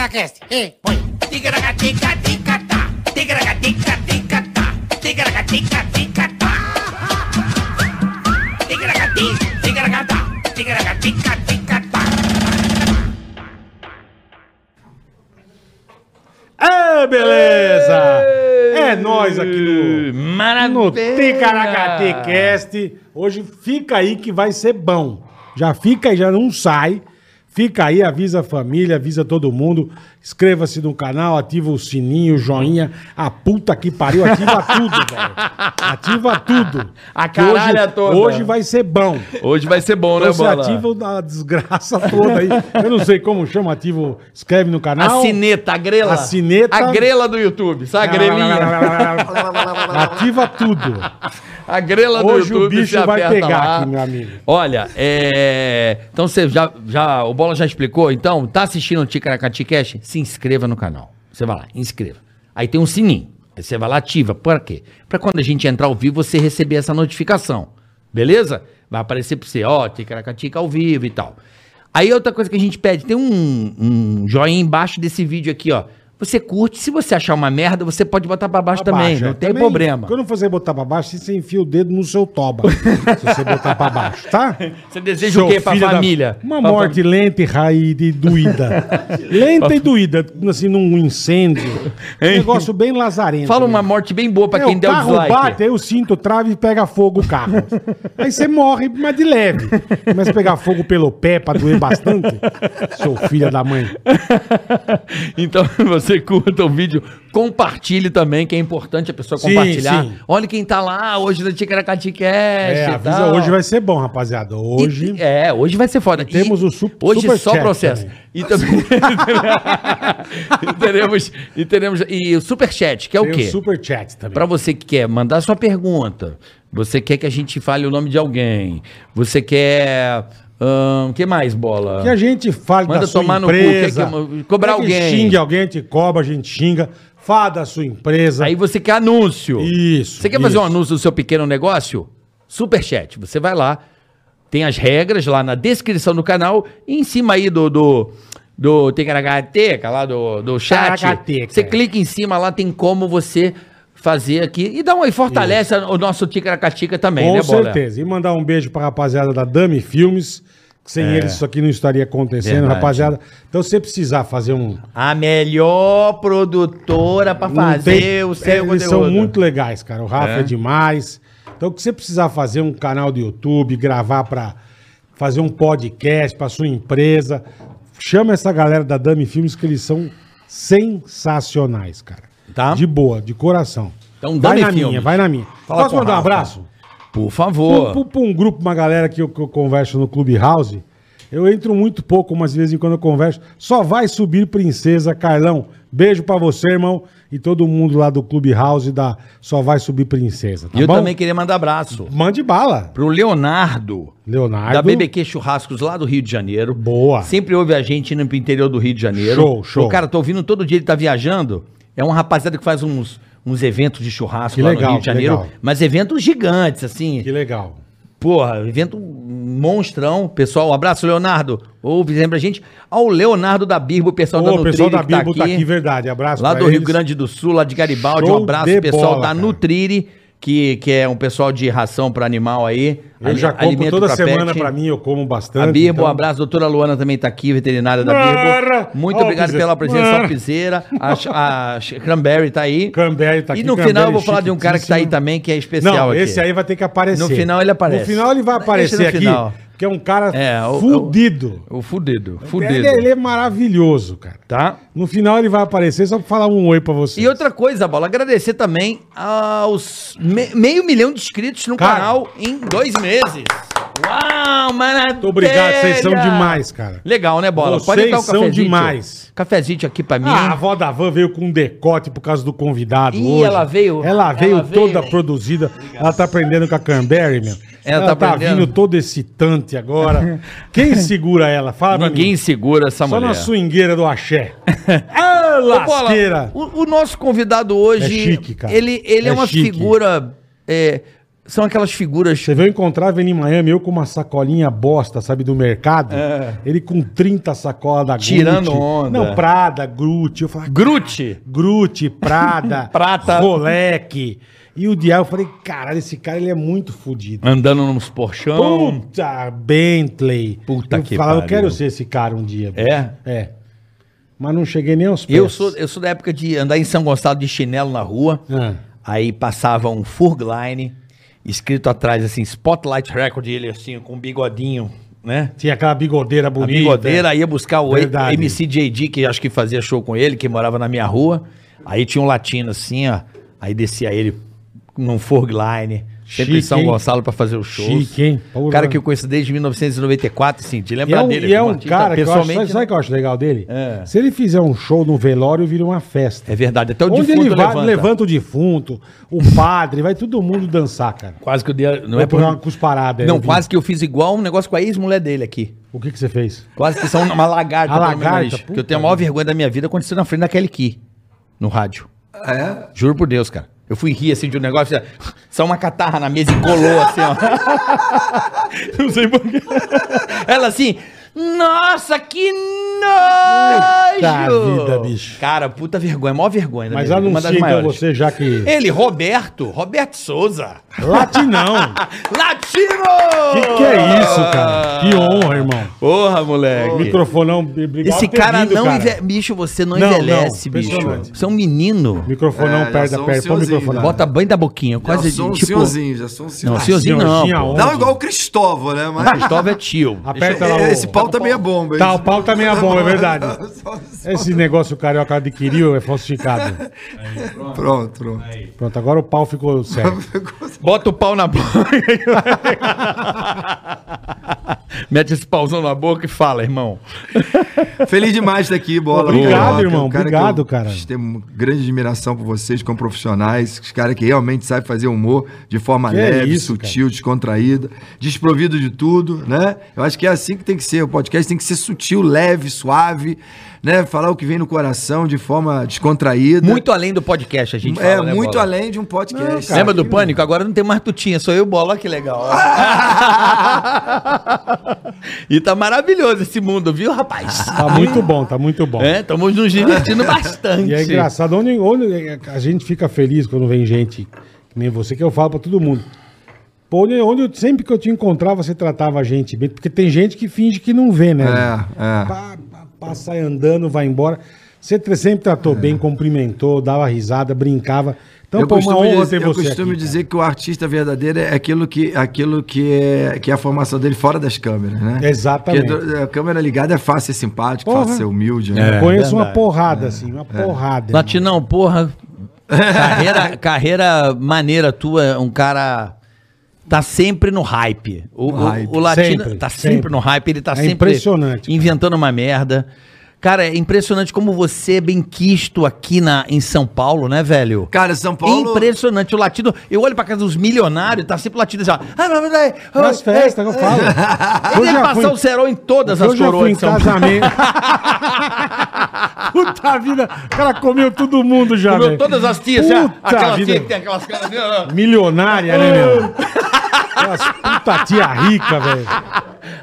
podcast. Ei, põe. Tigaragatica-ticatá. Tigaragatica-ticatá. Tigaragatica-ticatá. Tigaragati, tigaragatá. Tigaragatica-ticatá. Ah, beleza! É nós aqui no, no Maravilha! Ticaracatecast. Hoje fica aí que vai ser bom. Já fica aí, já não sai. Fica aí, avisa a família, avisa todo mundo. Inscreva-se no canal, ativa o sininho, o joinha. A puta que pariu, ativa tudo, velho. Ativa tudo. A caralha hoje, toda. Hoje vai ser bom. Então Hoje vai ser bom, né, Você Bola? ativa a desgraça toda aí. Eu não sei como chama, ativo, escreve no canal. A cineta, a grela. A cineta. A grela do YouTube, sabe? A grelinha. Ativa tudo. A grela do Hoje YouTube. o bicho você vai aperta pegar lá. aqui, meu amigo. Olha, é... Então você já, já... O Bola já explicou? Então, tá assistindo o Ticaracati Cash? Se inscreva no canal. Você vai lá, inscreva. Aí tem um sininho. Aí você vai lá, ativa. Pra quê? Pra quando a gente entrar ao vivo, você receber essa notificação. Beleza? Vai aparecer pra você, ó, Ticaracatica ao vivo e tal. Aí outra coisa que a gente pede, tem um, um joinha embaixo desse vídeo aqui, ó. Você curte, se você achar uma merda, você pode botar pra baixo também, Abaixa. não tem problema. Quando você botar pra baixo, você enfia o dedo no seu toba. se você botar pra baixo, tá? Você deseja o quê pra filho da- família? Uma Pra morte lenta e raída e doída. lenta e doída, assim, num incêndio. Um negócio bem lazarento. Fala uma morte bem boa pra É, quem o der o carro dislike. bate, aí o cinto trava e pega fogo o carro. aí você morre, mas de leve. Começa a pegar fogo pelo pé pra doer bastante. Sou filha da mãe. Então você curta o vídeo, compartilhe também, que é importante a pessoa Sim, compartilhar. sim. Olha quem tá lá hoje na Ticaracati Cast. É, e avisa, tal. hoje vai ser bom, rapaziada. E- Hoje. é, hoje vai ser foda. temos o su- Hoje super só chat processo. também. E também. e teremos, e teremos. E o superchat, que é o tem quê? super chat também. Pra você que quer mandar sua pergunta, você quer que a gente fale o nome de alguém, você quer. O que mais, bola? Que a gente fale Manda da sua tomar no cu, empresa. quer que eu- cobrar Quer que alguém. xingue alguém, a gente cobra, a gente xinga. Fala da sua empresa. Aí você quer anúncio. Isso, Você quer isso. fazer um anúncio do seu pequeno negócio? Superchat. Você vai lá, tem as regras lá na descrição do canal e em cima aí do. do do Ticaracateca, lá do, do chat. Ticaracateca. Você clica em cima lá, tem como você fazer aqui. E dá um, e fortalece o nosso Ticaracatica também, Com né, Bola? certeza. E mandar um beijo pra rapaziada da Dami Filmes. Que sem eles isso aqui não estaria acontecendo, É. Verdade. rapaziada. Então, se você precisar fazer um. A melhor produtora pra Não fazer tem- o seu Um é, Eles conteúdo. são muito legais, cara. O Rafa É? é, demais. Então, o que você precisar fazer um canal do YouTube, gravar pra fazer um podcast pra sua empresa, chama essa galera da Dami Filmes que eles são sensacionais, cara. Tá. De boa, de coração. Então, vai Dami na Filmes. minha, vai na minha. Fala Posso com o mandar um Rafa. abraço? Por Pra favor. um- pra um grupo, uma galera que eu, que eu converso no Clubhouse, eu entro muito pouco, mas de vez em quando eu converso. Só vai subir Princesa, Carlão. Beijo pra você, irmão. E todo mundo lá do Clubhouse da Só Vai Subir Princesa, tá E eu bom? também queria mandar abraço Mande bala, pro Leonardo. Leonardo. Da BBQ Churrascos lá do Rio de Janeiro. Boa. Sempre ouve a gente indo pro interior do Rio de Janeiro. Show, show. O cara, tô ouvindo todo dia, ele tá viajando. É um rapaziada que faz uns, uns eventos de churrasco Que lá no legal, Rio de que Janeiro. legal. Mas eventos gigantes, assim. Que legal. Porra, evento monstrão. Pessoal, um abraço, Leonardo. Ouve sempre a gente. Ao Leonardo da Birbo, o pessoal da Ô, o pessoal da Nutrilha que tá Bibo tá aqui, aqui. verdade. Abraço Lá pra do Rio eles. Grande do Sul, lá de Garibaldi, Show um abraço de pessoal bola, da cara. Nutrire, que, que é um pessoal de ração para animal aí. Eu Ali- já compro alimento toda pra semana pet. pra mim, eu como bastante. A Birbo, um então- abraço. Doutora Luana também tá aqui, veterinária da Mara! Birbo. Muito Ó, obrigado Piseira. pela presença, Mara! ó, Piseira. A, Ch- a Ch- Cranberry tá aí. Cranberry tá aqui, E no Cranberry final eu vou falar de um cara que tá aí chiquitíssima. também, que é especial Não, aqui. esse aí vai ter que aparecer. No final ele aparece. No final ele vai Deixa no aparecer aqui, final. que é um cara É, o- fudido. O fudido, Ele, fudido. ele é maravilhoso, cara. Tá? No final ele vai aparecer só pra falar um oi pra você. E outra coisa, Bola, agradecer também aos me- meio milhão de inscritos no Cara. canal em dois meses. Uau, maravilha! Muito obrigado, vocês são demais, cara. Legal, né, Bola? Vocês são demais. Cafezinho aqui pra mim. Ah, a avó da van veio com um decote por causa do convidado Ih, hoje. ela veio- Ela veio ela veio, toda velho. produzida. Ela tá aprendendo com a Cranberry, meu. Ela tá aprendendo. vindo todo excitante agora. Quem segura ela? Fala pra Ninguém mim. segura Só essa mulher. na swingueira do axé. ah, Ô, Bola, lasqueira. o, o nosso convidado hoje, É chique, cara. ele, ele é, É uma chique. figura é, são aquelas figuras. Você veio encontrar ele em Miami, eu com uma sacolinha bosta, sabe, do mercado. É. Ele com 30 sacolas da Tirando onda. Não, Prada, Groot. Eu falei, Grute. Groot, Prada, Prata. Rolex. E o diabo, eu falei, caralho, esse cara ele é muito fodido. Andando nos porchão. Puta, Bentley. Puta eu que falava, eu pariu. quero ser esse cara um dia. bicho. É? É. Mas não cheguei nem aos pés. Eu sou, eu sou da época de andar em São Gonçalo de chinelo na rua. Ah. Aí passava um Furgline, escrito atrás assim, Spotlight Record, e ele assim, com um bigodinho, né? Tinha aquela bigodeira A bonita. bigodeira ia buscar o Verdade. MC JD, que acho que fazia show com ele, que morava na minha rua. Aí tinha um latino assim, ó. Aí descia ele num Furgline, sempre Chique, em São hein? Gonçalo pra fazer o show. Chique, hein? Um Porra. cara que eu conheço desde 1994, assim, de E lembrar é um, dele. e é como um artista, cara que eu acho, pessoalmente. né? sabe, sabe o que eu acho legal dele? É. Se ele fizer um show no velório, vira uma festa. É verdade, até o Onde defunto ele vai, levanta. levanta. o defunto, o padre, vai todo mundo dançar, cara. Quase que eu dei. a- Não Vai é por. dar uma cusparada. aí, Não, eu vi. quase que eu fiz igual um negócio com a ex-mulher dele aqui. O que, que você fez? Quase que são uma lagarta. A pelo menos, lagarta, Porque puta eu tenho a maior vergonha da minha vida aconteceu na frente da Kelly Key, no rádio. É? Juro por Deus, cara. Eu fui rir assim de um negócio, assim, ó, só uma catarra na mesa e colou assim, ó. Não sei porquê. Ela assim, nossa, que nojo! vida, bicho. Cara, puta vergonha, maior vergonha. da Mas minha vida, É, uma das anuncia então maiores. você, já que. Ele, Roberto, Roberto Souza. Latinão! Latino! que, que é isso, cara? Que honra, irmão. Porra, moleque. Microfonão, obrigado Esse por ter cara vindo, não envelhece. Bicho, você não, Não, não, envelhece, bicho. impressionante. Você é um menino. Microfonão, É, perto, já sou perto. um Põe o senhorzinho, microfone. já. Bota Bota banho da boquinha, quase já sou um tipo... senhorzinho, já sou um Não, senhorzinho. senhorzinho não, senhorzinho pô. aonde? Não igual o Cristóvão, né? Mas Cristóvão é tio. Aperta É, lá o... esse pau também é bomba. hein? Tá, o pau também é bom, é verdade. Só- só- Esse negócio que o carioca adquiriu é falsificado. Pronto, pronto. Pronto, agora o pau ficou sério. Bota o pau na boca. Mete esse pauzão na boca e fala, irmão. Feliz demais de estar aqui, bola. Obrigado, Bola, irmão. um cara que Obrigado, eu cara. Tenho grande admiração por vocês como profissionais, os caras que realmente sabem fazer humor de forma Que leve, isso, sutil, descontraída, desprovido de tudo, né? Eu acho que é assim que tem que ser. O podcast tem que ser sutil, leve, suave, né? Falar o que vem no coração de forma descontraída. Muito além do podcast, a gente é, fala, né, muito Bola? além de um podcast. Lembra do Pânico? Agora não tem mais tutinha, sou eu e o Bola, olha que legal. e tá maravilhoso esse mundo, viu, rapaz? Tá muito bom, tá muito bom. É, estamos nos divertindo bastante. E é engraçado, onde, onde a gente fica feliz quando vem gente que nem você, que eu falo pra todo mundo. Pô, onde, onde eu, sempre que eu te encontrava, você tratava a gente bem. Porque tem gente que finge que não vê, né? É, é. Pá, pá, pá, sai andando, vai embora. Você tre- sempre tratou bem, cumprimentou, dava risada, brincava. Então, É. eu pô, uma costumo, honra dizer, ter eu você costumo aqui, dizer que o artista verdadeiro é aquilo que, aquilo que, é, que é a formação dele fora das câmeras, né? Exatamente. Porque do- a câmera ligada é fácil ser simpático, Porra. fácil ser humilde, cara. né? Eu Conheço uma porrada, É. assim, uma porrada. Latinão, porra. Carreira, carreira maneira tua, um cara. Tá sempre no hype. O, No o- hype. o Latino Sempre, tá sempre, sempre. no hype, ele tá É sempre impressionante, cara. inventando uma merda. Cara, é impressionante como você é bem quisto aqui na, em São Paulo, né, velho? Cara, São Paulo. Impressionante. O latino, eu olho pra casa dos milionários, tá sempre latido assim, ó. Ah, mas, mas, mas, ah, Nas festas que eu falo. Ele deve passar o cerol em todas as Hoje eu fui coroas em de São Paulo. casamento. Puta vida, o cara comeu todo mundo já, Comeu velho. todas as tias, Puta né? aquela vida. tia que tem aquelas caras assim, ó. Milionária, né, meu? Aquelas puta tia rica, velho.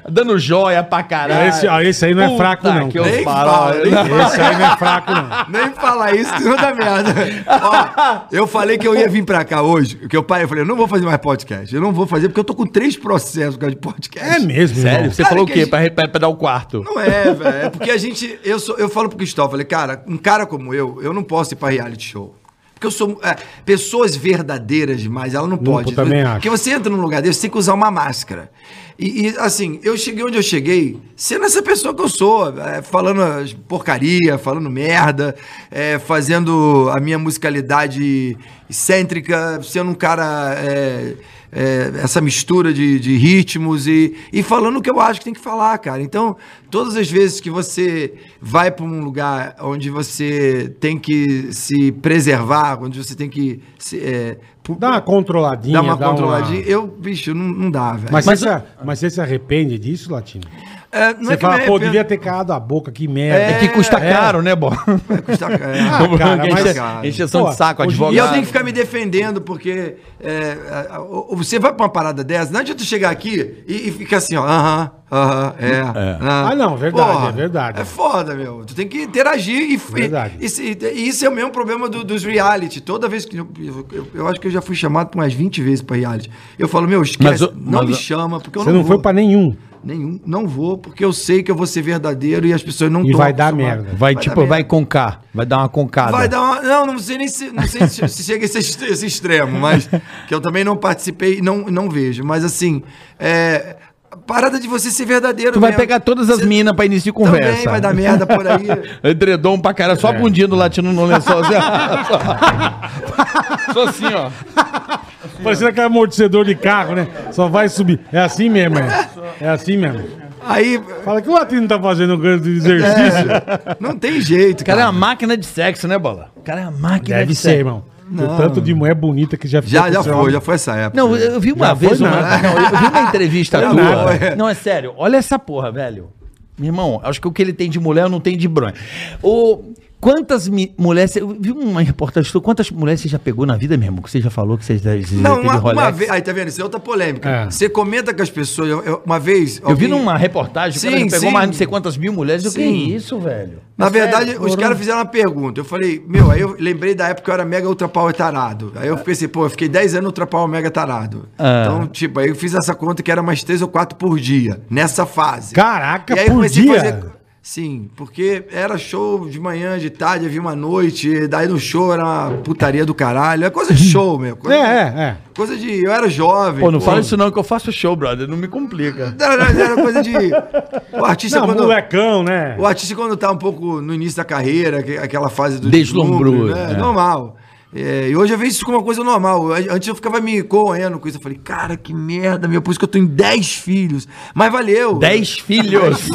Dando joia pra caralho. Esse- ó, esse aí não é fraco, não, Que cara. eu Nem falo. fala, nem fala. Esse aí não é fraco, não. Nem falar isso, que não dá merda. Ó, eu falei que eu ia vir pra cá hoje, que eu parei, eu falei, eu não vou fazer mais podcast. Eu não vou fazer, porque eu tô com três processos por causa de podcast. É mesmo, Sério? irmão. Você Cara, falou o É, que quê? a gente- Pra, pra, pra dar o quarto? Não é, velho. É porque a gente. Eu, sou, eu falo pro Cristóvão, falei, cara, um cara como eu, eu não posso ir pra reality show. Porque eu sou. é, pessoas verdadeiras demais, ela não, pode. eu também acho. Porque você entra num lugar desse, você tem que usar uma máscara. E, e, assim, eu cheguei onde eu cheguei, sendo essa pessoa que eu sou, é, falando as porcaria, falando merda, é, fazendo a minha musicalidade excêntrica, sendo um cara. é, é, essa mistura de, de ritmos e, e falando o que eu acho que tem que falar, cara. Então, todas as vezes que você vai para um lugar onde você tem que se preservar, onde você tem que se, é, pu- Dá uma controladinha. Dá uma controladinha. Eu, bicho, não, não dá, velho. Mas, Mas você eu- se, mas você se arrepende disso, Latino? É, não Você é que fala, me pô, arrependo. devia ter calado a boca, que merda. É que custa é. caro, né, Bola? Custa- é. Ah, cara, Enche- mas- cara. Encheção Pô, de saco, hoje em advogado. E eu tenho que ficar me defendendo, porque é, a- a- o- você vai pra uma parada dessa, não adianta tu chegar aqui e, e ficar assim, ó, aham, aham, é, Ah, não, verdade, é verdade. É foda, meu. Tu tem que interagir e, Verdade. e, e se- e isso é o mesmo problema do- dos reality. Toda vez que. Eu, eu- eu acho que eu já fui chamado por umas 20 vezes pra reality. Eu falo, meu, Mas esquece, o- não mas me o- chama, porque eu Você não, não vou. foi pra nenhum. Nenhum, não vou, porque eu sei que eu vou ser verdadeiro e as pessoas não E tão vai dar acostumadas. merda. Vai, dar tipo, merda. vai concar. Vai dar uma concada. Vai dar uma. Não, não sei nem se, não sei se, se chega a esse, est- esse extremo, mas. Que eu também não participei e não, não vejo. Mas assim. É, a parada de você ser verdadeiro. Tu vai mesmo. pegar todas as Você minas pra início de Também conversa. É. vai dar merda por aí. Edredom pra cara, só a bundinha do latino no lençol. assim, ó. só assim, ó. Parecendo aquele é amortecedor de carro, né? Só vai subir. É assim mesmo, é. É assim mesmo. Aí. Fala que o latino tá fazendo um grande exercício. é, não tem jeito, O cara é cara. uma máquina de sexo, né, Bola? O cara é uma máquina Deve de ser, sexo. irmão. O tanto de mulher bonita que já ficou Já, com já seu foi, homem. já foi essa época. Não, eu eu vi uma Já vez. foi Uma, nada. não, eu vi uma entrevista Foi tua. nada. Não, é sério. Olha essa porra, velho. Meu irmão, acho que o que ele tem de mulher eu não tenho de bronha. Ô, quantas mi- mulheres. Eu vi uma reportagem sua. Quantas mulheres você já pegou na vida, meu irmão? Que você já falou que você já, você já Não, teve uma, uma Rolex? vez. Aí, tá vendo? Isso é outra polêmica. É. Você comenta com as pessoas. eu- eu- uma vez. Eu vi numa reportagem que o cara Sim, já pegou sim. mais não sei quantas mil mulheres. Eu, que Sim. isso, velho? Na É verdade, sério, os foram- caras fizeram uma pergunta. Eu falei, meu, aí eu lembrei da época que eu era mega ultra power tarado. Aí eu pensei, pô, eu fiquei 10 anos ultra power mega tarado. Ah. Então, tipo, aí eu fiz essa conta que era umas 3 ou 4 por dia, nessa fase. Caraca, e aí eu por comecei dia? a fazer. Sim, porque era show de manhã, de tarde, havia uma noite, daí no show era uma putaria do caralho. É coisa de show, meu. Coisa, É, é, é. Coisa de. Eu era jovem. Pô, não pô. fala isso não, que eu faço show, brother. Não me complica. Não, não, Era coisa de. O artista Não, é quando. molecão, né? O artista, quando tá um pouco no início da carreira, que- aquela fase do Deslumbrou, deslumbre, né? é. Normal. É, e hoje eu vejo isso como uma coisa normal. Eu- Antes eu ficava me correndo com isso. Eu falei, cara, que merda, meu. Por isso que eu tenho 10 filhos. Mas valeu. Dez filhos.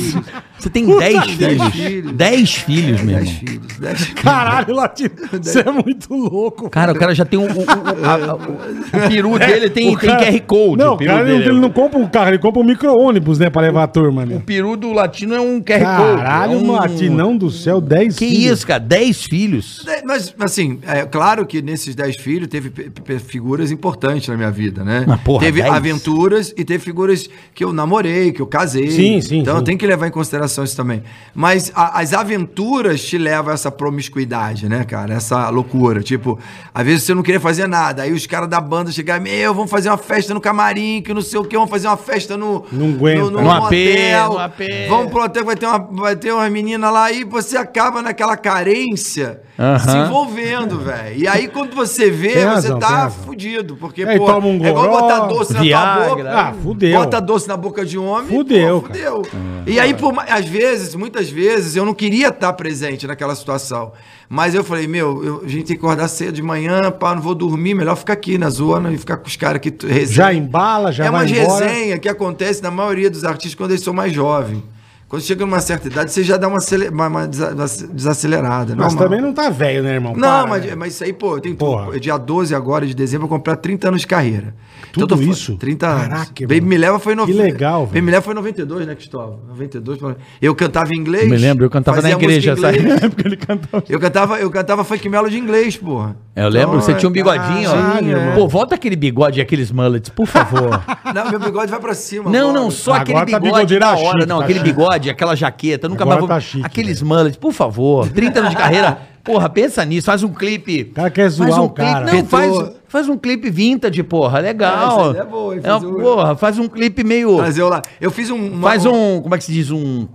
Você tem dez filhos. filhos. Dez filhos, meu 10 irmão. filhos. 10 filhos. Caralho, latino. Você é muito louco. Cara, o cara já tem um. O, o- o- a- a- o- o peru dele tem, É. O cara- tem QR Code. Não, o o peru cara não- dele. ele não compra um carro, ele compra um micro-ônibus, né? Pra levar a turma, O né? peru do latino é um QR Code. Caralho, é um... latinão do céu, 10 Que filhos. isso, cara? Dez filhos. É, Mas, assim, é claro que nesses 10 filhos teve pe- pe- figuras importantes na minha vida, né? Mas, porra, teve 10? aventuras e teve figuras que eu namorei, que eu casei. Sim, sim, Então sim. tem que levar em consideração isso também. Mas a- as aventuras te levam a essa promiscuidade, né, cara? Essa loucura. Tipo, às vezes você não queria fazer nada. Aí os caras da banda chegaram, meu, vamos fazer uma festa no camarim, que não sei o quê, vamos fazer uma festa no. Não aguenta. No, no, No no AP, hotel. no AP. Vamos um pro hotel que vai ter uma, vai ter uma menina lá e você acaba naquela carência Aham. se envolvendo, velho. E aí quando você vê, Tem você razão, tem tá razão. fudido, porque Aí toma um é igual goró, botar doce na Viagra. tua boca. Ah, fudeu. Bota doce na boca de homem, Fudeu, É. fudeu. E aí por ma- às vezes, muitas vezes eu não queria estar presente naquela situação. Mas eu falei, meu, eu- a gente tem que acordar cedo de manhã, pá, não vou dormir, melhor ficar aqui na zona e ficar com os caras que Já embala, já é uma vai embora. resenha que acontece na maioria dos artistas quando eles são mais jovens. Quando chega numa certa idade, você já dá uma, acele- uma- uma desa- uma desacelerada. Mas normal. também não tá velho, né, irmão? Não, Para, mas, né? mas isso aí, pô, eu tenho Porra. dia 12 agora de dezembro, eu vou comprar 30 anos de carreira. Então, Tudo eu fa- isso? 30 anos. Caraca, Baby irmão. Me Leva foi em Que legal, Baby velho. Me Leva foi em 92, né, Cristóvão? 92. pra- Eu cantava em inglês. Eu me lembro, eu cantava na fazia música em igreja, sabe? inglês. Porque ele cantava. Eu cantava, eu cantava funk melody de inglês, porra. É, Eu lembro, Então, você é, tinha um bigodinho, ó. caralho, irmão. Pô, volta aquele bigode e aqueles mullets, por favor. Não, meu bigode vai pra cima. Não, agora. não, só Agora aquele tá bigode bigodeira da hora, chique, não, tá aquele chique. bigode, aquela jaqueta, nunca Agora mais vou... tá chique, aqueles mullets, por favor, 30 anos de carreira, porra, pensa nisso, faz um clipe. O cara quer zoar faz um o cara. Clipe, não, faz, Pintou. faz um clipe vintage, porra, legal. Ah, essa ideia é boa, hein, É uma- fazer um- porra, faz um clipe meio, Trazer eu lá. Eu fiz um. uma- faz um, como é que se diz, um,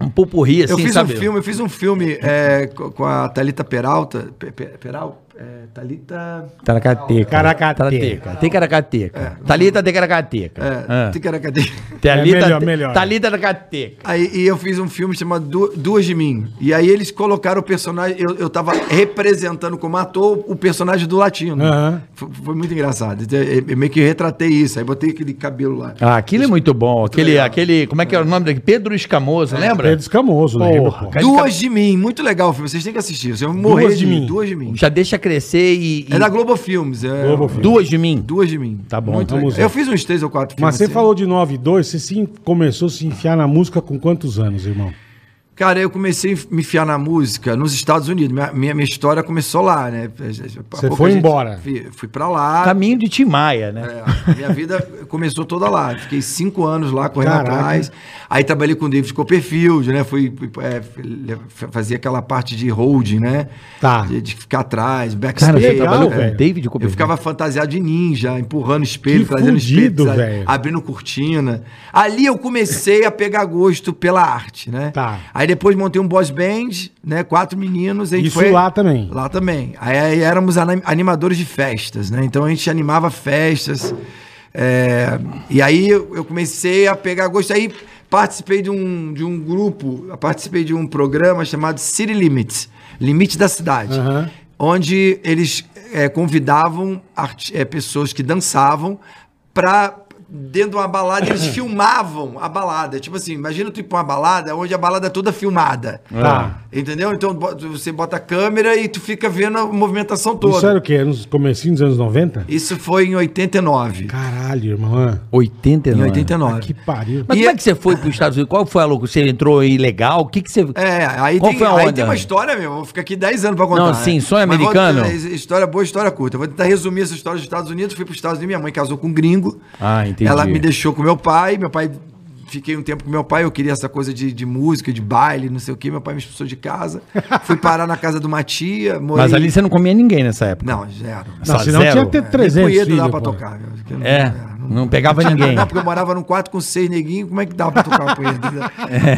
um pupurri, assim, Eu fiz sabe? um filme, eu fiz um filme é, co- com a Thalita Peralta. Pe, Pe- Peral? É, Thalita. Caracateca. Caracateca. Caracateca. Tem caracateca. Talita tem caracateca. É, Ah. Ticaracati. Talita, É melhor, te- melhor. Talita caracateca. Aí e eu fiz um filme chamado Du- Duas de Mim. E aí eles colocaram o personagem. Eu, eu tava representando como ator o personagem do latino. Aham. F- Foi, muito engraçado. Então, Eu, eu meio que retratei isso. Aí botei aquele cabelo lá. Ah, aquilo é muito bom. Aquele, legal. Ah, aquele, como é que era o nome dele? Pedro Escamoso, lembra? Pedro Escamoso, né? é Porra, lembra, pô. cara. Duas de mim, muito legal o filme. Vocês têm que assistir. Vocês vão Duas morrer de Mim. Duas de mim. Já deixa crescer e. e É da Globo Filmes. É Globo Filmes. Duas de mim. Duas de mim. Tá bom, Muito vamos legal. lá. Eu fiz uns três ou quatro Mas você assim. falou de 9 e 2, você se en- começou a se enfiar na música com quantos anos, irmão? Cara, eu comecei a me enfiar na música nos Estados Unidos. Minha, minha, minha história começou lá, né? Você foi embora. Tá Fui, fui pra lá. Caminho de Tim Maia, né? É, minha vida começou toda lá. Fiquei cinco anos lá correndo Caraca. atrás. Aí trabalhei com o David Copperfield, né? Fui, fui, é, f- fazia aquela parte de holding, né? Tá. De, de ficar atrás, Cara, backstage. é. você Legal, trabalhou velho. com o David Eu Copperfield. ficava fantasiado de ninja, empurrando espelho, Que trazendo fudido, espelho, sabe? velho. abrindo cortina. Ali eu comecei a pegar gosto pela arte, né? Tá. Aí depois montei um boys band, né? Quatro meninos. A gente Isso lá também. Lá também. Aí, aí éramos anim- animadores de festas, né? Então a gente animava festas. é, E aí eu eu comecei a pegar gosto. Aí participei de um, de um grupo, participei de um programa chamado City Limits Limite da Cidade Aham. onde eles eh, convidavam arti- eh, pessoas que dançavam pra dentro de uma balada eles filmavam a balada tipo assim imagina tu ir pra uma balada onde a balada é toda filmada Tá. entendeu então bo- você bota a câmera e tu fica vendo a movimentação toda Isso era o quê? Nos comecinhos dos anos 90? Isso foi em 89 Caralho, irmão. ah. 89. em Ah, 89 que pariu. Mas E como é é- que você foi para os Estados Unidos? Qual foi a loucura? Você entrou ilegal? O que, que você. É, aí, Qual tem, foi a aí onda? tem uma história, meu. Vou ficar aqui 10 anos pra contar. Não, né? sim, sonho Mas vou- americano. é, história boa, história curta. Vou tentar resumir essa história dos Estados Unidos. Fui pros Estados Unidos, minha mãe casou com um gringo. Ah, entendi. Ela me deixou com meu pai, meu pai. Fiquei um tempo com meu pai, eu queria essa coisa de, de música, de baile, não sei o quê. Meu pai me expulsou de casa. Fui parar na casa de uma tia, morei. Mas ali você não comia ninguém nessa época. Não, zero. É, Não, Só senão tá zero. tinha que ter 300 punheta filhos. dava pra pô. tocar. meu. Porque não- É, não pegava ninguém. Não, porque eu morava num quarto com seis neguinhos, como é que dava pra tocar uma punheta?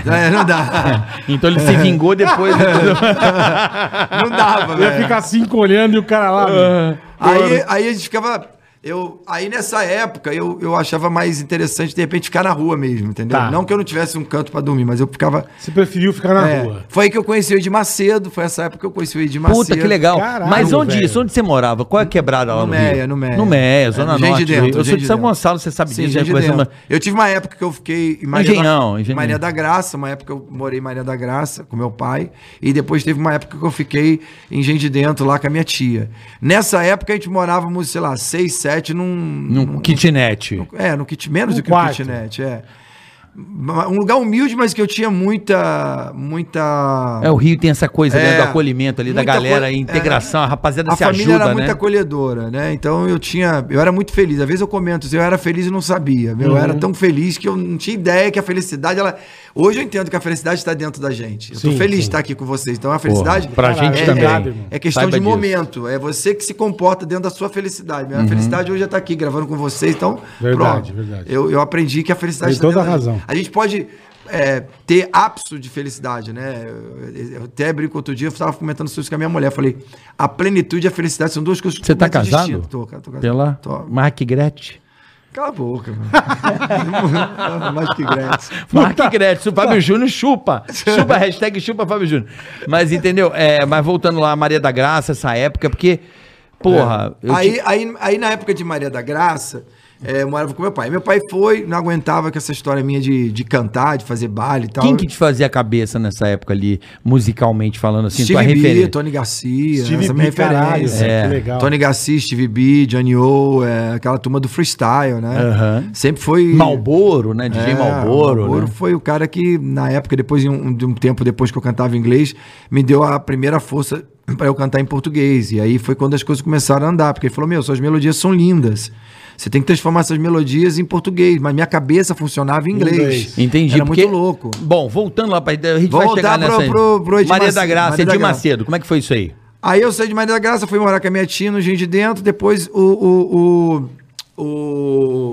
É, Não dá. Então ele É. se vingou depois. né? Não dava, né? Eu ia velho. ficar cinco olhando e o cara lá. meu. Ah. Aí, aí a gente ficava. Eu, aí nessa época eu, eu achava mais interessante de repente ficar na rua mesmo, entendeu? Tá. Não que eu não tivesse um canto pra dormir, mas eu ficava. Você preferiu ficar na é, rua. foi aí que eu conheci o Edir Macedo, foi essa época que eu conheci o Edir Macedo. Puta, que legal. Caralho, Mas onde velho. isso? Onde você morava? Qual é a quebrada lá no, No Rio? Meia, no Meia. No Meia, Zona É, gente Norte. de dentro, eu sou gente de de São dentro. Gonçalo, você sabe disso. Sim, né? gente Já de conheceu dentro. uma- Eu tive uma época que eu fiquei em Engenhão, da, engenhão. Maria da Graça, uma época eu morei em Maria da Graça com meu pai, e depois teve uma época que eu fiquei em Gente de Dentro lá com a minha tia. Nessa época a gente morávamos, sei lá, seis, sete num, num kitnet. É, no kit menos Um do que quarto. o kitnet, é. Ma- Um lugar humilde, mas que eu tinha muita. muita... É, o Rio tem essa coisa né, É, do acolhimento ali, da muita galera, a coi- é. integração, a rapaziada a se família ajuda, era né? muito acolhedora, né? Então eu tinha. Eu era muito feliz. Às vezes eu comento, assim, eu era feliz e não sabia. meu, Eu Uhum. era tão feliz que eu não tinha ideia que a felicidade, ela. Hoje eu entendo que a felicidade está dentro da gente. Eu Sim, tô feliz sim. de estar aqui com vocês. Então a felicidade. pra gente é, também. é- É, questão Saiba de disso. momento. É você que se comporta dentro da sua felicidade. Uhum. Minha felicidade hoje é estar aqui gravando com vocês. Então, Verdade, verdade. Eu, eu aprendi que a felicidade Tem está toda dentro a da gente. razão. A gente pode é, ter ápice de felicidade, né? Eu, eu até brinco outro dia, eu estava comentando sobre isso com a minha mulher. eu Falei, a plenitude e a felicidade são duas coisas Você tá completamente casado? distintas. Tô, cara, tô casado. Pela Tô. Mark Gretchen. Cala a boca, mano. Mais que graça. Mark Gretchen, o Fábio Júnior chupa. Chupa, hashtag chupa Fábio Júnior. Mas entendeu? É, mas voltando lá, Maria da Graça, essa época, porque, porra, eu Aí, te- aí, aí na época de Maria da Graça, é, eu morava com meu pai. Meu pai foi, não aguentava com essa história minha de, de cantar, de fazer baile e tal. quem que te fazia a cabeça nessa época ali, musicalmente falando assim, tua Steve B, referência? Tony Garcia, Steve essa é a minha B, caralho. referência. velho, É. Que legal. Tony Garcia, Steve B, Johnny O, é, aquela turma do freestyle, né? Aham. Sempre foi. Malboro, né? DJ É, Malboro, né? foi o cara que, na época, depois de um, de um tempo depois que eu cantava em inglês, me deu a primeira força pra eu cantar em português. E aí foi quando as coisas começaram a andar, porque ele falou: Meu, suas melodias são lindas. Você tem que transformar essas melodias em português. Mas minha cabeça funcionava em inglês. Inglês. Entendi. Era porque- muito louco. Bom, voltando lá pra a gente vai chegar Voltar pro- nessa. aí. pro- pro Edir Maria Macedo, da Graça, Maria da Edir Graça. Macedo, como é que foi isso aí? Aí eu saí de Maria da Graça, fui morar com a minha tia no Gente de Dentro, depois o. o, o,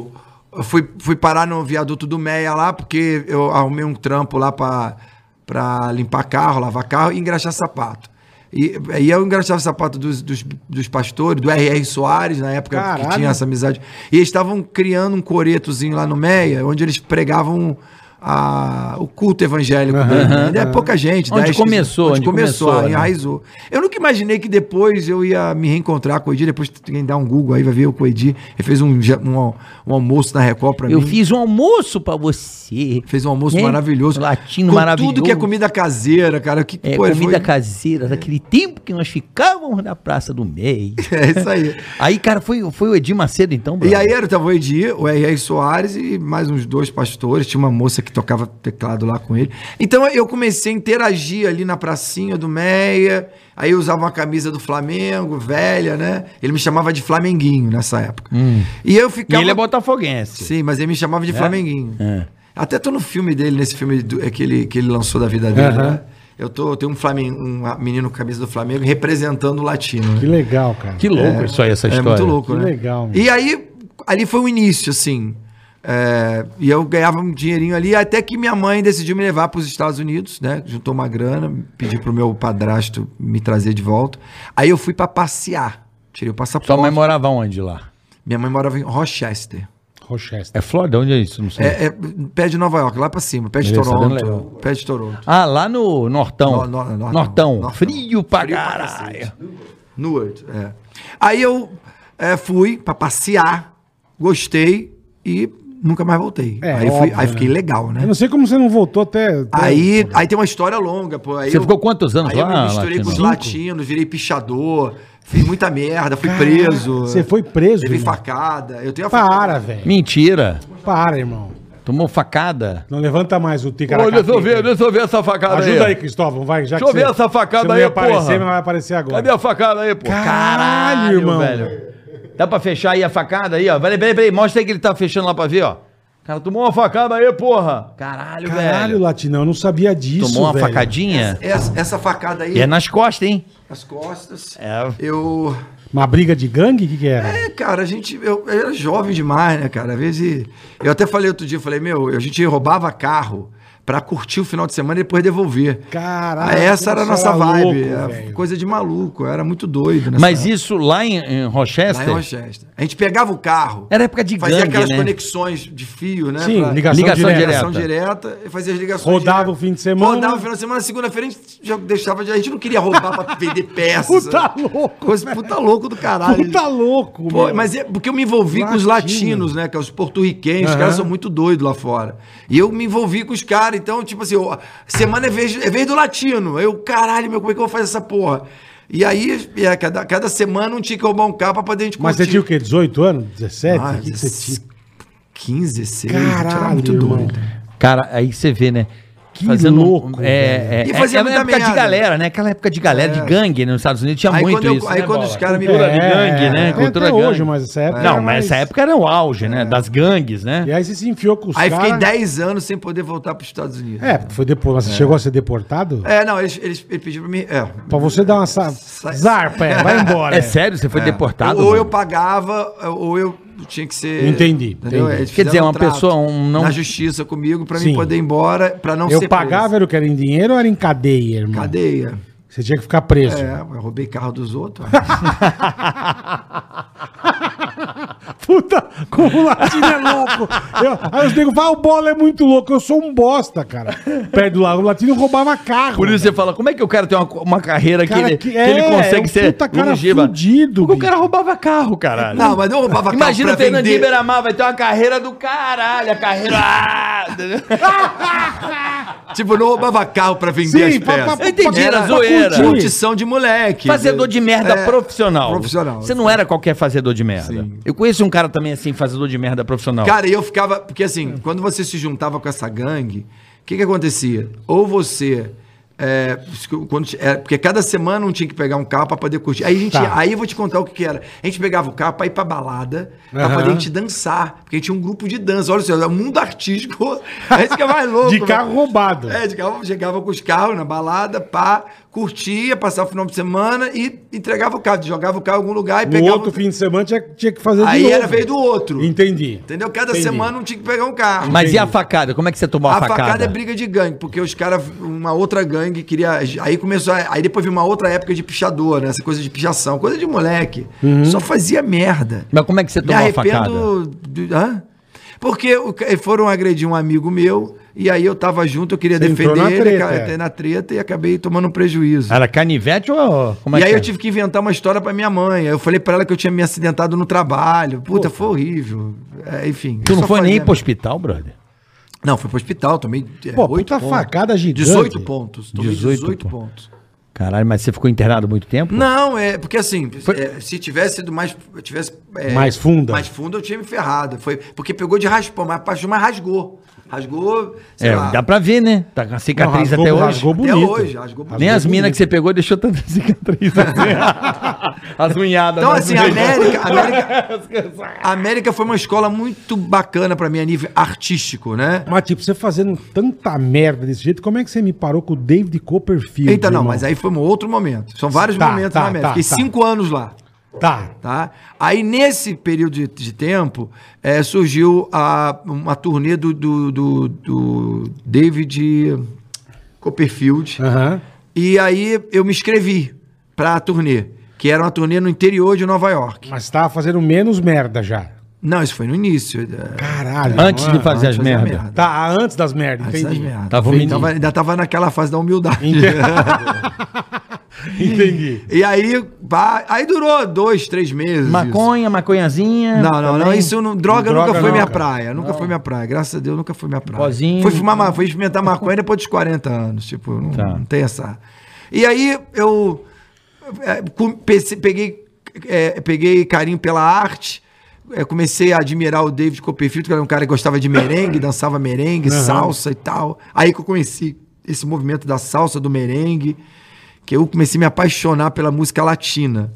o- eu fui, fui parar no viaduto do Meia lá, porque eu arrumei um trampo lá pra, pra limpar carro, lavar carro e engraxar sapato. E, e eu engraxava sapato dos, dos, dos pastores, do R.R. Soares, na época Caralho. que tinha essa amizade. E eles estavam criando um coretozinho lá no Meia, onde eles pregavam a- o culto evangélico. dele, né? Ainda é pouca gente. Onde 10, começou, Onde onde começou, começou, né? aí arrasou. Eu nunca imaginei que depois eu ia me reencontrar com o Edir. Depois quem dá um Google aí vai ver eu com o Edir. Ele fez um, ja- um, al- um almoço na Record pra Eu mim. fiz um almoço pra você. você. Fez um almoço Né? maravilhoso. Latino com maravilhoso. Tudo que é comida caseira, cara. Que É, pô, comida foi- caseira, daquele tempo que nós ficávamos na Praça do Meio. É isso aí. Aí, cara, foi, foi o Edir Macedo, então, E brother. aí era tava o Edir, o R.R. Soares e mais uns dois pastores. Tinha uma moça que tocava teclado lá com ele. Então eu comecei a interagir ali na pracinha do Meia. Aí eu usava uma camisa do Flamengo, velha, né? Ele me chamava de Flamenguinho nessa época. E eu E ficava. ele é botafoguense. Sim, mas ele me chamava É? de Flamenguinho. Até tô no filme dele, nesse filme do- é, que, ele, que ele lançou da vida dele, Aham. né? Eu, tô, eu tenho um, Flamengo, um menino com camisa do Flamengo representando o latino. né? Que legal, cara. Que louco isso aí, essa história. É muito louco, Que né? legal, meu. E aí, ali foi o início, assim. É, e eu ganhava um dinheirinho ali, até que minha mãe decidiu me levar para os Estados Unidos, né? Juntou uma grana, pedi pro meu padrasto me trazer de volta. Aí eu fui para passear. Tirei o passaporte. Sua mãe morava onde lá? Minha mãe morava em Rochester. Rochester. É Flórida? Onde é isso? Não sei. É, é, pé de Nova York, lá para cima, pé de Beleza, tá dando Toronto. Pé de Toronto. Ah, lá no Nortão. No- no- no- Nortão. Ah, Nortão. Nortão. Frio pra Frio pra caralho. Newark, é. Aí eu é, fui pra passear, gostei e nunca mais voltei. É, aí, fui- óbvio, aí fiquei né? legal, né? Eu não sei como você não voltou até. até- Aí, aí tem uma história longa, pô. Aí é Você eu- ficou quantos anos aí lá, eu me misturei com os Latino? latinos, virei pichador, fiz muita merda, fui Caraca, preso. Você foi preso? Teve irmão? facada. Eu tenho a Para, velho. Mentira. Para, irmão. Tomou facada. Não levanta mais o Ô, ticaracatica. deixa eu ver, deixa eu ver essa facada Ajuda aí, aí. Cristóvão, vai. Já Deixa eu ver essa você facada não aí, ia aparecer, porra. mas vai aparecer agora. Cadê a facada aí, pô? Caralho, irmão. Dá pra fechar aí a facada aí, ó. Peraí, peraí, peraí. Mostra aí que ele tá fechando lá pra ver, ó. Cara, tomou uma facada aí, porra. Caralho, Caralho, velho. Latinão, eu não sabia disso, Tomou uma velho. facadinha. Essa, essa facada aí, E é nas costas, hein? nas costas, É. eu... Uma briga de gangue? O que que era? É, cara, a gente. Eu, eu era jovem demais, né, cara? Às vezes. Eu até falei outro dia, eu falei, meu, a gente roubava carro pra curtir o final de semana e depois devolver. Caralho, Ah, Essa era a como nossa você era vibe. louco, era velho. coisa de maluco, eu era muito doido. nessa Mas época. isso lá em, em é. Lá Rochester. em Rochester. A gente pegava o carro. Era época de Fazia gangue, aquelas né? conexões de fio, né? Sim, pra- ligação, Ligação direta. direta. ligação direta e fazia as ligações. Rodava direto. o fim de semana. Rodava o final de semana, segunda-feira a gente já deixava. de- A gente não queria roubar pra vender peças. Puta louco, Coisa, puta louco do caralho. Puta tá louco, Pô, meu. mas é porque eu me envolvi com os Latino. latinos, né? Que é os porto-riquenhos, os Aham. caras são muito doidos lá fora. E eu me envolvi com os caras, então, tipo assim, eu- semana é vez, é vez do latino. Eu, caralho, meu, como é que eu vou fazer essa porra? E aí, é, cada, cada semana um tinha que roubar um carro pra poder a gente Mas você tinha o quê? 18 anos? 17? Ah, O que que você tinha? 15, 16, Caralho, muito irmão. doido. Cara, aí você vê, né? Que Fazendo um- louco, É, é, velho. E é, fazia é uma muita época de merda. galera, né? Aquela época de galera, de gangue né? nos Estados Unidos tinha Aí muito quando eu- isso. aí né, quando os Bola? caras me- Cultura de É, gangue, tem né? até Cultura hoje, mas essa época Não, era mas essa mais- época era o auge, né? Das gangues, né? E aí você se enfiou com os Aí caras. fiquei 10 anos sem poder voltar pros Estados Unidos. É, porque foi depois. Mas você chegou a ser deportado? É, não, eles, eles, eles pediram pra mim. É, Pra você dar uma sa... Sa- zarpa, é, vai embora. É sério? Você foi deportado? Ou, ou mano? eu pagava, ou eu tinha que ser. Entendi, entendeu? entendi. Eles Quer dizer, fizeram uma pessoa, um não- Na justiça comigo, pra Sim. mim poder ir embora, pra não Eu ser. pagava, preso. era o que era em dinheiro ou era em cadeia, irmão? Cadeia. Você tinha que ficar preso. É, eu roubei carro dos outros. Puta, como o latino é louco. Eu- aí os negros falam, "Ah, o bola é muito louco. Eu sou um bosta, cara. Perto do lado, o latino roubava carro. Por isso velho. você fala, como é que o cara tem uma, uma carreira que, Cara, ele, que- que ele é, consegue é um ser puta cara longeva? fudido, Porque o bicho. cara roubava carro, caralho. não, mas não roubava carro. Imagina o pra Fernandinho vender. Beiramar, vai ter uma carreira do caralho, a carreira... Ah, entendeu? Tipo, não roubava carro pra vender Sim, as pra- pra- peças. pra- Eu entendi, Era era zoeira. curtir. Curtição de moleque. Fazedor de merda É, profissional. Profissional. Você não era qualquer fazedor de merda. Eu conheço um cara também assim, fazedor de merda profissional. Cara, e eu ficava. Porque assim, quando você se juntava com essa gangue, o que, que acontecia? Ou você. é, quando, t- é, porque cada semana um tinha que pegar um carro pra poder curtir. Aí, a gente, Tá. aí eu vou te contar o que, que era. A gente pegava o carro pra ir pra balada, pra Aham. poder a gente dançar. Porque tinha um grupo de dança. Olha só, é um mundo artístico. Aí isso que é mais louco. De velho. carro roubado. É, de carro. Chegava com os carros na balada, pá, curtia, passava o final de semana e entregava o carro. Jogava o carro em algum lugar e No pegava. outro o- fim de semana tinha, tinha que fazer Aí era veio do outro. Entendi. Entendeu? Cada Entendi. semana um tinha que pegar um carro. Mas e a facada? Como é que você tomou a, a facada. facada? é briga de gangue, porque os caras, uma outra gangue queria. Aí começou. a- Aí depois veio uma outra época de pichador, né? Essa coisa de pichação, coisa de moleque. Uhum. Só fazia merda. Mas como é que você Me tomou a facada? arrependo. do- hã? Porque o ca- foram agredir um amigo meu, e aí eu tava junto, eu queria Você entrou defender na ele, treta, ca- é. entrei na treta e acabei tomando um prejuízo. Era canivete ou como é e que aí Ah, é? eu tive que inventar uma história pra minha mãe. Eu falei pra ela que eu tinha me acidentado no trabalho. Puta, foi horrível. É, enfim. Tu eu não só foi nem fazia pro hospital, brother? Não, fui pro hospital, tomei. é, Pô, oito puta pontos. facada gigante. 18 pontos. Tomei 18 18, pontos. pontos. Caralho, mas você ficou internado muito tempo? Não, é porque assim, é, se tivesse sido mais. eu Tivesse, é, Mais funda. Mais funda, eu tinha me ferrado. Foi, porque pegou de raspão, mas passou, mas rasgou. Rasgou, sei É, lá. dá pra ver, né? Tá com a Não, cicatriz rasgou- até hoje. rasgou Até bonito. hoje, rasgou bonito. Nem as bonito. minas que você pegou deixou tanta cicatriz assim. as unhadas. Então, né? assim, a América, a América, a América foi uma escola muito bacana pra mim a nível artístico, né? Mas, tipo, você fazendo tanta merda desse jeito, como é que você me parou com o David Copperfield? Eita, não, irmão? mas aí foi um outro momento. São vários Tá, momentos tá, na América. tá, Fiquei tá. cinco anos lá. Tá. Tá? Aí, nesse período de, de tempo, eh, surgiu a, uma turnê do, do, do- do David Copperfield. Aham. E aí eu me inscrevi pra turnê, que era uma turnê no interior de Nova York. Mas tava fazendo menos merda já. Não, isso foi no início. eh, Caralho. Antes de mano. fazer as antes de fazer a merdas. merda. Tá, antes das merdas, Antes entendi. das merdas. Tava Foi- menino. tava- ainda tava naquela fase da humildade. Entendi. e aí, pá, aí durou dois, três meses. isso. Maconha, maconhazinha. Não, não, não, também. isso não, droga, Droga nunca foi não, minha cara. praia, nunca foi minha praia, graças a Deus nunca foi minha praia. Pozinho. Foi fumar, ma- foi experimentar maconha depois dos 40 anos, tipo, não, Tá. não tem essa. E aí eu é, com- pece- peguei, é, peguei carinho pela arte, é, comecei a admirar o David Copperfield, que era um cara que gostava de merengue, dançava merengue, salsa e tal. Aí que eu conheci esse movimento da salsa, do merengue, que eu comecei a me apaixonar pela música latina.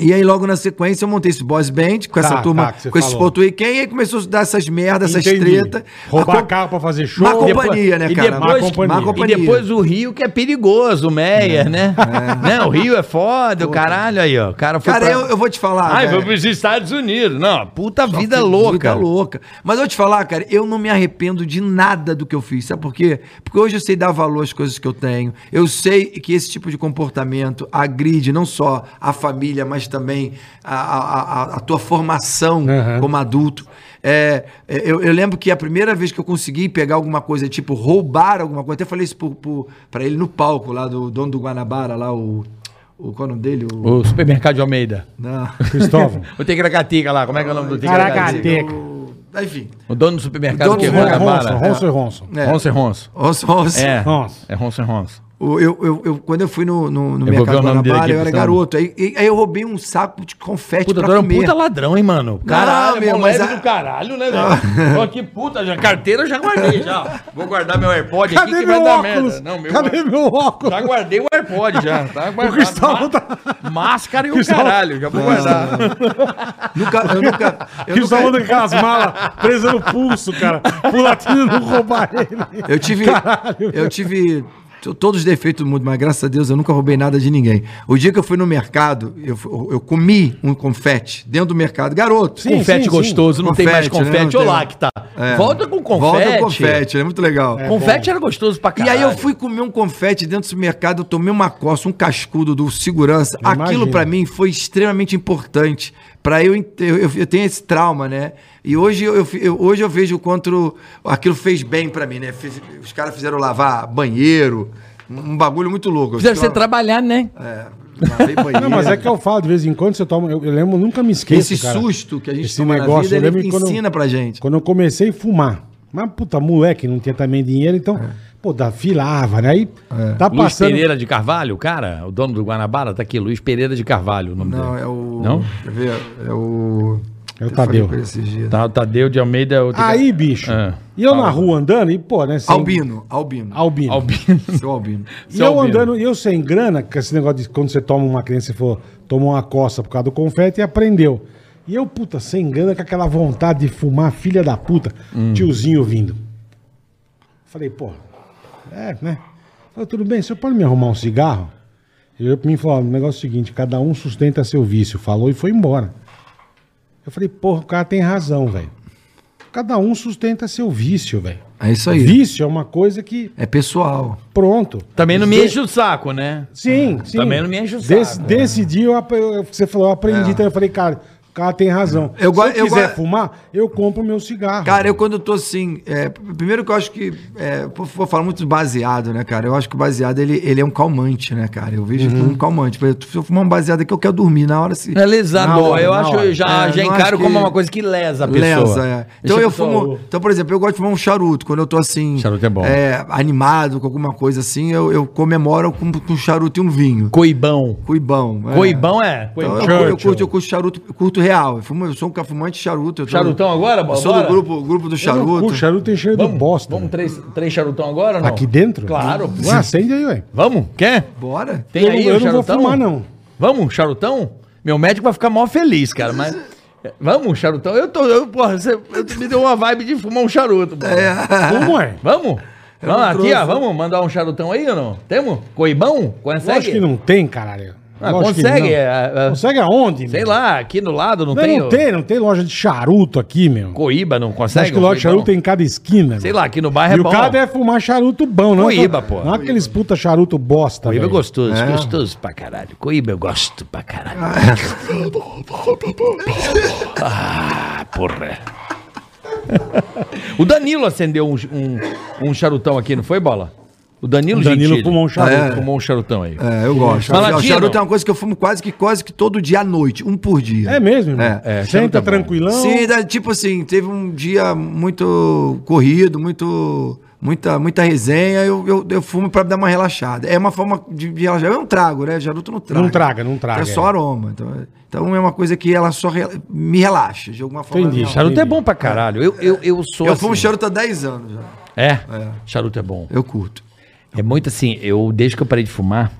E aí, logo na sequência, eu montei esse boss band Tá, com essa turma, tá, que você com esses falou. porto-riquenhos, e aí começou a dar essas merdas, essas Entendi. tretas. Roubar Acom- carro pra fazer show. Má companhia, né, e cara? depois- Má companhia. Má E companhia. depois o Rio que é perigoso, o Meia, né? Né, O Rio é foda, o caralho aí, ó. O cara foi Cara, pra- eu, eu vou te falar. Ai, foi velho. Ah, pros Estados Unidos. Não, puta vida Vida louca. louca. Mas eu vou te falar, cara, eu não me arrependo de nada do que eu fiz. Sabe por quê? Porque hoje eu sei dar valor às coisas que eu tenho. Eu sei que esse tipo de comportamento agride não só a família, mas também a, a- a- a tua formação Aham. como adulto. É, é, eu, eu lembro que a primeira vez que eu consegui pegar alguma coisa, tipo roubar alguma coisa, até falei isso pro- pro- pra ele no palco lá do dono do Guanabara, lá o. o qual é o nome dele? O, O supermercado de Almeida. não. Cristóvão. O Tigracatica lá, como é que é o nome do Caraca. Tigracatica? Teca. O- Enfim. O dono do supermercado Dono que do errou a Ronson, cabala. Ronson e Ronson. É. Ronson e Ronson. Os, os, É, Ronson. é Ronson e Ronson. O- Eu, eu, eu- quando eu fui no, no, no Eu vou ver mercado o nome dele aqui, Guanabara, eu era pessoal. garoto. Aí, e- aí eu roubei um saco de confete Puta, pra Dora é um comer. puta ladrão, hein, mano? Caralho, meu, meu, mas leve a- do caralho, né, velho? Só que puta, já, carteira eu já guardei, já. Vou guardar meu AirPod aqui Cadê que meu vai dar óculos? merda. Não, meu Tá Cadê meu óculos? Já guardei o AirPod, já. Tá guardado. Cristóvão Ma- tá- Máscara e o Cristóvão- caralho, já vou guardar. Nunca, eu nunca, eu, Cristóvão nunca com aquelas malas presas no pulso, cara. Pro latino não roubar ele. eu tive, Caralho, eu tive t- todos os defeitos do mundo, mas graças a Deus eu nunca roubei nada de ninguém. O dia que eu fui no mercado, eu, fu- eu comi um confete dentro do mercado, garoto. Sim, confete sim, gostoso, não tem mais Confete, né? confete. Não Olá, tem. que tá. É. Volta com confete. Volta com confete, é muito legal. Confete era gostoso pra E caralho. aí eu fui comer um confete dentro do supermercado, eu tomei uma coça, um cascudo do segurança. Imagina. Aquilo pra mim foi extremamente importante. Pra eu, ent- eu, eu- eu tenho esse trauma, né? E hoje eu, eu- eu- hoje eu vejo o quanto aquilo fez bem pra mim, né? Fiz- os caras fizeram lavar banheiro, um um bagulho muito louco. Eu Fizeram você fiquei lá- trabalhar, né? É, lavei banheiro. Não, mas é que eu falo, de vez em quando você toma. Eu, eu lembro, eu nunca me esqueço. Esse cara. susto que a gente Esse toma na negócio, vida, eu ele lembro que quando eu- ensina pra gente. Quando eu comecei a fumar. Mas, puta, moleque, não tinha também dinheiro, então, É. pô, da filava, né? Aí tá Luiz passando. Pereira de Carvalho, o cara, o dono do Guanabara, tá aqui, Luiz Pereira de Carvalho, o nome Não, dele. é o. Não? Quer ver? É o. É o Eu falei Tadeu. com ele esses dias. Tá, o Tadeu de Almeida. é outro Aí, cara. bicho. É. E eu na rua andando, e, pô, né? sem- Albino, Albino. Albino. Albino. Seu Albino. E eu Albino. andando, e eu sem grana, que esse negócio de quando você toma uma criança, você falou, tomou uma coça por causa do confete e aprendeu. E eu, puta, sem grana, com aquela vontade de fumar, filha da puta, tiozinho vindo. Falei, pô, é, né? Falei, tudo bem, você pode me arrumar um cigarro? Ele olhou pra mim e falou, ó, o negócio é o seguinte, cada um sustenta seu vício. Falou e foi embora. Eu falei, porra, o cara tem razão, velho. Cada um sustenta seu vício, velho. É isso aí. Vício é uma coisa que, É pessoal. pronto. Também não me enche o saco, né? Sim, sim. Também não me enche o saco, Desse, né? desse dia eu, ap- eu- você falou, eu aprendi. Então eu falei, cara, cara tem razão. É. Eu go- Se eu eu quiser go- fumar, eu compro meu cigarro. Cara, eu quando tô assim. é, p- primeiro que eu acho que. É, pô, vou falar muito do baseado, né, cara? Eu acho que o baseado ele, ele é um calmante, né, cara? Eu vejo como um calmante. Por exemplo, Se eu fumar um baseado aqui, eu quero dormir. Na hora se. Uhum. É lesador. Na hora, eu na acho hora. eu já, É, já não encaro acho que- como uma coisa que lesa a pessoa. Lesa, é. Então Deixa eu a pessoa- fumo. Então, por exemplo, eu gosto de fumar um charuto. Quando eu tô assim. Charuto é bom. animado com alguma coisa assim, eu, eu comemoro com, com um charuto e um vinho. Coibão. Cuibão. é. Coibão é. Então, Coibão. eu, eu Churchill. curto, eu curto charuto, eu curto real. Eu, fumo, eu sou um ca- fumante de charuto. Eu tô- Charutão agora, Eu sou do bora? grupo, grupo do Eu não- charuto. O charuto tem cheiro de bosta. Tá Vamos três, três charutão agora? ou Não? Aqui dentro? Claro. Ué, acende aí, ué. Vamos? Quer? Bora? Tem Eu não- aí eu o não vou charutão? fumar, não. Vamos, charutão? Meu médico vai ficar mó feliz, cara, mas... Vamos, charutão? Eu tô... Eu, porra, você eu- me deu uma vibe de fumar um charuto, pô. Ah. Como é? Vamos? Vamos não aqui, trouxe. ó, vamos mandar um charutão aí ou não? Temos? Coibão? Consegue? Lógico que não tem, caralho. Ah, Lógico que consegue, não. é, é. Consegue aonde? Sei meu? lá, aqui no lado não, Não, tem... não o- tem, não tem loja de charuto aqui, meu. Coíba não consegue? um Acho que loja de Coibão? charuto tem em cada esquina. Sei meu. lá, aqui no bairro e é o bom. cara deve fumar charuto bom, não? é- Coíba, pô. Não é aqueles puta charuto bosta, Coíba é velho. gostoso, gostoso pra caralho. Coíba eu gosto pra caralho. ah, porra. O Danilo acendeu um, um, um charutão aqui, não foi, Bola? O Danilo, O Danilo Gentili. fumou um charuto. Ah, é. Fumou um charutão aí. É, eu gosto. Fala, o Dino. charuto é uma coisa que eu fumo quase que quase que todo dia à noite, um por dia. É mesmo, irmão? Então- É. É, charuto Senta é bom. tranquilão. Sim, dá- tipo assim, teve um dia muito corrido, muito muita muita resenha, eu, eu, eu fumo pra dar uma relaxada. É uma forma de, de relaxar. Eu não trago, né? Charuto não traga. Não traga, não traga, É só é. aroma. Então, então é uma coisa que ela só re- me relaxa, de alguma forma. Entendi. ela me relaxa. Charuto é bom pra caralho. Eu, eu, eu sou Eu assim. fumo charuto há 10 anos já. É? charuto é bom. Eu curto. É muito assim, eu desde que eu parei de fumar,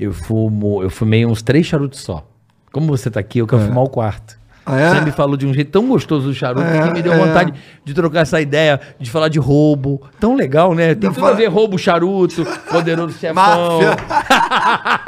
eu fumo, eu fumei uns três charutos só. Como você tá aqui, eu quero fumar o quarto. É. Ah, é? Você me falou de um jeito tão gostoso do charuto É, que me deu é. vontade de trocar essa ideia, de falar de roubo. Tão legal, né? Tem Eu tudo falo- a ver roubo, charuto, poderoso chefão. Máfia.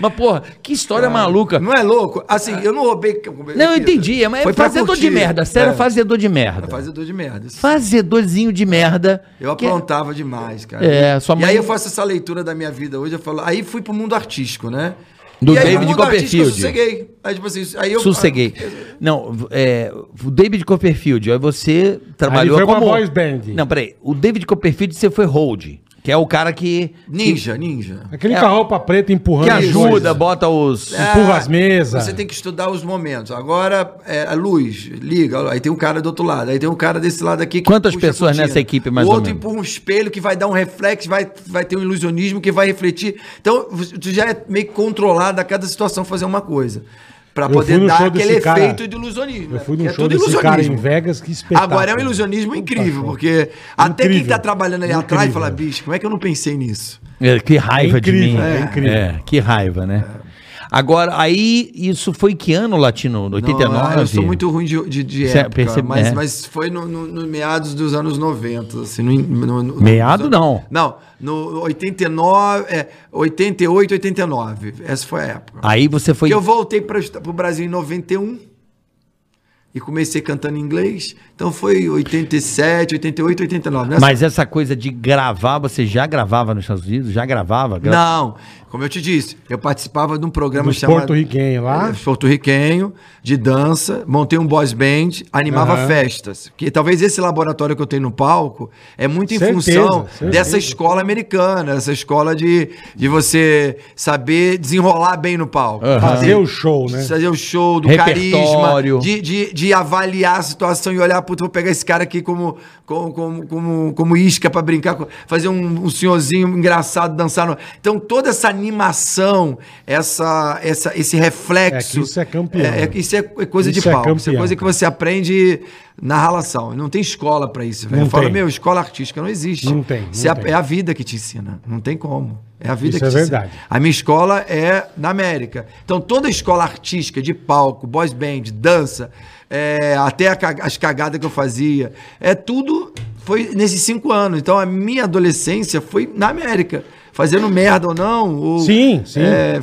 Mas, porra, que história maluca. Não é louco? Assim, eu não roubei. Não, eu entendi. É, mas é Foi pra fazedor curtir. de merda. Sério, É. fazedor de merda. Fazedor de merda. isso. Fazedorzinho de merda. Eu que- aprontava demais, cara. É, sua mãe- E aí eu faço essa leitura da minha vida hoje, eu falo, aí fui pro mundo artístico, né? Do e aí, David Copperfield. eu sosseguei. Aí tipo assim, aí eu Sosseguei. Não, é, o David Copperfield, aí você trabalhou foi com a como... boys band. Não, peraí. O David Copperfield, você foi hold, que é o cara que... Ninja, ninja. Aquele É. carro carropa preta empurrando. Que as ajuda, é. coisas. bota os... Empurra as mesas. Você tem que estudar os momentos. Agora, é, a luz, liga. Aí tem um cara do outro lado. Aí tem um cara desse lado aqui. que Quantas puxa a pessoas cortina. nessa equipe, mais o ou outro menos? empurra um espelho que vai dar um reflexo, vai, vai ter um ilusionismo que vai refletir. Então, você tu já é meio controlado a cada situação fazer uma coisa. Pra Eu poder fui no dar show desse aquele cara. efeito de ilusionismo. Eu né? fui num é Porque show desse cara em Vegas, que espetáculo. Agora é um ilusionismo incrível, show. porque até quem tá trabalhando ali atrás Incrível. fala, bicho, como é que eu não pensei nisso? É, que raiva de incrível, mim. é incrível. que raiva, né? Agora, aí, isso foi que ano, Latino? Não, 89? eu sou muito ruim de, de, de Cê época, percebe- mas, é. mas foi no, no- no meados dos anos 90, assim, no, no, no- Meado, nos an- não. Não, no 89, é, 88, 89, essa foi a época. Aí você Ah, foi... Porque eu voltei para o Brasil em 91 e comecei cantando em inglês, então foi 87, 88, 89, nessa Mas essa coisa de gravar, você já gravava nos Estados Unidos? Já gravava? Gra- Não, como eu te disse, eu participava de um programa Dos chamado porto-riquenhos lá? É, Porto-riquenho de dança, montei um boys band, animava Aham. festas. Que talvez esse laboratório que eu tenho no palco é muito em Certeza, função certeza. dessa escola americana, essa escola de, de você saber desenrolar bem no palco. Fazer o show, né? Fazer o show, do Repertório. carisma, de, de, de avaliar a situação e olhar, puta, vou pegar esse cara aqui como, como, como, como, como isca pra brincar, com- fazer um, um senhorzinho engraçado dançar. no- Então, toda essa animação, essa, essa, esse reflexo. É que isso é campeão. É, é que isso é coisa Isso de é palco. isso é campeão, coisa que você aprende na ralação. Não tem escola pra isso. velho. Não Eu falo, tem. meu, escola artística não existe. Não tem, não Você ap- tem. É a vida que te ensina. Não tem como. É a vida Isso que é te ensina. verdade. A minha escola é na América. Então, toda escola artística, de palco, boys band, dança, é, até a ca- as cagadas que eu fazia, é tudo foi nesses cinco anos. Então, a minha adolescência foi na América. Fazendo merda ou não. Ou, Sim, sim. é,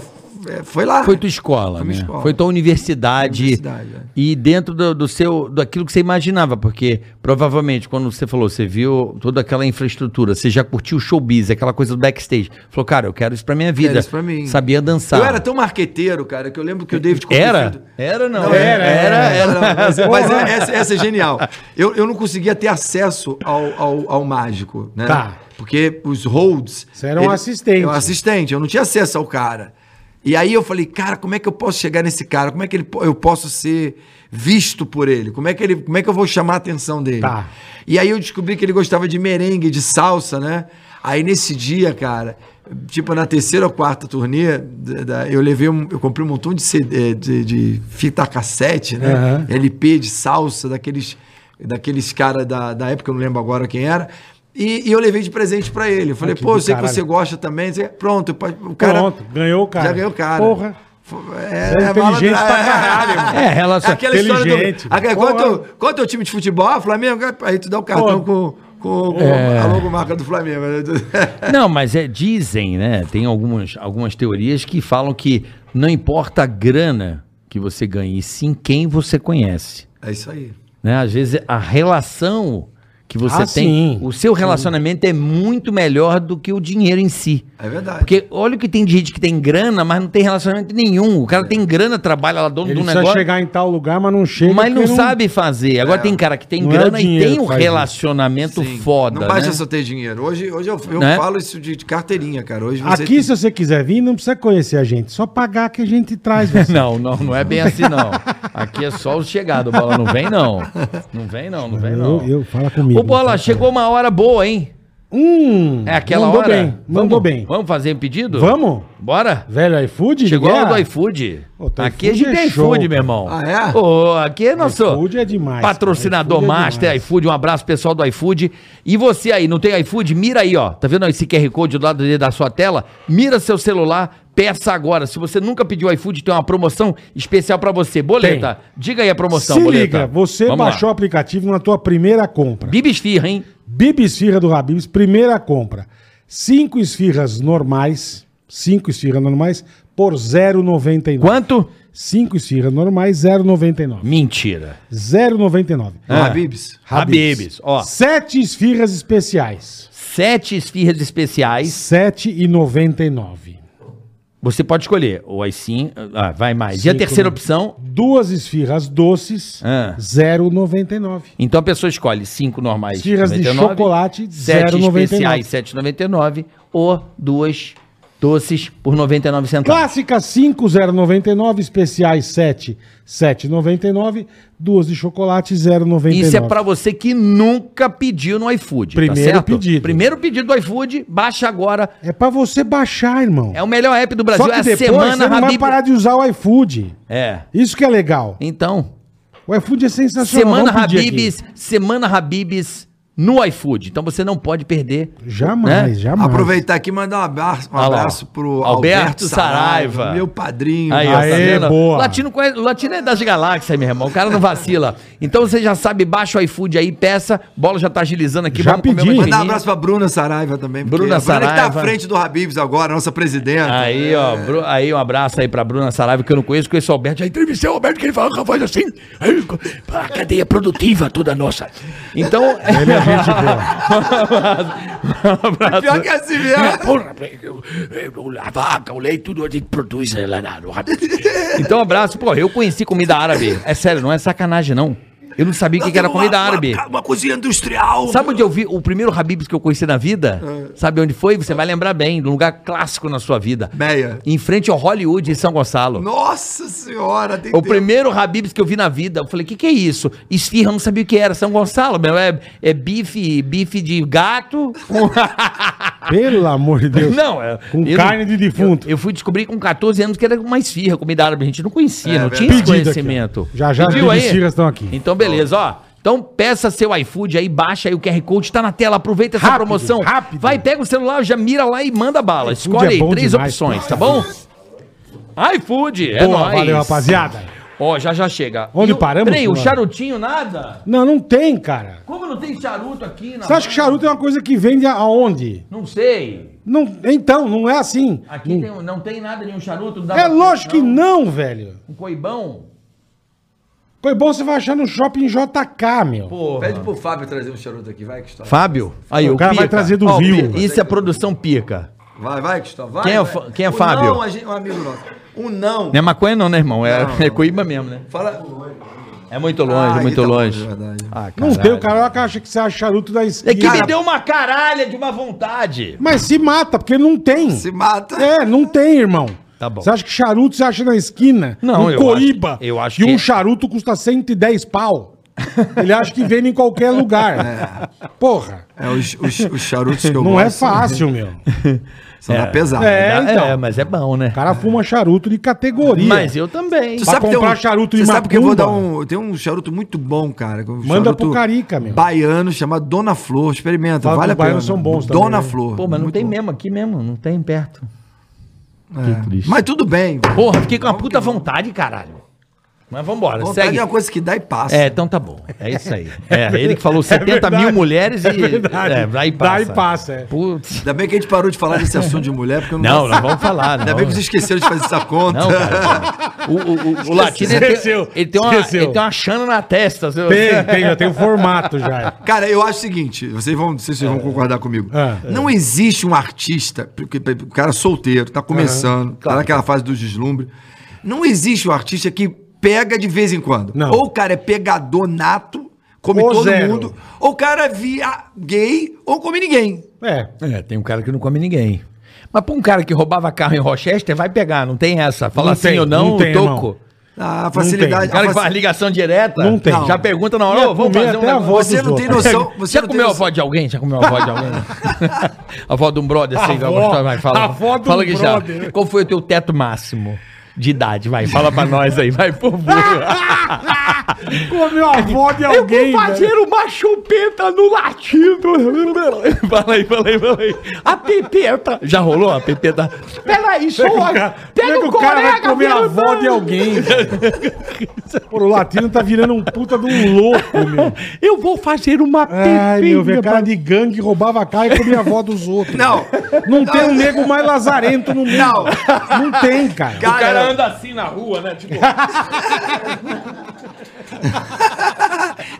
é, foi lá. Foi tua escola, Foi né? minha escola. Foi tua universidade. Universidade, é. E dentro do, do seu, daquilo que você imaginava, porque provavelmente quando você falou, você viu toda aquela infraestrutura, você já curtiu o showbiz, aquela coisa do backstage. Falou, cara, eu quero isso pra minha vida. Quero É, isso pra mim. Sabia dançar. Eu era tão marqueteiro, cara, que eu lembro que o David Era? Copperfield- Era não. Não, É, era, era. era. Não, mas mas é- essa, essa é genial. Eu, eu não conseguia ter acesso ao, ao, ao mágico, né? Tá. Porque os holds. Você era um assistente. Eu assistente, eu não tinha acesso ao cara. E aí eu falei, cara, como é que eu posso chegar nesse cara? Como é que ele, po- eu posso ser visto por ele? Como é que ele, como é que eu vou chamar a atenção dele? Tá. E aí eu descobri que ele gostava de merengue, de salsa, né? Aí nesse dia, cara, tipo na terceira ou quarta turnê, da- da- eu levei um, eu comprei um montão de, CD, de, de fita cassete, né? Aham. LP de salsa, daqueles, daqueles caras da, da época, eu não lembro agora quem era. E, e eu levei de presente pra ele. Eu falei, que pô, do eu sei que caralho. você gosta também. Você- Pronto, o cara. Pronto, ganhou o cara. Já ganhou o cara. Porra. F- Você é inteligente malandra- pra caralho, irmão. É, relação. Aquela história Inteligente. do. Aquela, qual, é teu, Porra. qual é teu time de futebol? Ah, Flamengo? Aí tu dá o cartão com, com, com É. a logomarca do Flamengo. né? Não, mas é, dizem, né? Tem algumas, algumas teorias que falam que não importa a grana que você ganhe, e sim quem você conhece. É isso aí. né? Às vezes a relação que você Ah, tem, sim. o seu relacionamento é muito melhor do que o dinheiro em si. É verdade. Porque olha o que tem de gente que tem grana, mas não tem relacionamento nenhum. O cara tem grana, trabalha é lá, dono Ele do precisa um negócio, chegar em tal lugar, mas não chega. mas não porque sabe fazer. Agora tem cara que tem Não é o grana e dinheiro tem que um faz isso. relacionamento Sim. foda, Não basta né? só ter dinheiro. Hoje, hoje eu, eu Né? falo isso de, de carteirinha, cara. Hoje você Aqui, tem- se você quiser vir, não precisa conhecer a gente. Só pagar que a gente traz você. Não, não, não é bem assim, não. Aqui é só o chegado, Bola. Não vem, não. Não vem, não, não vem, não. Eu- eu- fala comigo. Ô, Bola, chegou uma hora boa, hein? Hum, É aquela mandou hora. Bem, mandou vamos, bem. Vamos fazer um pedido? Vamos? Bora? Velho iFood? Chegou Guilherme? o do iFood. Pô, teu aqui a É. iFood gente é tem show, iFood, cara. meu irmão. Ah, é? Ô, aqui é nosso iFood é demais, cara. patrocinador iFood é master, demais. iFood. Um abraço, pessoal do iFood. E você aí, não tem iFood? Mira aí, ó. Tá vendo esse QR Code do lado da sua tela? Mira seu celular, peça agora. Se você nunca pediu iFood, tem uma promoção especial pra você. Boleta, diga aí a promoção, Se Boleta. liga, você Vamos lá. baixou o aplicativo na tua primeira compra. Bibi Esfirra, hein? Bibi Esfirra do Habibs, primeira compra. Cinco esfirras normais, cinco esfirras normais por 0,99. Quanto? Cinco esfirras normais, 0,99. Mentira. 0,99. No Ah. Habib's. Habibs, ó. Sete esfirras especiais, Sete esfirras especiais. 7,99. Você pode escolher ou as sim, ah, vai mais. e a Cinco né? terceira mil. opção, Duas esfirras doces, Ah. 0,99. então a pessoa escolhe cinco normais, Esfirras de chocolate, sete 0,99. especiais, 7,99 ou duas doces por 99 centavos. Clássica 5099, especiais 7, 799, duas de chocolate 099. Isso é pra você que nunca pediu no iFood, tá Primeiro pedido. Primeiro pedido do iFood, baixa agora. É pra você baixar, irmão. É o melhor app do Brasil, Só que é a depois semana você não vai Habib- parar de usar o iFood. É. Isso que é legal. Então, O iFood é sensacional. Semana Vamos pedir Habibs, Semana Habibs no iFood. Então você não pode perder. aqui. Jamais, né? jamais. Aproveitar aqui e mandar um abraço, um Olha lá. abraço pro Alberto Saraiva. meu padrinho. Aí, ó, Ah, tá Aê, vendo? boa. Latino, conhece- Latino é das galáxias, meu irmão. O cara não vacila. Então você já sabe, baixa o iFood aí, peça. Bola já tá agilizando aqui. Já pedi. mais Mandar Mandar um fininho. abraço pra Bruna Saraiva também. porque Bruna a que tá Saraiva. à frente do Habibs agora, nossa presidenta. É. Aí, ó, Bru- aí um abraço aí pra Bruna Saraiva, que eu não conheço, conheço o Alberto. Já entrevistei o Alberto, que ele falou com a voz assim. aí, co- A cadeia produtiva toda nossa. Então. Ele é gente boa. um abraço. Pior que é assim mesmo. Porra, eu- eu- a vaca, o leite, tudo a gente produz é, lá na- no Rabi. Então, abraço. Pô, eu conheci comida árabe. É sério, não é sacanagem, não. Eu não sabia o que, que era comida árabe. Uma, uma cozinha industrial. Sabe onde eu vi o primeiro Habibs que eu conheci na vida? Sabe onde foi? Você vai lembrar bem, de um lugar clássico na sua vida. Meia. Em frente ao Hollywood, em São Gonçalo. Nossa senhora, tem O tempo. primeiro Habibs que eu vi na vida, eu falei, o que, que é isso? Esfirra, eu não sabia o que era, São Gonçalo, meu, é, é bife, bife de gato com... Pelo amor de Deus. Não, é. Com eu- carne de defunto. Eu fui descobrir com 14 anos que era uma esfirra, comida árabe. A gente não conhecia, É, não verdade. tinha esse Pedido aqui, conhecimento. ó. Já, já Você as viu aí? bibichiras estão aqui. Então, beleza, ó. Então peça seu iFood aí, baixa aí o QR Code, tá na tela, aproveita essa Rápido, promoção. rápido. Vai, pega o celular, já mira lá e manda bala. iFood Escolhe é aí bom três demais, opções, cara. tá bom? iFood, é Boa, nóis. valeu, rapaziada. Ó, já já chega. Onde E o- paramos, Peraí, o mano? charutinho nada? Não, não tem, cara. Como não tem charuto aqui? Na... Você acha que charuto é uma coisa que vende aonde? Não sei. Não, então, não é assim. Aqui tem um- não tem nada, nenhum charuto. dá É pra- lógico que não, velho. Um coibão? Foi bom você vai achar no shopping JK, meu. Porra. Pede pro Fábio trazer um charuto aqui, vai, Gustavo. Fábio? Aí, O o, cara vai Pica. trazer do Ó, o Rio. Pica. Isso é produção Pica. Vai, vai, Gustavo, vai. Quem é o vai. Fa- quem é O Fábio? Não, a gente, um amigo nosso. Um não. Não é maconha não, né, irmão? É, Não. é coíba mesmo, né? Fala. É muito longe, Ah, é aí muito tá bom, longe. é verdade. Ah, Não caralho. tem, o cara acha que você acha charuto da esquina. É que me deu uma caralha de uma vontade. Mas se mata, porque não tem. Se mata. É, não tem, irmão. Tá bom. Você acha que charuto você acha na esquina? Não, um eu coíba. acho- eu acho E que- um charuto custa 110 pau. Ele acha que vende em qualquer lugar. Porra, É, os, os, os charutos que eu não gosto. é fácil, meu. O São da pesada. É, então. mas é bom, né? cara fuma charuto de categoria. Mas eu também. Tu Pra sabe que tem comprar um, charuto de Você sabe que eu vou macumba? dar um. Tem um charuto muito bom, cara. que é um Manda charuto pro Carica, meu. Baiano, chamado Dona Flor. Experimenta, Fala que vale a os baianos pena. são bons também, Dona né? Flor. Pô, mas não muito tem bom. mesmo aqui mesmo, não tem perto. É. Mas tudo bem. Porra, fiquei com uma puta vontade, caralho. Mas vambora, Vontade segue. é uma coisa que dá e passa. É, então tá bom. É isso aí. É, ele que falou 70 mil verdade. mulheres e. É verdade. É, vai e Dá passa. e passa, é. Putz. Ainda bem que a gente parou de falar desse assunto de mulher, porque eu Não, não vamos falar. Não. Ainda bem que vocês esqueceram de fazer essa conta. Não, cara. O, o, o, o Latino é ele tem, Esqueceu, ele tem uma, esqueceu. ele tem uma chana na testa. Você, Tem, tem, já tem o formato já. Cara, eu acho o seguinte, vocês vão, vocês vão concordar comigo. É. Não existe um artista, porque o cara solteiro, tá começando, tá naquela fase do deslumbre. Não existe um artista que pega de vez em quando. Não. Ou o cara é pegador nato, come Ou todo zero. mundo, ou o cara via gay, ou come ninguém. É. É, tem um cara que não come ninguém. Mas pra um cara que roubava carro em Rochester, vai pegar, não tem essa. Fala Não assim tem, ou não, não tem, toco. A tem. facilidade. O cara a que faz faci- ligação direta, Não tem. já pergunta na Ia hora, ô, vamos comer fazer um até a negócio. avó Você não tem Outros noção. Você já não tem comeu a noção- avó de alguém? Já comeu a avó de alguém? a avó de um brother, assim, A vai avó- gostar, vai, fala. a avó de um fala que já. brother. Qual foi o teu teto máximo de idade? Vai, fala pra nós aí, vai, por favor. Comeu a avó de alguém. né? Eu vou fazer velho. uma chupeta no latido. fala aí, fala aí, fala aí. A pepeta. Já rolou a pepeta? Peraí, só. Como é que o cara- como é que o cara vai comer a avó de alguém? velho? Pô, o latino tá virando um puta de um louco, meu. Eu vou fazer uma Ai, meu, velho, pra- cara de gangue roubava carro e comia a avó dos outros. Não. Não tem um nego mais lazarento no mundo. Não. Não tem, cara. Cara, O cara anda assim na rua, né? Tipo.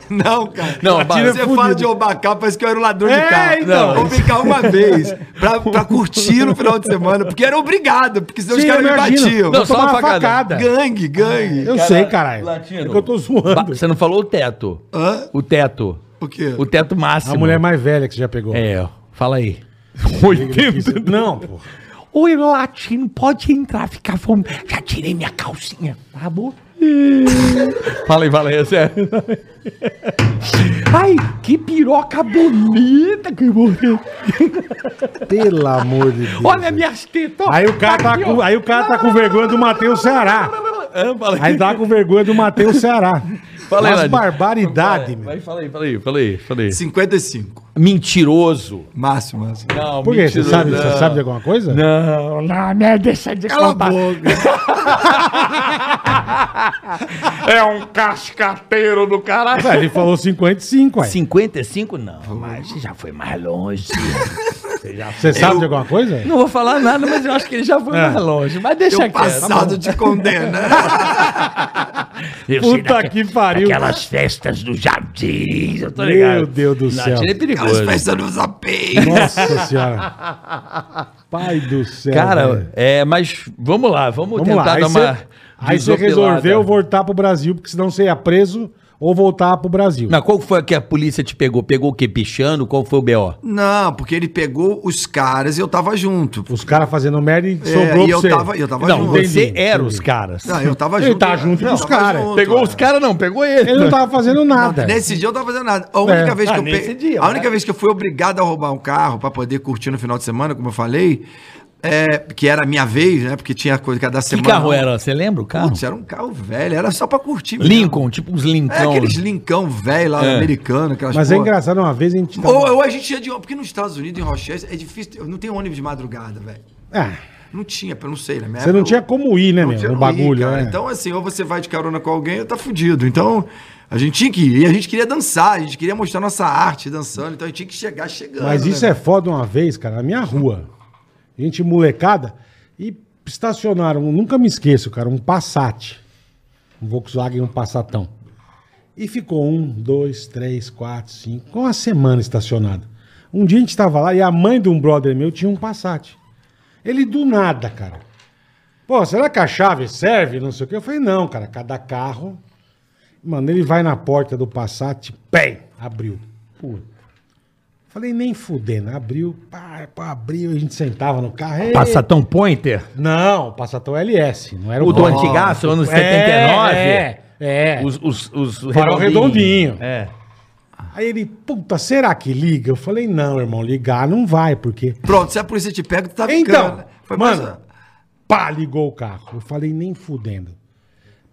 Não, cara. Não, Tira- você é fudido. fala de Obacá, parece que eu era um ladrão É, de carro. então. Vou brincar uma vez pra, pra curtir no final de semana, porque era obrigado, porque senão Sim, os caras me imagina. batiam. Não, Vou só tomar uma facada. Gangue, gangue. Eu sei, caralho. Latino. É que eu tô Ba- zoando. Você não falou o teto. Hã? O teto. O quê? O teto máximo. A mulher mais velha que você já pegou. É, ó. fala aí. Não, pô. Oi, Latino, pode entrar, fica fome. Já tirei minha calcinha, tá bom? fala aí, fala aí, é sério. Ai, que piroca bonita que você Pelo amor de Deus. Olha minhas tetas. ó. Aí o cara tá Aqui, com, ó. aí o cara tá com vergonha do Matheus Ceará. É, fala aí. Aí tá com vergonha do Matheus Ceará. Fala aí, Umas Lani. barbaridades, meu. Vai, fala aí, fala aí, fala aí, fala aí. 55. Mentiroso. Máximo, máximo. Não, Por quê? Você sabe, você sabe de alguma coisa? tá. Não. Não, não, né? Deixa de Cala a contar. boca. É um cascateiro do caralho. Ele falou 55, aí. 55 não, mas você já foi mais longe. Você sabe de alguma coisa? Não vou falar nada, mas eu acho que ele já foi mais longe. Mas deixa Teu quieto. tá passado bom. te condena. Eu sei Puta daque- que pariu. Aquelas festas do jardim, eu tô Meu ligado. Deus do Não, céu. tira é Aquelas perigoso. festas nos apeios. Nossa senhora. Pai do céu. Cara, velho. é, mas vamos lá, vamos, vamos tentar lá. Aí dar uma você, aí você desopilada. resolveu voltar pro Brasil, porque senão você ia preso ou voltar pro Brasil. Mas qual foi que a polícia te pegou? Pegou o quê? Pichando? Qual foi o B.O.? Não, porque ele pegou os caras e eu tava junto. Os caras fazendo merda e É, sobrou e pra eu você. tava, eu tava Não, junto. você entendi, era entendi. os caras. Não, eu tava Ele junto. tá junto Não, com os tava caras. junto, Pegou é. os caras não, pegou ele. Ele não tava fazendo nada. Nesse dia eu não tava fazendo nada. A única, É. vez, que Ah, eu nesse pe- dia, a única né? vez que eu fui obrigado a roubar um carro pra poder curtir no final de semana, como eu falei, é, que era a minha vez, né? Porque tinha coisa cada Que semana. carro era? Você lembra o carro? Putz, era um carro velho, era só pra curtir. mesmo. Lincoln, tipo uns Lincoln. É aqueles Lincoln velho lá americano, aquelas Mas é porra. engraçado, né? uma vez a gente tava... Ou, ou a gente ia de ônibus, porque nos Estados Unidos, em Rochester, é difícil, não tem ônibus de madrugada, velho. Ah, Não tinha, eu não sei, na minha você não época, tinha eu- como ir, né, É, não meu? tinha No como ir, bagulho, cara. né? Então, assim, ou você vai de carona com alguém ou tá fudido. Então, a gente tinha que ir. E a gente queria dançar, a gente queria mostrar nossa arte dançando. Então, a gente tinha que chegar chegando. Mas isso né? é foda uma vez, cara, na minha rua. gente molecada, e estacionaram, nunca me esqueço, cara, um Passat. Um Volkswagen, um Passatão. E ficou um, dois, três, quatro, cinco, ficou uma semana estacionado. Um dia a gente tava lá e a mãe de um brother meu tinha um Passat. Ele do nada, cara. Pô, será que a chave serve? Não sei o quê. Eu falei, não, cara, cada carro. Mano, ele vai na porta do Passat, pé, abriu. Puta. Falei, nem fudendo. Abriu, pá, pá, abriu, a gente sentava no carro. "Ei, Passatão Pointer? Não, Passatão LS, não era É O do Nossa. antigaço, anos É, 79? É, é. Os, os, os Farol redondinho. É. Aí ele, puta, será que liga? Eu falei, não, irmão, ligar não vai, porque... Pronto, se a polícia te pega, tu tá Então, ficando. Foi mano, mais- pá, ligou o carro. Eu falei, nem fudendo.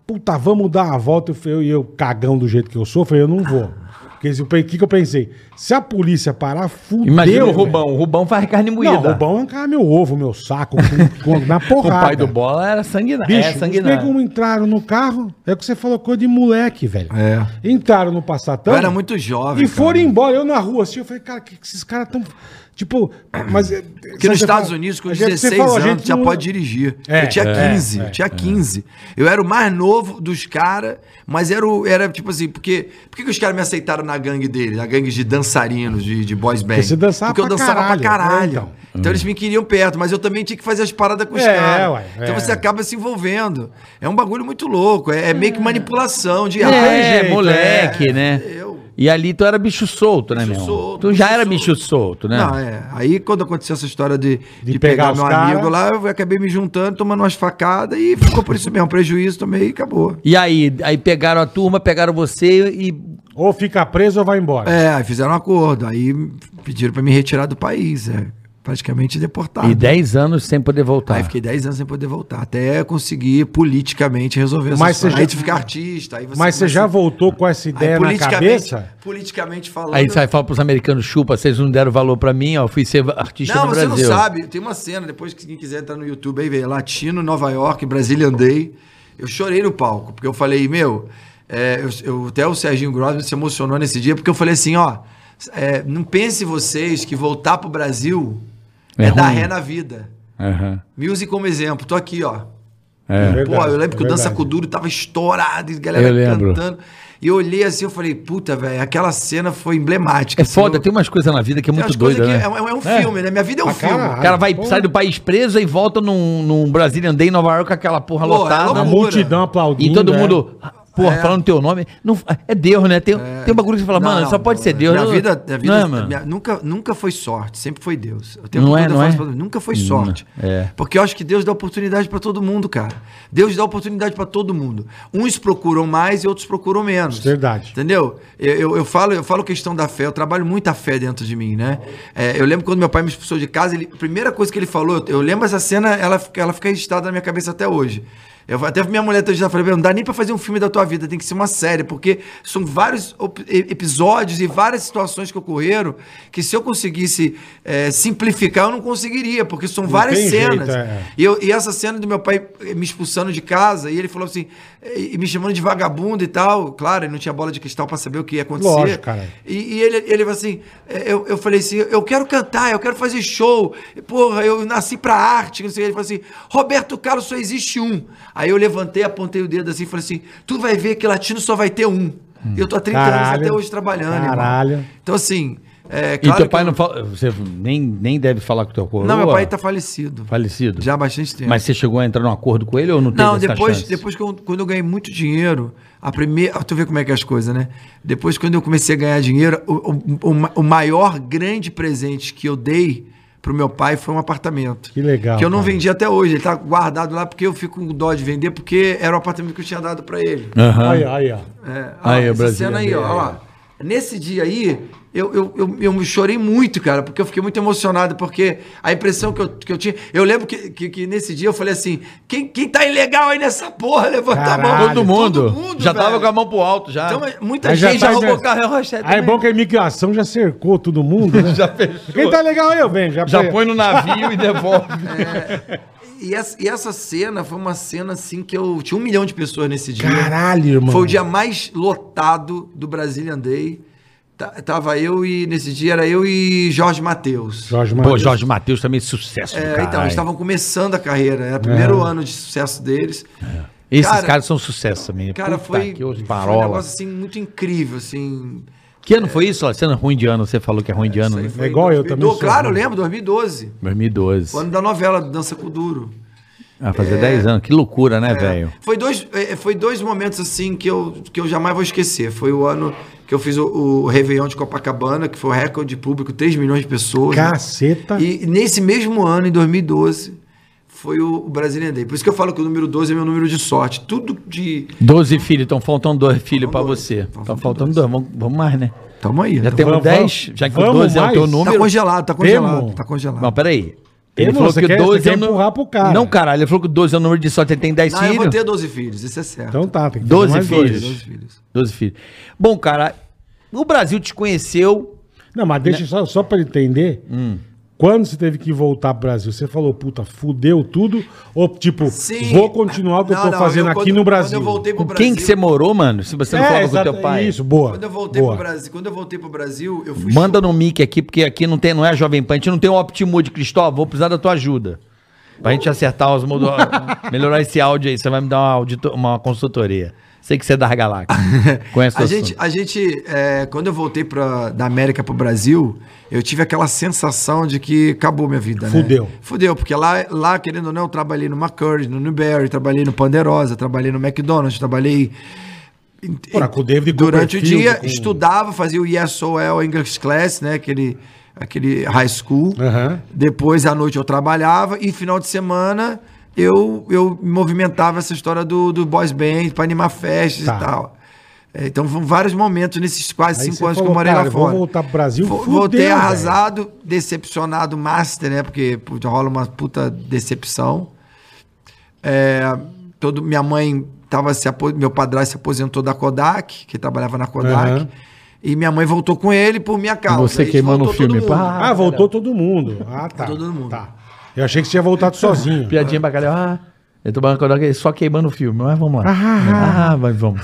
Puta, vamos dar uma volta. Eu falei, e eu, cagão do jeito que eu sou, eu falei, eu não vou. Porque se- o que, que eu pensei? Se a polícia parar, fudeu. Imagina o velho. Rubão. O Rubão faz carne moída. Não, o Rubão arrancava meu ovo, meu saco, com, com, na é O porrada. pai do Bola era sanguinário. Bicho, é os sanguinário. um negros entraram no carro, é o que você falou, coisa de moleque, velho. É. Entraram no Passatão. Eu era muito Então, jovem, E foram cara. embora, eu na rua assim, eu falei, cara, que, que esses caras tão... Tipo, mas... Porque nos Estados Unidos, com 16 anos, já pode dirigir. É, eu tinha é, 15, eu tinha 15. Eu era o mais novo dos caras, mas era, o- era tipo assim, porque. Por que que os caras me aceitaram na gangue deles? Na gangue de dançarinos, de, de boys band? você dançava porque eu pra dançava caralho, pra caralho. é, então. Então, eles me queriam perto, mas eu também tinha que fazer as paradas com os É, caras. ué, Então é. você acaba se envolvendo. É um bagulho muito louco. É, é meio que manipulação de. É, "Ai, jeito, moleque, né? Eu- E ali tu era bicho solto, né, Bicho meu? solto, tu já bicho era solto. bicho solto, né? Não, é. Aí quando aconteceu essa história de, De de, pegar pegar, os meu cara. amigo lá, eu acabei me juntando, tomando umas facadas e ficou por isso mesmo. um Prejuízo, tomei e acabou. E aí, aí pegaram a turma, pegaram você e. Ou fica preso ou vai embora. É, aí fizeram um acordo. Aí pediram pra me retirar do país. É, praticamente deportado. E 10 anos sem poder voltar. Tá Aí fiquei 10 anos sem poder voltar, até conseguir politicamente resolver essa Mas você já- Aí tu fica artista. Aí você Mas você começa- já voltou com essa Aí, ideia na politicamente, cabeça? Politicamente falando. Aí sai fala pros americanos, chupa, vocês não deram valor pra mim, ó, fui ser artista Não, é no você Brasil. não sabe. Tem uma cena, depois que quem quiser entrar no YouTube aí, ver Latino, Nova York, Brasília Andei. Eu chorei no palco, porque eu falei, meu, é, eu, eu- até o Serginho Grosman se emocionou nesse dia, porque eu falei assim, ó, é, não pense vocês que voltar pro Brasil É é, dar ruim. ré na vida. Aham. Music como exemplo, tô aqui, ó. É. Pô, eu lembro que o Dança com Kuduro tava estourado, e galera Eu lembro. cantando. E eu olhei assim, eu falei, puta, velho, aquela cena foi É emblemática. assim, foda, eu- tem umas coisas na vida que é tem umas muito coisas doida, né? que é, um- é um filme, né? Minha vida é um Pra filme. caralho. O cara vai, Porra. sai do país preso e volta num, num Brazilian Day em Nova York com aquela porra Porra, é lotada. A loucura. multidão aplaudindo. E todo é. mundo, porra, falando teu nome. Não, é Deus, né? Tem, tem um bagulho que você fala, Não, mano, não, só pode não, é ser Deus. Minha não- vida, minha vida não é, mano? minha- nunca, nunca foi sorte, sempre foi Deus. O tempo Não é, todo eu não falo é? isso pra todo mundo, Nunca foi sorte. é. Porque eu acho que Deus dá oportunidade pra todo mundo, cara. Deus dá oportunidade pra todo mundo. Uns procuram mais e outros procuram menos. Verdade. Entendeu? Eu, eu, eu falo, eu falo questão da fé, eu trabalho muito a fé dentro de mim, né? É, eu lembro quando meu pai me expulsou de casa, ele- a primeira coisa que ele falou, eu, eu lembro essa cena, ela, fica- ela fica registrada na minha cabeça até hoje. Eu até minha mulher todo dia falei, "Meu, não dá nem pra fazer um filme da tua vida, tem que ser uma série, porque são vários op- e- episódios e várias situações que ocorreram que se eu conseguisse é, simplificar, eu não conseguiria, porque são várias tem jeito, cenas. é. E, eu- e essa cena do meu pai eh, me expulsando de casa, e ele falou assim, eh, e me chamando de vagabundo e tal. Claro, ele não tinha bola de cristal pra saber o que ia acontecer. Lógico, cara. E, e ele, ele falou assim: eh, eu, eu falei assim, eu quero cantar, eu quero fazer show. Porra, eu nasci pra arte. Não sei, o quê. ele falou assim: Roberto Carlos só existe um. Aí eu levantei, apontei o dedo assim e falei assim: tu vai ver que latino só vai ter um. E eu tô há 30 Hum. Caralho. anos até hoje trabalhando. irmão. Caralho. Então, assim. É, E claro teu que pai eu- não fala. Você nem, nem deve falar com teu corpo. Não, meu pai tá falecido. falecido. Já há bastante tempo. Mas você chegou a entrar num acordo com ele ou não teve Não, essa depois, chance? depois que eu, quando eu ganhei muito dinheiro, a primeira. Tu vê como é que é as coisas, né? Depois, quando eu comecei a ganhar dinheiro, o, o- o ma- o maior grande presente que eu dei pro meu pai foi um apartamento. Que legal, Que eu não cara. vendi até hoje. Ele tá guardado lá porque eu fico com dó de vender, porque era o apartamento que eu tinha dado pra ele. Aham. Aí, aí, ó. É, Aí, ó, o essa Brasil cena aí, é ó, ó. Nesse dia aí, eu, eu, eu, eu me chorei muito, cara, porque eu fiquei muito emocionado, porque a impressão que eu, que eu tinha. Eu lembro que, que, que nesse dia eu falei assim: quem, quem tá ilegal aí nessa porra? Levanta a Caralho. mão. Todo mundo. já tava velho. com a mão pro alto, já. Então, mas muita Aí já gente tá- já roubou já- o carro. Eu rochei Aí é bom que a imigração já cercou todo mundo, né? já fechou. Quem tá legal aí, eu venho. Já, já pe- põe no navio e devolve. É, E essa, e essa cena foi uma cena assim que eu. Tinha um milhão de pessoas nesse dia. Caralho, irmão. Foi o dia mais lotado do Brasília Day. ta- tava eu e. Nesse dia era eu e Jorge Matheus. Jorge Pô, Matheus. Jorge Matheus também sucesso, É, cara. então, eles estavam começando a carreira, era o É. primeiro ano de sucesso deles. Esses Cara, caras são sucesso também. né? Cara, Puta foi, que foi os um parola. negócio assim muito incrível, assim. Que ano foi isso? Sendo ruim de ano, você falou que é ruim de ano, né? Foi É em igual eu 2012, também sou, Claro, eu né? lembro, 2012. 2012. O ano da novela do Dança com o Duro. Ah, É. fazer 10 anos. Que loucura, né, velho? Foi dois, eh, foi dois momentos assim que eu, que eu jamais vou esquecer. Foi o ano que eu fiz o, o Réveillon de Copacabana, que foi o recorde de público, 3 milhões de pessoas. né? Caceta. E nesse mesmo ano, em 2012, foi o, o Brasília Day. Por isso que eu falo que o número 12 é meu número de sorte. Tudo de. 12 filhos, estão faltando dois filhos pra Faltam dois. você. Faltam Estão faltando dois. dois, vamos, vamos mais, né? Tamo aí. Já tamo- temos vamos- 10, já que o vamos 12 é o teu mais? número. Tá congelado, tá congelado. Temo. Tá congelado. Não, peraí. Ele falou, você quer- você quer nu- empurrar pro cara. é Não, caralho, ele falou que 12 é o número de sorte, ele tem 10 Não, Ah, eu filhos. vou ter 12 filhos, isso é certo. Então tá, tem que 12 fazer mais dois. filhos. 12 filhos. 12 filhos. Bom, cara, o Brasil te conheceu. Não, mas Né? deixa só, só pra entender. Hum. Quando você teve que voltar pro Brasil, você falou, puta, fudeu tudo? Ou tipo, Sim. vou continuar o que eu Não, tô não, fazendo eu aqui quando- no Brasil? Quando eu voltei pro Com Brasil. quem que você morou, mano? Se você não é, falava com exato, teu pai. Isso, boa. Quando eu voltei boa. pro Brasil, quando eu voltei pro Brasil, eu fui Manda no mic aqui, porque aqui não, tem, não é a Jovem Pan. A gente não tem um Optimude, Cristóvão. Vou precisar da tua ajuda. Pra gente acertar os modos. melhorar esse áudio aí. Você vai me dar uma, audito- uma consultoria. Sei que você é da Galáxia. Conhece o a gente, assunto. a gente é, quando eu voltei pra, da América pro Brasil, eu tive aquela sensação de que acabou minha vida, né? Fudeu. Fudeu, porque lá, lá querendo ou não, eu trabalhei no McCurry, no Newberry, trabalhei no Panderosa, trabalhei no McDonald's, trabalhei... em- Pô, na- com o David durante o Copperfield, dia, com- estudava, fazia o ESOL English Class, né? Aquele, aquele high school. Aham. Depois, à noite, eu trabalhava e final de semana eu, eu me movimentava essa história do, do boys band para animar festas Tá. e tal. É, Então, foram vários momentos nesses quase Aí você cinco anos que falou, eu morei cara, lá eu vou fora. voltar pro Brasil, Vo- fudeu, Voltei velho. arrasado, decepcionado, master, né? Porque putz, rola uma puta decepção. É, todo, minha mãe tava se apo- meu padrasto se aposentou da Kodak, que trabalhava na Kodak. Aham. E minha mãe voltou com ele por minha causa. você Aí queimando voltou o filme, todo mundo. pá. Ah, voltou todo mundo. Ah, tá. Todo mundo. Tá. Eu achei que você tinha voltado sozinho. Piadinha pra galera. Ah, eu tô bancando aqui, só queimando o filme. Mas vamos lá. Ah, mas vamos.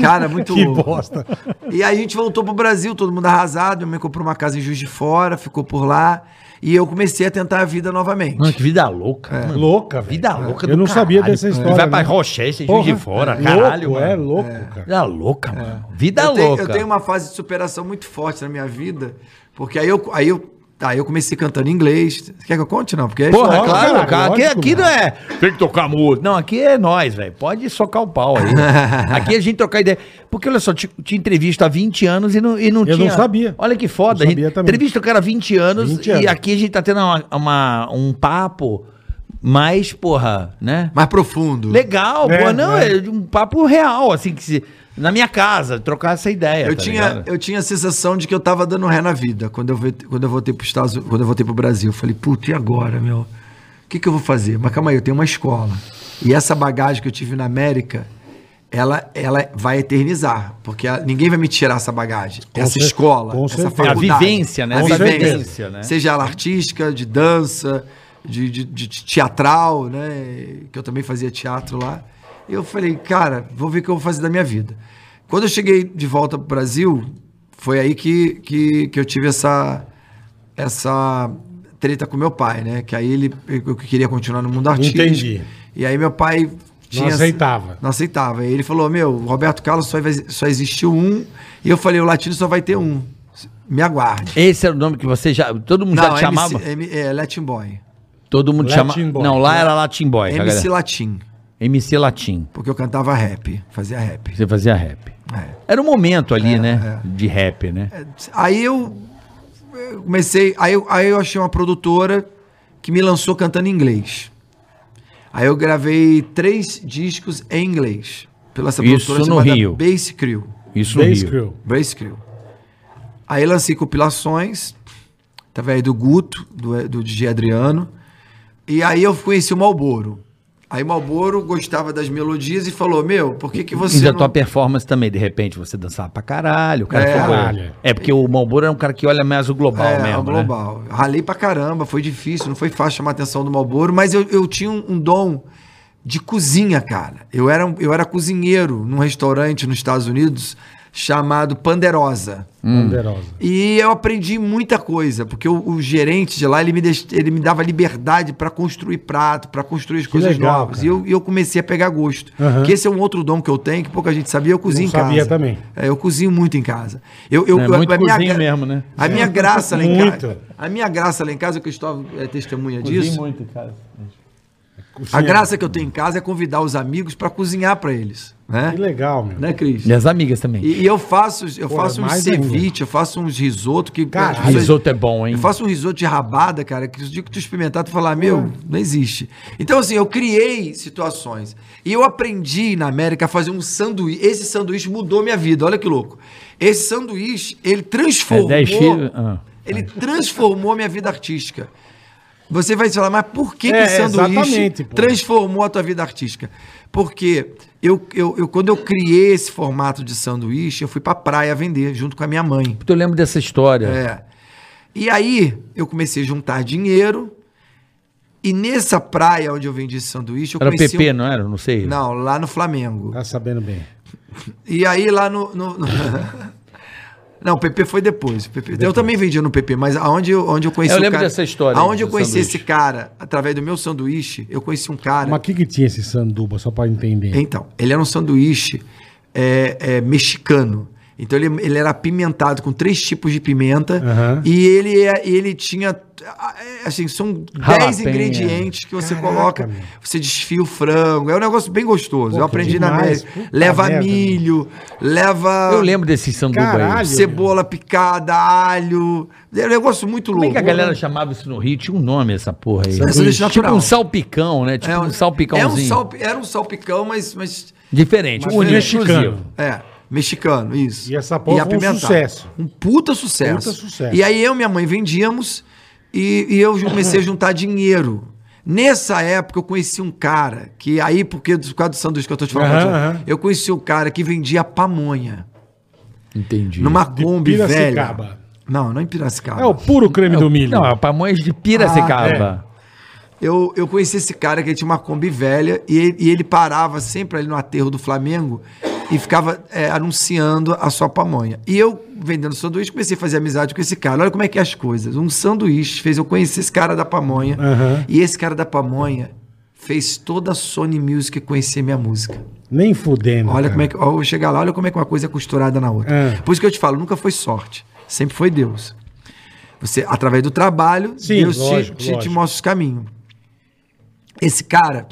Cara, muito que bosta. E aí a gente voltou pro Brasil, todo mundo arrasado. Minha mãe comprou uma casa em Juiz de Fora, ficou por lá. E eu comecei a tentar a vida novamente. Mano, que vida louca. mano. Louca, velho. Vida louca É. Eu não sabia dessa Ele história. Vai pra né? Rochester, Porra, Juiz de fora, é caralho. louco, mano. É louco, cara. Vida louca, mano. Vida eu, tenho, louca. eu tenho uma fase de superação muito forte na minha vida, porque aí eu, aí eu, tá, eu comecei cantando em inglês. Quer que eu conte, não? Porque aí- é Porra, Lógico, claro, caralho, cara. lógico, Aqui, né? aqui não mano. é. Tem que tocar música. Não, aqui é nós, velho. Pode socar o pau aí. aqui a gente trocar ideia. Porque olha só, te, te entrevista há 20 anos e não, e não Eu tinha. não sabia. Olha que Não foda. a gente sabia também. Entrevista o cara há 20 anos 20 e anos. aqui a gente tá tendo uma, uma- um papo mais, porra, né? mais profundo. Legal, É, porra. Não, é. é. um papo real, assim, que se, na minha casa, trocar essa ideia. Eu, tá tinha, ligado? eu tinha a sensação de que eu tava dando ré na vida quando eu, voltei- quando eu voltei pro Estados quando eu voltei pro Brasil. Eu falei, puta, e agora, meu? O que, que eu vou fazer? Mas calma aí, eu tenho uma escola. E essa bagagem que eu tive na América, ela, ela vai eternizar. Porque a- ninguém vai me tirar essa bagagem. essa cer- escola, com essa certeza. faculdade. A vivência, né? A Com vivência. certeza. né? Seja ela artística, de dança, de, de- de teatral, né? Que eu também fazia teatro lá. Eu falei, cara, vou ver o que eu vou fazer da minha vida. Quando eu cheguei de volta pro Brasil, foi aí que, que, que eu tive essa, essa treta com meu pai, né? Que aí ele eu queria continuar no mundo artístico. Entendi. E aí meu pai tinha. aceitava. Não aceitava. E ele falou: Meu, o Roberto Carlos só, vai- só existiu um. E eu falei: O latino só vai ter um. Me aguarde. Esse era o nome que você já. Todo mundo já te MC, chamava? M- é, Latin Boy. Todo mundo Latin chamava. Boy. Não, lá era Latin Boy. tá, MC galera? Latim. MC Latim. Porque eu cantava rap, fazia rap. Você fazia rap. É. Era um momento ali, né? De rap, né? Aí eu eu comecei. Aí eu, aí eu achei uma produtora que me lançou cantando em inglês. Aí eu gravei três discos em inglês. Pela essa Isso no chamada Rio. Bass Crew. Isso no Base Rio. Crew. Bass Crew. Aí lancei compilações, através do Guto, do, do DJ Adriano. E aí eu conheci o Malboro. Aí o Malboro gostava das melodias e falou: Meu, por que, que você. E da não- tua performance também, de repente, você dançava pra caralho. O cara É. ficou- Caralho. é porque o Malboro é um cara que olha mais o global É, mesmo. né? o global. Ralei pra caramba, foi difícil, não foi fácil chamar a atenção do Malboro, mas eu, eu tinha um, um dom de cozinha, cara. Eu era, um- eu era cozinheiro num restaurante nos Estados Unidos, chamado Panderosa. Ponderosa. E eu aprendi muita coisa, porque o, o gerente de lá, ele me, deix- ele me dava liberdade pra construir prato, pra construir as coisas legal, novas. cara. E eu, e eu comecei a pegar gosto. Aham. Que esse é um outro dom que eu tenho, que pouca gente sabia, eu cozinho Não em casa. sabia também. É, eu cozinho muito em casa. Eu, eu, É, eu- muito a minha cozinho gra- mesmo, né? A minha graça lá em É. Muito. casa. A minha graça lá em casa, o Cristóvão é testemunha disso. muito, cara. A graça que eu tenho em casa é convidar os amigos pra cozinhar pra eles. Né, Que legal, meu. né Cris? E as amigas também. E, e eu faço, eu Porra, faço uns mais ainda. ceviche, eu faço uns risoto que. Caralho. as pessoas- Risoto é bom, hein? Eu faço um risoto de rabada, cara, que o dia que tu experimentar, tu falar, meu, Hum. não existe. Então, assim, eu criei situações. E eu aprendi na América a fazer um sanduíche. Esse sanduíche mudou minha vida, olha que louco. Esse sanduíche, ele transformou. É dez filhos, ah. Ele transformou minha vida artística. Você vai falar, mas por que, que É, sanduíche exatamente, pô. transformou a tua vida artística? Porque eu, eu, eu- quando eu criei esse formato de sanduíche, eu fui pra praia vender junto com a minha mãe. Eu lembro dessa história. É. E aí eu comecei a juntar dinheiro. E nessa praia onde eu vendi esse sanduíche, eu Era comecei. né? PP, um- não era? Não sei. Não, lá no Flamengo. Tá sabendo bem. E aí lá no. no- no- Não, o PP foi depois. O PP Eu também vendia no PP, mas aonde eu, onde eu conheci Eu o lembro cara- dessa história Aonde eu do conheci sanduíche. esse cara, através do meu sanduíche, eu conheci um cara. Mas o que, que tinha esse sanduba, só pra entender? Então, ele era um sanduíche é, é, mexicano. Então ele, ele era apimentado com três tipos de pimenta Aham. e ele, é- ele tinha ah, é, assim, são dez Jalapeño. ingredientes que você Caraca, coloca, meu. você desfia o frango, é um negócio bem gostoso. Pô, eu que aprendi na demais. América. Puta Leva merda, milho, leva Eu lembro desse sanduba aí. Caralho. cebola picada, alho. É um negócio muito louco. Como é que a galera chamava isso no Rio? Tinha um nome essa porra aí. É sanduíche Tipo natural. um salpicão, né? Tipo É um, salpicãozinho. é um salp- era um salpicão, mas- mas Diferente. um Mas único, mexicano. exclusivo. É, mexicano, isso. E essa porra foi um apimentado. sucesso. Um puta sucesso. Puta sucesso. E aí eu e minha mãe vendíamos e, e eu comecei a juntar dinheiro. Nessa época eu conheci um cara que aí, porque do quadro do sanduíche que eu tô te falando, Aham, aham. eu conheci um cara que vendia pamonha Entendi. numa De Kombi velha. Piracicaba. Não, não em Piracicaba. É o puro creme do milho. Não, é pamonhas de Ah, é. Piracicaba. Eu, eu conheci esse cara que ele tinha uma Kombi velha e ele, e ele parava sempre ali no aterro do Flamengo e ficava é, anunciando a sua pamonha. E eu, vendendo sanduíche, comecei a fazer amizade com esse cara. Olha como é que é as coisas. Um sanduíche fez eu conhecer esse cara da pamonha. Aham. E esse cara da pamonha fez toda a Sony Music conhecer minha música. Nem fudendo. Olha cara. como é que. ó, eu chegar lá, olha como é que uma coisa é costurada na outra. É. Por isso que eu te falo, nunca foi sorte. Sempre foi Deus. Você, através do trabalho, Sim, Deus te- lógico, te, te lógico. mostra os caminhos. Esse cara,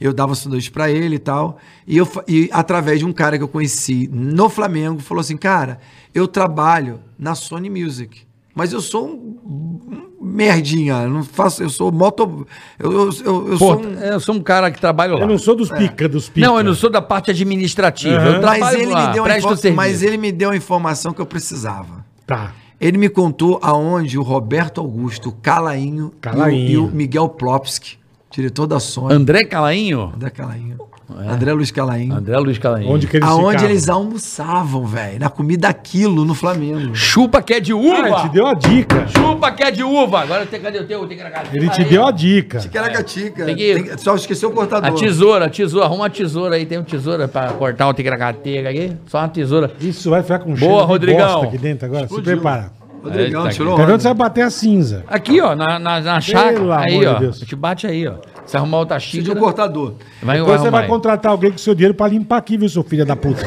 eu dava sanduíche pra ele e tal. E, eu, fa- e através de um cara que eu conheci no Flamengo, falou assim: Cara, eu trabalho na Sony Music. Mas eu sou um um merdinha, eu não faço, eu sou moto. Eu, eu, eu, Pô, eu sou um. eu sou um cara que trabalha lá. Eu não sou dos pica, dos pica. Não, eu não sou da parte administrativa. Uhum. Eu trabalho Mas ele, lá, me deu a presto info- serviço. mas ele me deu a informação que eu precisava. Tá. Ele me contou aonde o Roberto Augusto, o Calainho, e o- Calainho. E, o, Miguel Plopsky, diretor da Sony, André Calainho? André Calainho, André Luiz Calainho, É. André Luiz Calainho. Onde que eles aonde ficavam? eles almoçavam, velho, na comida aquilo no Flamengo. Chupa que é de uva. Ah, ele te deu a dica. Chupa que é de uva. Agora eu tenho, cadê o teu? Tem que ir na casa. Ele te Aí, deu ó. a dica. Ticaracatica. É. Tem que- Tem- Só esqueceu o cortador. A tesoura, a tesoura, arruma uma tesoura aí, tem uma tesoura pra cortar o tigracatega aqui, só uma tesoura. Isso vai ficar com um Boa, Rodrigão. aqui dentro agora. Se prepara. Rodrigão, Eita, tirou Tá vendo? onda. Você vai bater a cinza. Aqui, ó, na, na, na Pelo chácara, aí, amor ó, de Deus. te bate aí, ó. Se arrumar outra Precisa de um xícara, cortador. vai, vai Depois você arrumar vai aí. contratar alguém com seu dinheiro pra limpar aqui, viu, seu filho da puta?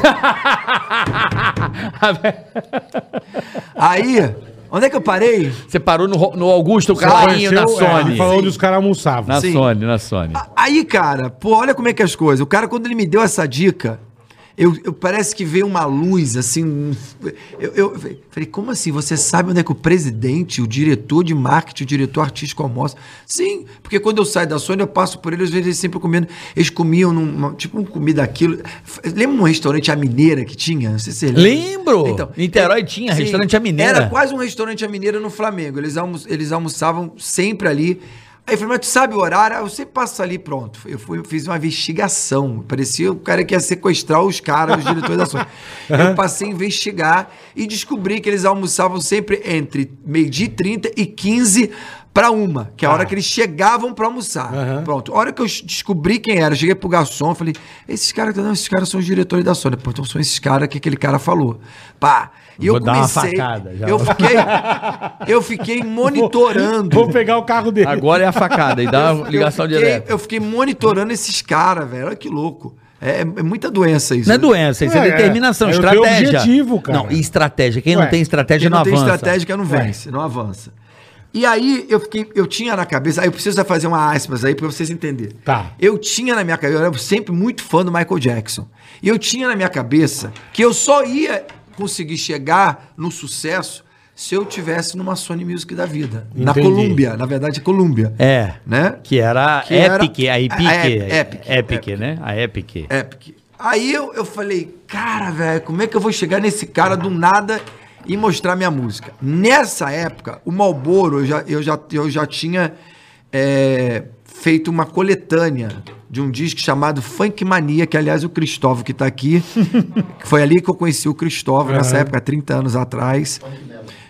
Aí, onde é que eu parei? Você parou no, Ro- no Augusto Calainho, na Apareceu, é, Sony. ele falou onde os caras almoçavam. na Sim. Sony, na Sony. Aí, cara, pô, olha como é que é as coisas. O cara, quando ele me deu essa dica, eu, eu- parece que veio uma luz, assim. um- Eu, eu falei, como assim? Você sabe onde é que o presidente, o diretor de marketing, o diretor artístico almoça? Sim, porque quando eu saio da Sony, eu passo por eles, às vezes eles sempre comendo. Eles comiam num, num- tipo uma comida aquilo. F- Lembra um restaurante a mineira que tinha? Não sei se você lembra. Então, é, Lembro! então, Niterói tinha restaurante à mineira. Era quase um restaurante à mineira no Flamengo. Eles, almo- eles almoçavam sempre ali. Aí eu falei, mas tu sabe o horário? Ah, Eu sempre passo ali, pronto. Eu fui, fiz uma investigação. Parecia o cara que ia sequestrar os caras, os diretores da Sony. Eu passei a investigar e descobri que eles almoçavam sempre entre meio-dia e 30 e 15 pra uma, que é a Ah. hora que eles chegavam pra almoçar. Aham. Pronto. A hora que eu descobri quem era, cheguei pro garçom, falei: esses caras, não, esses caras são os diretores da Sony. Pô, então são esses caras que aquele cara falou. Pá. E Vou eu dar uma comecei. facada já. eu fiquei. eu fiquei monitorando. Vou, vou pegar o carro dele. Agora é a facada e dá uma Eu ligação fiquei- direta. Eu fiquei monitorando esses caras, velho. Olha que louco. É, é muita doença isso. né? Não é doença, isso é, É, é. determinação, É o teu estratégia. objetivo, cara. Não, e estratégia. Quem Ué, não tem estratégia Quem é não, não tem avança. É. estratégia não vence, não avança. E aí eu fiquei, eu tinha na cabeça, aí eu preciso fazer uma aspas aí pra vocês entenderem. Tá. Eu tinha na minha cabeça, eu era sempre muito fã do Michael Jackson. E eu tinha na minha cabeça que eu só ia conseguir chegar no sucesso se eu tivesse numa Sony Music da vida, na Entendi. Colômbia, na verdade Colômbia. É. Né? Que era Que era- Epic, a Epic. a Ep- Epic, Epic, Epic. É, né? A Epic. Epic. Aí eu, eu falei, cara, velho, como é que eu vou chegar nesse cara do nada e mostrar minha música? Nessa época, o Malboro, eu já, eu já, eu já tinha é, feito uma coletânea de um disco chamado Funk Mania, que aliás o Cristóvão que tá aqui, que foi ali que eu conheci o Cristóvão, nessa época, 30 anos atrás,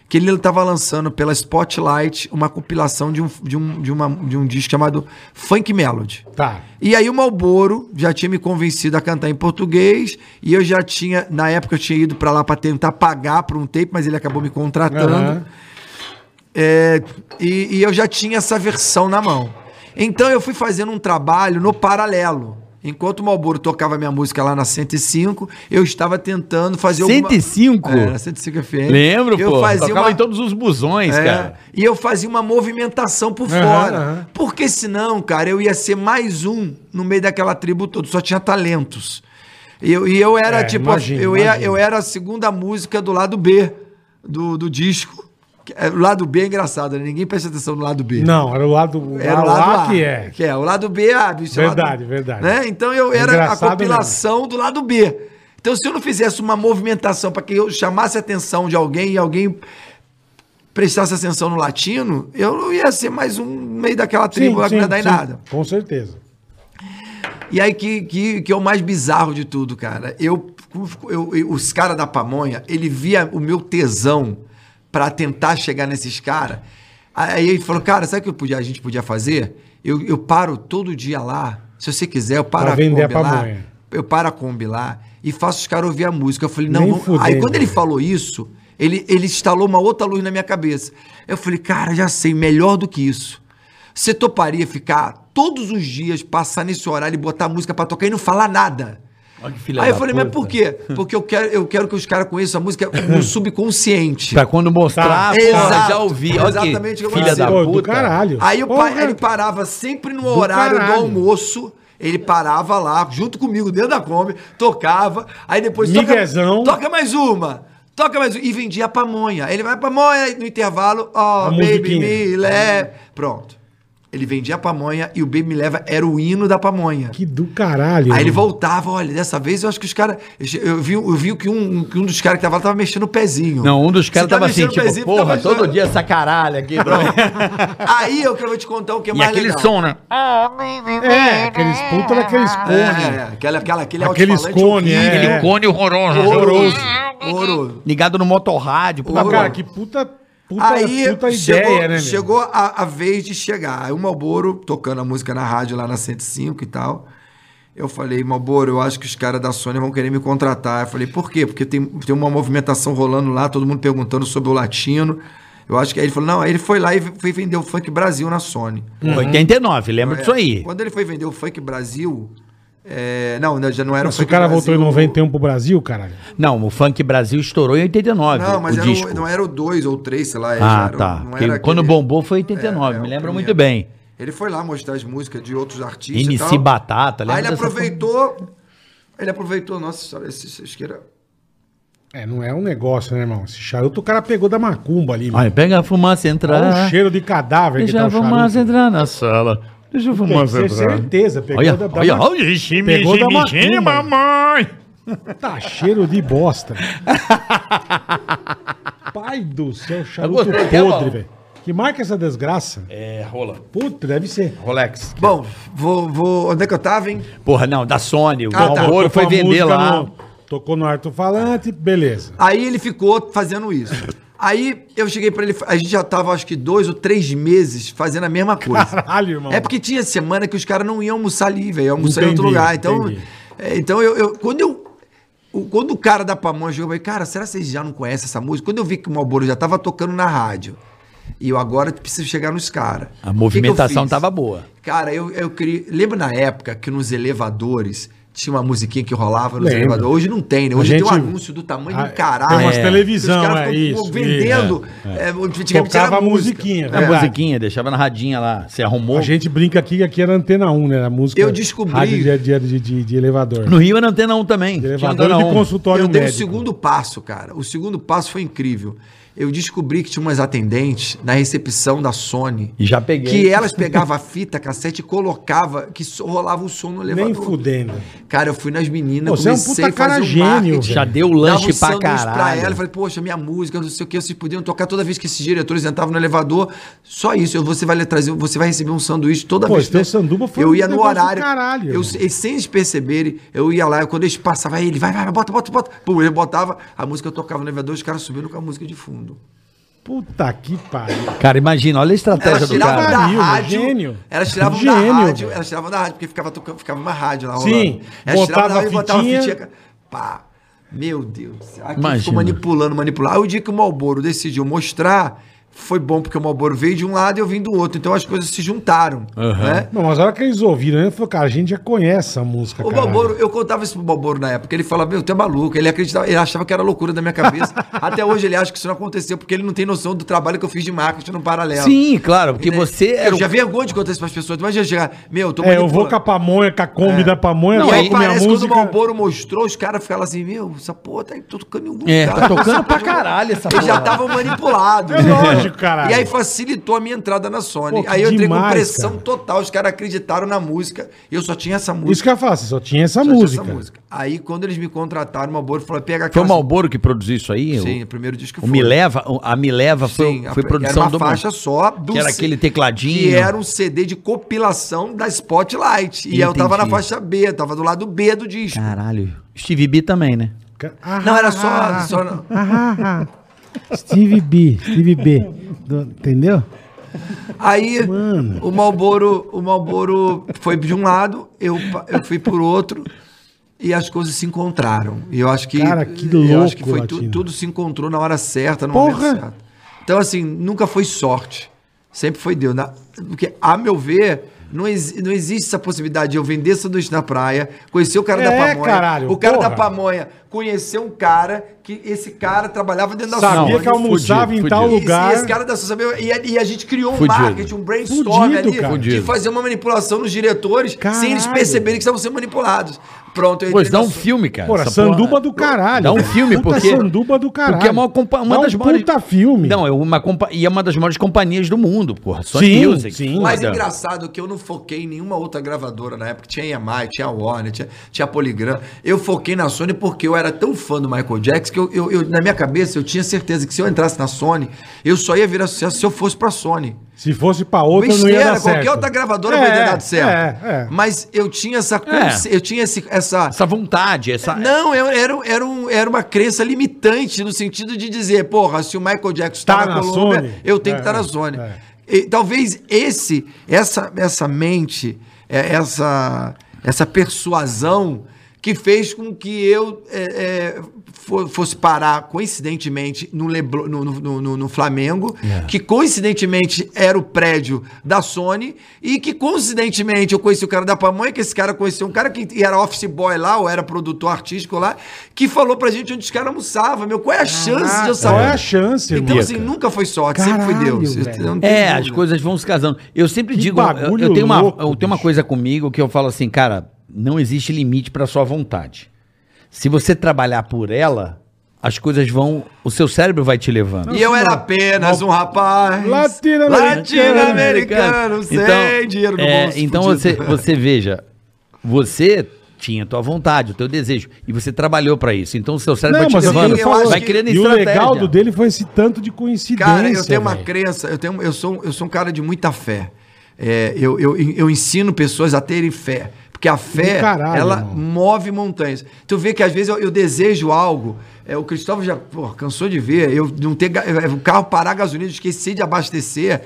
que ele tava lançando pela Spotlight uma compilação de um, de um, de uma, de um disco chamado Funk Melody. Tá. E aí o Malboro já tinha me convencido a cantar em português e eu já tinha, na época eu tinha ido pra lá pra tentar pagar por um tempo, mas ele acabou me contratando. Aham. É, e, e eu já tinha essa versão na mão. Então eu fui fazendo um trabalho no paralelo. Enquanto o Malboro tocava minha música lá na 105, eu estava tentando fazer alguma- 105? É, na 105 FM. Lembro, eu pô. Fazia Tocava uma... em todos os busões, É, cara. E eu fazia uma movimentação por Aham, fora. aham. Porque senão, cara, eu ia ser mais um no meio daquela tribo toda, só tinha talentos. E eu, e eu era, É, tipo, imagino, eu, ia, imagino. eu era a segunda música do lado B do, do disco. Que- é, O lado B é engraçado, né? Ninguém presta atenção no lado B. Não, era o lado, Era o lá, lado A, que é. Que é, o lado B, ah, bicho. é o Verdade, lado- verdade. É Né? Então eu era Engraçado a compilação do lado B. Então se eu não fizesse uma movimentação para que eu chamasse a atenção de alguém e alguém prestasse atenção no latino, eu não ia ser mais um no meio daquela tribo lá que não ia dar em nada. Com certeza. E aí que, que, que é o mais bizarro de tudo, cara. Eu, eu, eu- os caras da pamonha, ele via o meu tesão pra tentar chegar nesses caras. Aí ele falou, cara, sabe o que eu podia- a gente podia fazer? Eu, eu paro todo dia lá. Se você quiser, eu paro Pra vender a Kombi lá, pamonha. Eu paro a Kombi lá e faço os caras ouvir a música. Eu falei, não, Nem vamos- fudendo. Aí quando ele falou isso, ele, ele instalou uma outra luz na minha cabeça. Eu falei, cara, já sei, melhor do que isso. Você toparia ficar todos os dias, passar nesse horário e botar música pra tocar e não falar nada? Olha que filha Aí eu da falei, mas puta. por quê? Porque eu quero, eu quero que os caras conheçam a música no subconsciente. Pra quando Tá. mostrar, pô, Exato. já ouvi. Olha Exatamente o que que eu filha falei. da Pô, do puta. caralho. Aí o Porra. pai, ele parava sempre no horário do, caralho. almoço. Ele parava lá, junto comigo, dentro da Kombi, tocava. Aí depois Miguezão. toca, toca mais uma. Toca mais uma. E vendia a pamonha. Aí Ele vai pamonha e no intervalo. Ó, A Baby musiquinha. Me Leva. Pronto. Ele vendia a pamonha e o Baby Me Leva era o hino da pamonha. Que do caralho. Aí ele irmão. voltava, olha, dessa vez eu acho que os caras. Eu vi, eu vi que, um, que um dos caras que tava lá tava mexendo o pezinho. Não, um dos Você caras tá tava assim, mexendo o tipo, pezinho, tá porra, mexendo- todo dia essa caralho aqui, bro. Aí eu que vou te contar o que é E mais aquele legal. som, né? É, aqueles puta daqueles É, cones. aquela, aquela, aquele Aqueles alto-falante cone, horrível, é. Aquele cone horroroso. Horroroso. Ouro. Ligado no motorrádio. Mas, Pô, cara, que puta, puta, Aí puta chegou, ideia, né? meu? chegou a, a vez de chegar. Aí o Malboro tocando a música na rádio lá na 105 e tal. Eu falei, Malboro, eu acho que os caras da Sony vão querer me contratar. Eu falei, por quê? Porque tem, tem uma movimentação rolando lá, todo mundo perguntando sobre o latino. Eu acho que aí ele falou, não, aí ele foi lá e foi vender o Funk Brasil na Sony. 89, lembra é. disso aí. Quando ele foi vender o Funk Brasil, é, não, né, já não era Mas se o cara voltou em Brasil. 91 pro Brasil, caralho. Não, o Funk Brasil estourou em 89. Não, mas o era o- disco. não era o 2 ou 3, sei lá. é, já Ah, era o- tá. não Porque era Quando aquele- bombou foi 89, É, é, me o lembro muito primeiro. bem. Ele foi lá mostrar as músicas de outros artistas. MC e tal. Batata, lembra Aí ele dessa aproveitou. Ele aproveitou, nossa, sabe, esse, esse isqueiro- É, não é um negócio, né, irmão? Esse charuto o cara pegou da macumba ali, mano. Aí pega a fumaça entrar. Olha o cheiro de cadáver que Deixa tá a o charuto. fumaça entrar na sala. Deixa a Tem fumaça que ser entrar. certeza, pegou Olha, da, da olha, ma- olha, chime, Pegou da chime, chime, macumba. mamãe. Tá cheiro de bosta. Pai do céu, charuto Gostei, né, podre, Paulo? velho. Que marca essa desgraça? É, rola. Puta, deve ser. Rolex. Bom, vou, vou. Onde é que eu tava, hein? Porra, não, da Sony. O Ah, tá. Malboro Tocou foi a vender música lá. no- tocou no alto-falante, beleza. Aí ele ficou fazendo isso. Aí eu cheguei pra ele, a gente já tava acho que dois ou três meses fazendo a mesma coisa. Caralho, irmão. É porque tinha semana que os caras não iam almoçar ali, velho, iam almoçar em outro Entendi, lugar. Então, entendi. é, então eu, eu- quando eu o- quando o cara da Pamonha chegou, eu falei, cara, será que vocês já não conhecem essa música? Quando eu vi que o Malboro já tava tocando na rádio, e eu agora preciso chegar nos caras. A movimentação tava tava boa. Cara, eu, eu queria. Lembra na época que nos elevadores tinha uma musiquinha que rolava nos Lembro. elevadores? Hoje não tem, né? Hoje A tem um gente- anúncio do tamanho Ah, do caralho. tem umas É. televisão, Os caras é ficam isso, vendendo. isso, é, antigamente Tocava a música. musiquinha, É. né? A Verdade. musiquinha, deixava na radinha lá. Se arrumou. A gente brinca aqui que aqui era Antena 1, né? A música. Eu descobri- Rádio de, de, de, de, de elevador. No Rio era antena 1 de também. Tinha um. elevador e antena de 1. consultório eu dei médico. o segundo passo, cara. O segundo passo foi incrível. Eu descobri que tinha umas atendentes na recepção da Sony. E já peguei. Que é elas pegavam a fita, cassete e colocava, que só rolava o som no elevador. Nem fudendo. Cara, eu fui nas meninas, Pô, você é um puta cara gênio, marketing. Já deu Dava lanche um pra sanduíche Pra ela, eu caralho. falei, poxa, minha música, não sei o que, vocês podiam tocar toda vez que esses diretores entravam no elevador. Só isso, eu- você vai lhe trazer, você vai receber um sanduíche toda Pô, vez. esse teu sanduba foi um Eu ia no negócio do horário. caralho, eu, irmão. e sem eles perceberem, eu ia lá, quando eles passavam, aí ele vai, vai, vai, bota, bota, bota. Pum, ele botava, a música tocava no elevador, os caras subindo com a música de fundo. Puta que pariu. Cara, imagina, olha a estratégia Elas do tiravam cara. da Pariu, rádio. gênio. Elas tiravam Gênio, da rádio. velho. Elas tiravam da rádio, porque ficava, tocando, ficava uma rádio lá Sim, Elas botava tiravam da rádio e a botavam a fitinha. fitinha. Pá. Meu Deus. do céu. Aqui Imagina. ficou manipulando, manipulando. Aí o dia que o Malboro decidiu mostrar, foi bom, porque o Malboro veio de um lado e eu vim do outro. Então as coisas se juntaram. Né? Não, mas a hora que eles ouviram, ele falou, cara, a gente já conhece essa música, O caralho. Balboro, eu contava isso pro Balboro na época. Ele falava, meu, tu é maluco. Ele acreditava, ele achava que era loucura da minha cabeça. Até hoje ele acha que isso não aconteceu, porque ele não tem noção do trabalho que eu fiz de marketing no paralelo. Sim, claro, porque Né? você era. um Eu já o- vergonha de contar isso pras pessoas. Imagina chegar, meu, eu tô É, eu vou manipulando. com a pamonha, com a Kombi da pamonha, Não, toco E aí aí minha parece que quando o música. Malboro mostrou, os caras ficaram assim, meu, essa porra tá tô tocando em algum É, lugar. tá tocando pra caralho essa Eles porra. já estavam manipulados. É lógico, caralho. E aí facilitou a minha entrada na Sony. Pô, que aí eu entrei com demais, pressão cara. total, os caras acreditaram na música. E eu só tinha essa música. Isso que eu ia falar, você só tinha essa só tinha música. Aí quando eles me contrataram, o Malboro falou, pega Foi aquela... o Malboro que produziu isso aí? o- Sim, o primeiro disco O Me Leva, o- a Me Leva foi, Sim, foi a- produção era uma do faixa só do Que era C- aquele tecladinho. Que era um CD de compilação da Spotlight. E eu tava na Entendi. faixa B, tava do lado B do disco. Caralho. Steve B também, né? Ca- Ah, Não, era ah, só. só não. ah, ah. Steve B, Steve B. Do- entendeu? Aí Mano. o Malboro, o Malboro foi de um lado, eu, pa- eu fui por outro. E as coisas se encontraram. E eu acho que. Cara, que Eu acho que louco, foi tu- Latino. tudo se encontrou na hora certa, no Porra! momento certo. Então, assim, nunca foi sorte. Sempre foi Deus. Na- porque, a meu ver, não, exi- não existe essa possibilidade de eu vender sanduíche na praia, conhecer o cara da É, pamonha. caralho, o cara porra. da pamonha conhecer um cara que esse cara trabalhava dentro da Sabia Sony. que é um almoçava fudido, em tal fudido. E esse- lugar. e esse cara da Susabel, e, a- e a gente criou um Fudido. marketing, um brainstorm Fudido, ali cara. de Fudido. fazer uma manipulação nos diretores Caralho. sem eles perceberem que estavam sendo manipulados. Pronto, eu Pois entrei dá um na Sony. filme, cara. Porra, essa sanduba porra- do caralho. Dá um filme, Puta porque. sanduba do caralho. Porque é uma, compa- uma Dá um das maiores. puta filme. Não, é uma compa- e é uma das maiores companhias do mundo, porra. Sony Sim, Music. é sim. é foda. Mas engraçado que eu não foquei em nenhuma outra gravadora na época. Tinha EMI, tinha Warner, tinha, tinha Polygram. Eu foquei na Sony porque eu era tão fã do Michael Jackson que eu, eu- eu- na minha cabeça eu tinha certeza que se eu entrasse na Sony, eu só ia virar sucesso se eu fosse pra Sony. Se fosse pra outra, não ia besteira, dar certo. qualquer outra gravadora É, poderia dar certo. É, é. Mas eu tinha É. essa consci- eu tinha esse- essa Essa vontade, essa. não, eu- era, um- era, um- era uma crença limitante no sentido de dizer, porra, se o Michael Jackson Tá está na, na Colômbia, Sony? eu tenho É, que estar é, na Sony. é. E talvez esse, essa, essa mente, é, essa, essa persuasão que fez com que eu é, é, fo- fosse parar, coincidentemente, no, Leblo- no- no- no- no Flamengo, É. que coincidentemente era o prédio da Sony, e que coincidentemente eu conheci o cara da Pamonha, que esse cara conheceu um cara que era office boy lá, ou era produtor artístico lá, que falou pra gente onde os caras almoçavam, meu, qual é a chance de eu saber? Qual é a chance, Então, irmão? assim, nunca foi sorte, sempre foi Caralho, Deus. Eu- velho. eu não tenho É, dúvida. as coisas vão se casando. Eu sempre Que digo, eu- eu, bagulho tenho uma, louco, eu tenho uma bicho. coisa comigo que eu falo assim, cara, não existe limite pra sua vontade. Se você trabalhar por ela, as coisas vão, o seu cérebro vai te levando. E eu era apenas um rapaz Latino-americano. latino-americano, sem dinheiro no é, bolso. Então fudido. você, você veja, você tinha a tua vontade, o teu desejo, e você trabalhou pra isso. Então o seu cérebro Não, vai mas te eu assim, levando, tenho- eu acho vai que- criando E o estratégia. legal do dele foi esse tanto de coincidência. Cara, eu tenho uma velho. crença, eu, tenho, eu, sou, eu sou um cara de muita fé. É, eu, eu, eu ensino pessoas a terem fé. Porque Porque a fé, Do caralho, ela irmão. move montanhas. Tu vê que às vezes eu, eu desejo algo, é, o Cristóvão já pô, cansou de ver, eu não ter ga- é, o carro parar a gasolina, eu esqueci de abastecer.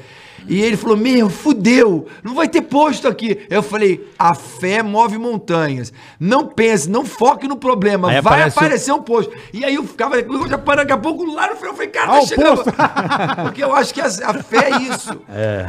E ele falou: Meu, fudeu, não vai ter posto aqui. Eu falei: A fé move montanhas. Não pense, não foque no problema, Aí vai aparece o- aparecer um posto. E aí eu ficava, eu já parava, daqui a pouco lá no final, eu falei: Cara, tá Ah, o chegando. posto. Porque eu acho que a, a fé é isso.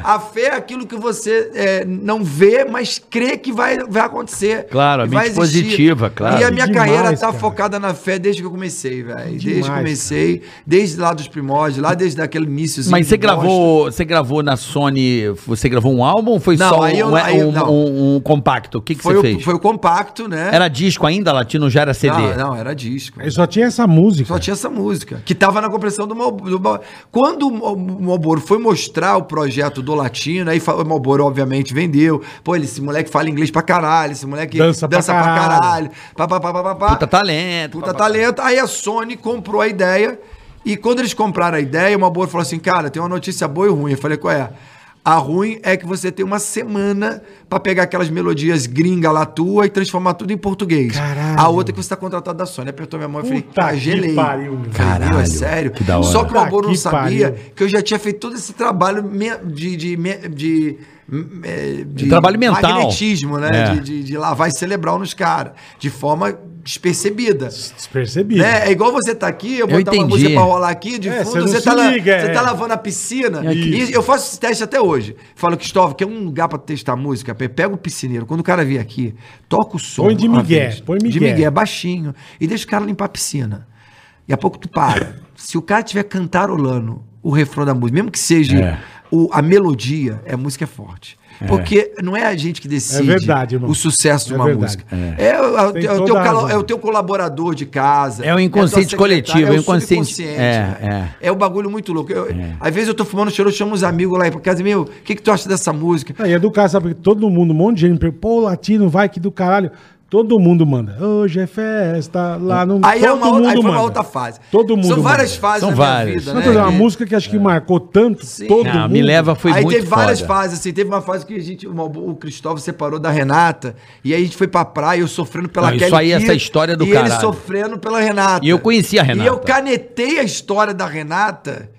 A fé é aquilo que você é, não vê, mas crê que vai, vai acontecer. Claro, a Que vai mente existir. positiva, claro. E a minha Demais, carreira tá cara. focada na fé desde que eu comecei, velho. Desde Demais, que comecei, desde lá dos primórdios, lá desde aquele início. Mas você gravou, você gravou na Sony, você gravou um álbum ou foi Não, só aí eu- um, aí eu- um- não. um- um compacto? O que, que Foi você o, fez? foi o compacto, né? Era disco ainda, Latino? Já era CD? não, não, era disco. Aí só tinha essa música. Só tinha essa música, que tava na compressão do Malboro. Quando o Mal- o Malboro foi mostrar o projeto do Latino, aí fa- o Malboro, obviamente, vendeu. Pô, ele- esse moleque fala inglês pra caralho, esse moleque Dança pra caralho. tá Pá, pá, pá, pá, pá, pá. Puta talento. Puta papapá. talento. Aí a Sony comprou a ideia. E quando eles compraram a ideia, uma boa falou assim: Cara, tem uma notícia boa e ruim. Eu falei: Qual é? A ruim é que você tem uma semana pra pegar aquelas melodias gringa lá tua e transformar tudo em português. Caralho. A outra é que você tá contratado da Sony. Apertou minha mão e falei: Puta Tá, que gelei. pariu, meu. Caralho, é sério. que da hora. Só que o Puta Albor não que sabia pariu. que eu já tinha feito todo esse trabalho me- de. de, me- de eh, de Trabalho mental. Magnetismo, né? É. De, de, de lavagem cerebral nos um caras. De forma despercebida. Despercebido. Né? É igual você tá aqui, Eu eu botar uma entendi. música pra rolar aqui, de É, você fundo, não você, se tá, la- liga, você é. tá lavando a piscina. Isso. E eu faço esse teste até hoje. Falo, Cristóvão, que é um lugar pra testar música. pe- Pega o piscineiro. Quando o cara vier aqui, toca o som. Põe de uma migué, vez, põe De migué. migué, baixinho. E deixa o cara limpar a piscina. E a pouco tu para. Se o cara tiver cantarolando o refrão da música, mesmo que seja É. o, a melodia, é, a música é forte. Porque não é a gente que decide verdade, irmão. o sucesso de É uma verdade. música. É, o- é o- Tem é o toda teu a calo- razão. é o teu colaborador de casa. É o inconsciente tua secretária, coletivo, é o inconsciente- subconsciente, é, né? É o bagulho muito louco. Eu- Às vezes eu tô fumando cheiro, eu chamo uns amigos lá e pra casa, meu, o que, que tu acha dessa música? Aí é do cara, sabe? que Todo mundo, um monte de gente me pergunta, pô, o latino vai que do caralho. Todo mundo manda. Hoje é festa, lá no. Aí, todo é uma, outra- aí foi uma manda. outra fase. Todo mundo. São várias manda. fases São na várias. minha Sabe vida, fazer né? uma música que acho que marcou tanto, Sim. todo Não, mundo. me leva foi aí muito teve várias foda. fases, assim, teve uma fase que a gente, uma- o Cristóvão separou da Renata, e aí a gente foi pra praia, eu sofrendo pela Não, isso aí, é essa história do e ele caralho. sofrendo pela Renata. E eu conheci a Renata. E eu canetei a história da Renata,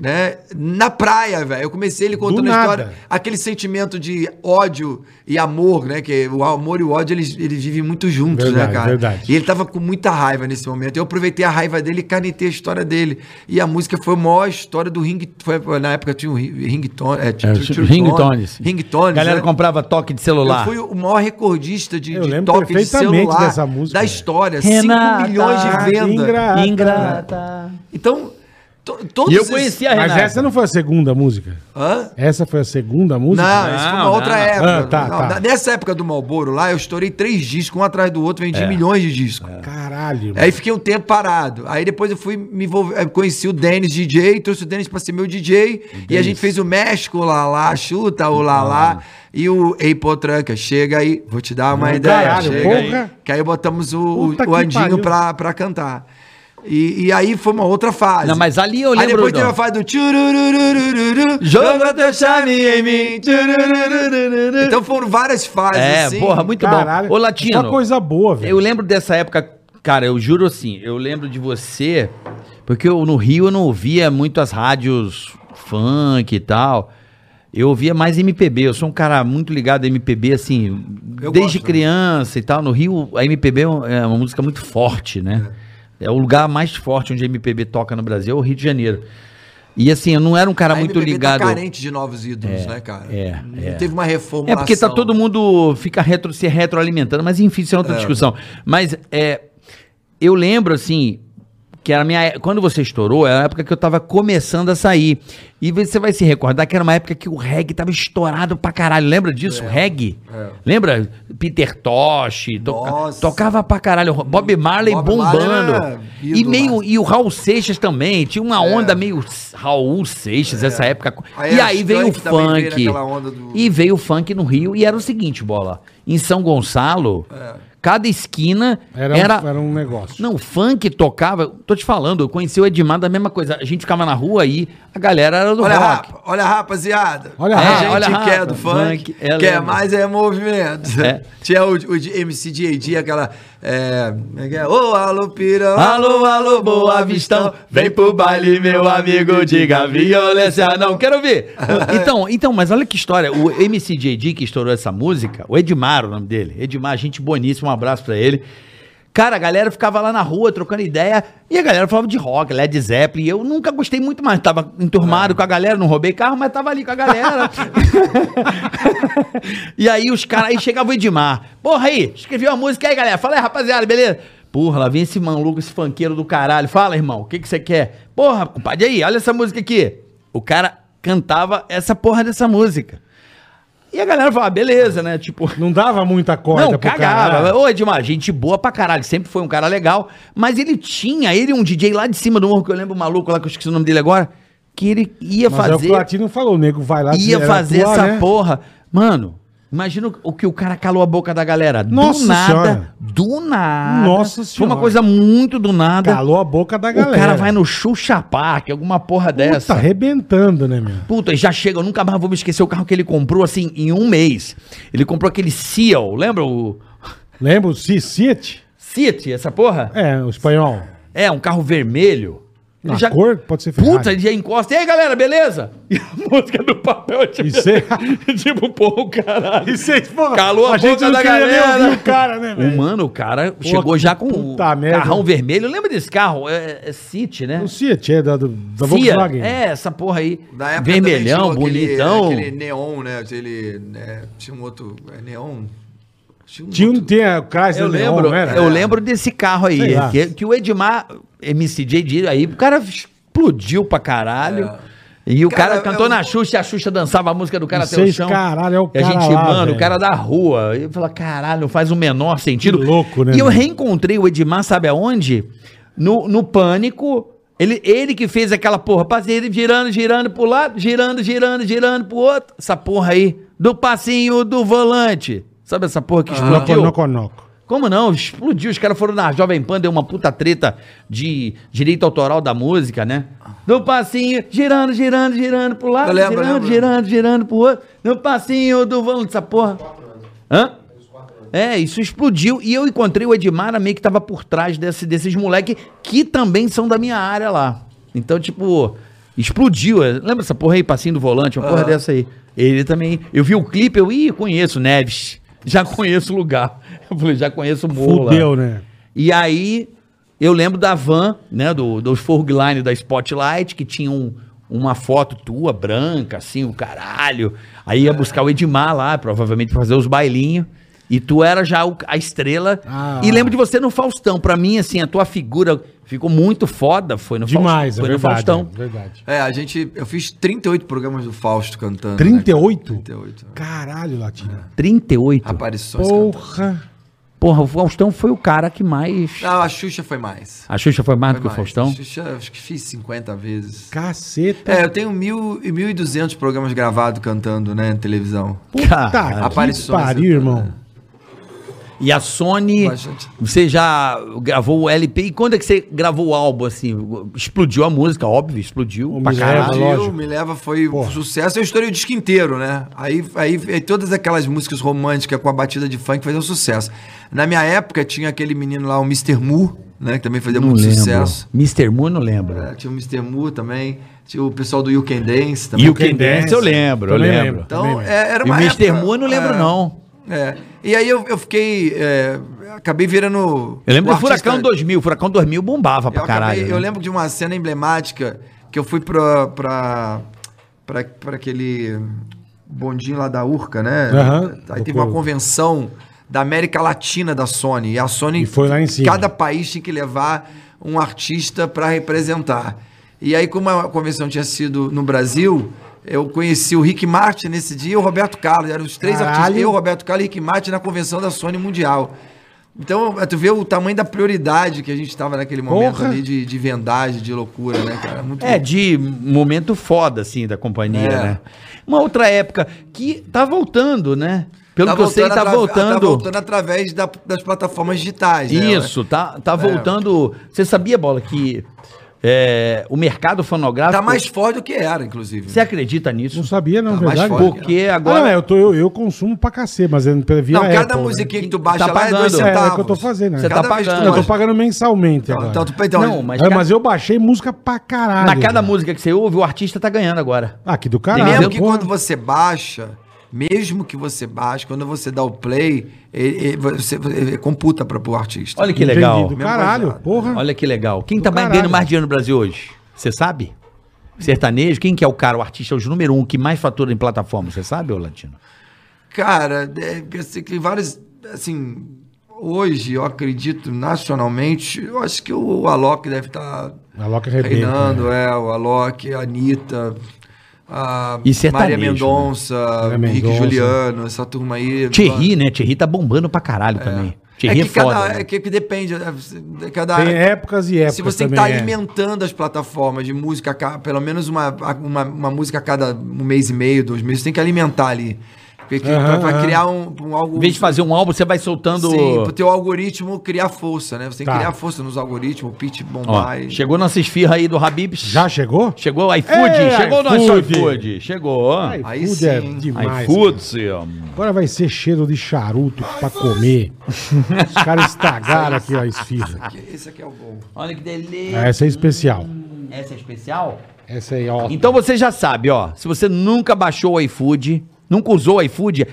né, na praia, velho. Eu comecei ele contando a nada. história, aquele sentimento de ódio e amor, né, que o amor e o ódio, eles, eles vivem muito juntos, Verdade, né, cara? verdade. E ele tava com muita raiva nesse momento. Eu aproveitei a raiva dele e canetei a história dele. E a música foi a maior história do ring. Foi, na época tinha um ri- ringtone. É, tinha- tinha- tinha- Ringtones. Ringtones. Galera né? comprava toque de Eu celular. fui o maior recordista de, Eu de lembro toque de perfeitamente celular dessa música. da história. 5 Renata, milhões de venda. Ingrata. Então, to- todos E eu esses- conheci a Renata. Mas essa não foi a segunda música. Hã? Essa foi a segunda Não, música? isso foi uma Não, outra não. época. Ah, tá, Não, tá. na- Nessa época do Malboro lá, eu estourei três discos, um atrás do outro, vendi milhões de discos. É. Caralho. Aí fiquei um tempo parado. Aí depois eu fui me envolver, eh, conheci o Denis DJ, trouxe o Denis pra ser meu DJ. E a gente fez o México, o Lalá, chuta o Lalá. E o Ei Potranca, chega aí, vou te dar uma ideia. caralho, chega aí. porra. Que aí botamos o, o- Puta o que Andinho pariu. pra, pra cantar. E, e aí foi uma outra fase. Não, mas ali eu Aí lembro depois do- teve a fase do tchururururururu, joga teu charme em mim. tchururururururu. Então foram várias fases. assim. É, porra, muito Caralho. bom. Ô, Latino. Só coisa boa, Eu velho. lembro dessa época, cara, eu juro assim, eu lembro de você, porque eu, no Rio eu não ouvia muito as rádios funk e tal. Eu ouvia mais MPB, eu sou um cara muito ligado a MPB, assim, Eu desde gosto. criança e tal. No Rio, a MPB é um- é uma música muito forte, né? É o lugar mais forte onde a MPB toca no Brasil, é o Rio de Janeiro. E assim, eu não era um cara A muito MPB ligado. Tá carente de novos ídolos, né, cara? é, Não é. teve uma reforma. É porque tá todo mundo fica retro, se retroalimentando, mas enfim, isso é outra discussão. Mas é, eu lembro assim que era a minha é- quando você estourou, era a época que eu tava começando a sair. E você vai se recordar que era uma época que o reggae tava estourado pra caralho. Lembra disso? É, reggae? Lembra? Peter Tosh, to- Nossa. tocava pra caralho, Bob Marley Bob bombando. Marley era e ídolo. É. meio e o Raul Seixas também, tinha uma onda meio S- Raul Seixas essa época. Aí e era aí veio o Skank também, veio funk. naquela onda do- E veio o funk no Rio e era o seguinte, bola. Em São Gonçalo, cada esquina Era, era, um- era... um negócio. Não, o funk tocava. Tô te falando, eu conheci o Edmar da mesma coisa. A gente ficava na rua aí, a galera era do Olha, a rock. rapa, olha a rapaziada. Olha a a rapa. gente Olha a quer rapa, do funk, funk, é quer lema. mais é movimento. É. Tinha o, o de MC JD, aquela. É, como é que é? Ô, alô, pirão. Alô, alô, boa vistão, vem pro baile, meu amigo, diga violência, não, quero ver. Então, então, mas olha que história, o MC JD que estourou essa música, o Edmar, o nome dele, Edmar, gente boníssima, um abraço pra ele. Cara, a galera ficava lá na rua trocando ideia e a galera falava de rock, Led Zeppelin. Eu nunca gostei muito mais, tava enturmado com a galera, não roubei carro, mas tava ali com a galera. e aí os caras, aí chegava o Edmar. Porra aí, escrevi uma música aí, galera. Fala aí, rapaziada, beleza? Porra, lá vem esse maluco, esse funkeiro do caralho. Fala, irmão, o que que você quer? Porra, compadre, aí, olha essa música aqui. O cara cantava essa porra dessa música. E a galera falava, beleza, né? Tipo, Não dava muita corda não, pro né? cagava. caralho. Ô, Edmar, gente boa pra caralho. Sempre foi um cara legal. Mas ele tinha, ele e um DJ lá de cima do morro, que eu lembro o maluco lá, que eu esqueci o nome dele agora, que ele ia Mas é o que fazer. o Platino falou, o nego vai lá... ia era fazer atuar, essa né? porra. Mano, imagina o que o cara calou a boca da galera. Nossa do nada. Senhora. Do nada. Nossa Foi Senhora. uma coisa muito do nada. Calou a boca da galera. O cara vai no Xuxa Park, alguma porra Tá dessa. arrebentando, né, meu? Puta, e já chega, eu nunca mais vou me esquecer o carro que ele comprou, assim, em um mês. Ele comprou aquele Seal, lembra o... Lembra o Cicite? City, essa porra? É, o espanhol. É, um carro vermelho. Ele Na cor, pode ser Ferrari. Puta, ele já encosta. E aí, galera, beleza? E a música do papel, tipo, E cê- tipo pô, o caralho. E vocês, porra, Calou a, boca da galera. ouvir o cara, né, velho? O mano, o cara chegou que já com o puta carrão merda. vermelho. Lembra desse carro? É, é City, né? O Cicite é da, do- da Cia. Volkswagen. É, essa porra aí. Da época Vermelhão, também tinha bonitão. Aquele, aquele neon, né? Aquele, né? Tinha um outro. É, neon? Tinha um. Tinha um outro- tinha o Chrysler Eu Neon, lembro, não era? eu lembro desse carro aí, um né? Sei lá. que, que o Edmar, MCJ, de- aí o cara explodiu pra caralho. E o cara, Cara, cantou eu- na Xuxa, e a Xuxa dançava a música do cara até o Vocês, chão. caralho, é o E a cara gente, lá, mano, velho. o cara da rua. Eu falo, caralho, faz o menor sentido. Que louco, né, E eu mano? reencontrei o Edmar, sabe aonde? No, no Pânico. Ele, ele que fez aquela porra, passeio ele girando, girando pro lado, girando, girando, girando pro outro. Essa porra aí, do passinho do volante. Sabe essa Ah. porra que explodiu? Noconoco. Como não? Explodiu. Os caras foram na Jovem Pan, deu uma puta treta de direito autoral da música, né? No passinho, girando, girando, girando pro lado, Eu lembro, girando, lembro. girando, girando pro outro. No passinho do volante, essa porra. Hã? É, isso explodiu. E eu encontrei o Edmar, meio que tava por trás desse- desses moleques, que também são da minha área lá. Então, tipo, explodiu. Lembra essa porra aí, passinho do volante, uma porra dessa aí. Ele também. Eu vi o clipe, eu, ih, conheço Neves. Já conheço o lugar. Eu falei, já conheço o morro lá. Fudeu, né? E aí, eu lembro da van, né, do, do Forgline da Spotlight, que tinha um- uma foto tua, branca, assim, o caralho. Aí ia buscar o Edmar lá, provavelmente pra fazer os bailinhos. E tu era já o- a estrela. Ah. E lembro de você no Faustão. Pra mim, assim, a tua figura ficou muito foda. Foi no Demais, Faustão. é Foi no verdade. Faustão. é verdade. É, a gente. Eu fiz 38 programas do Fausto cantando. né, cara? 38? 38. Caralho, Latina. 38. Aparições cantando. Porra. Porra, o Faustão foi o cara que mais. Não, a Xuxa foi mais. A Xuxa foi mais do Ah. Foi que o mais. Faustão? Xuxa, acho que fiz 50 vezes. Caceta. É, eu tenho mil e 1.200 programas gravados cantando, né, em televisão. Puta Cara, que aparições, pariu, eu- irmão. E a Sony, Bastante. você já gravou o LP? E quando é que você gravou o álbum, assim? Explodiu a música, óbvio, explodiu O pra Miserável. caralho. Explodiu, lógico. Me Leva foi Porra. um sucesso. Eu estourei o disco inteiro, né? Aí, aí, aí todas aquelas músicas românticas com a batida de funk faziam sucesso. Na minha época tinha aquele menino lá, o Mr. Mu, né? Que também fazia Não muito lembro. sucesso. Mr. Moon, não lembro. É, Tinha o Mr. Mu também. Tinha o pessoal do You Can Dance também. e o Can Dance eu lembro, eu Também lembro. lembro. Então, Também, é, era E o uma Mr. época- Moon eu não lembro, é, não. É. E aí eu, eu fiquei... é, acabei virando... Eu lembro o do Furacão artista- 2000. Furacão 2000 bombava pra Eu acabei- caralho. Eu né? lembro de uma cena emblemática que eu fui pra. pra. pra, pra aquele bondinho lá da Urca, né? Aham. Aí teve Do- uma convenção da América Latina da Sony. E a Sony. E foi lá em cima. Cada país tinha que levar um artista pra representar. E aí, como a convenção tinha sido no Brasil. Eu conheci o Rick Martin nesse dia e o Roberto Carlos. Eram os três Caralho. artistas. Eu, Roberto Carlos e Rick Martin na convenção da Sony Mundial. Então, tu vê o tamanho da prioridade que a gente estava naquele momento Porra. ali de, de vendagem, de loucura, né, cara? Muito É, de momento foda, assim, da companhia, É. né? Uma outra época que tá voltando, né? Pelo que eu sei, tá atra- voltando. Tá voltando através da- das plataformas digitais. né? Isso, tá, tá voltando. Você sabia, Bola, que é, o mercado fonográfico. Tá mais forte do que era, inclusive. Você acredita nisso? Não sabia, não, Tá mais verdade. forte. Porque Agora... agora. não, é, eu, tô, eu, eu consumo pra cacete, mas eu não via Não, cada Apple, né? musiquinha que tu baixa Tá lá é dois pagando. É, centavos. é o que eu tô fazendo, né? Você tá Cada vez que tu pagando. Não, eu tô baixa- pagando mensalmente Então, agora. então, tu- então, Não, mas É, mas eu baixei música pra caralho. na cada cara. música que você ouve, o artista tá ganhando agora. Ah, que do Tem caralho. Mesmo Entendeu? que porra. quando você baixa, mesmo que você baixe, quando você dá o play, ele- ele- você ele computa para o artista. Olha que Entendi, legal. Do caralho, Mesmo porra. Olha que legal. Quem Do tá mais- ganhando caralho. mais dinheiro no Brasil hoje? Você sabe? Sertanejo, quem que é o cara, o artista, os número um que mais fatura em plataforma? Você sabe, ô Latino? Cara, é, assim, tem vários. Assim, hoje eu acredito nacionalmente, eu acho que o Alok deve estar A Loca né? arrebenta. reinando, é, o Alok, a Anitta, a né? E sertanejo, Maria né? Mendonça, Maria Henrique Mendonça. Juliano, essa turma aí. Thierry, né? Thierry tá bombando pra caralho também. É Thierry é, que, foda. cada, né? é que depende, é, cada Tem épocas e épocas Se você tem que também, estar é. alimentando as plataformas de música, a ca- pelo menos uma, a- uma, uma música a cada um mês e meio, dois meses, tem que alimentar ali. Porque que- Aham, pra, pra aham. criar um, um algo. Em vez de fazer um álbum, você vai soltando. Sim, pro teu algoritmo criar força, né? Você tem que Tá. criar força nos algoritmos, o pitch Ó, bombar. e- chegou nossa esfirra aí do Habib. Já chegou? Chegou o iFood? É, chegou o nosso iFood. iFood. Chegou. Aí iFood sim, é hein? demais. iFood. cara. Agora vai ser cheiro de charuto pra comer. Os caras estragaram aqui a esfirra. Esse aqui é o gol. Olha que delícia. Essa é especial. Essa é especial? Essa aí, ó. Então você já sabe, ó. Se você nunca baixou o iFood, nunca usou o iFood,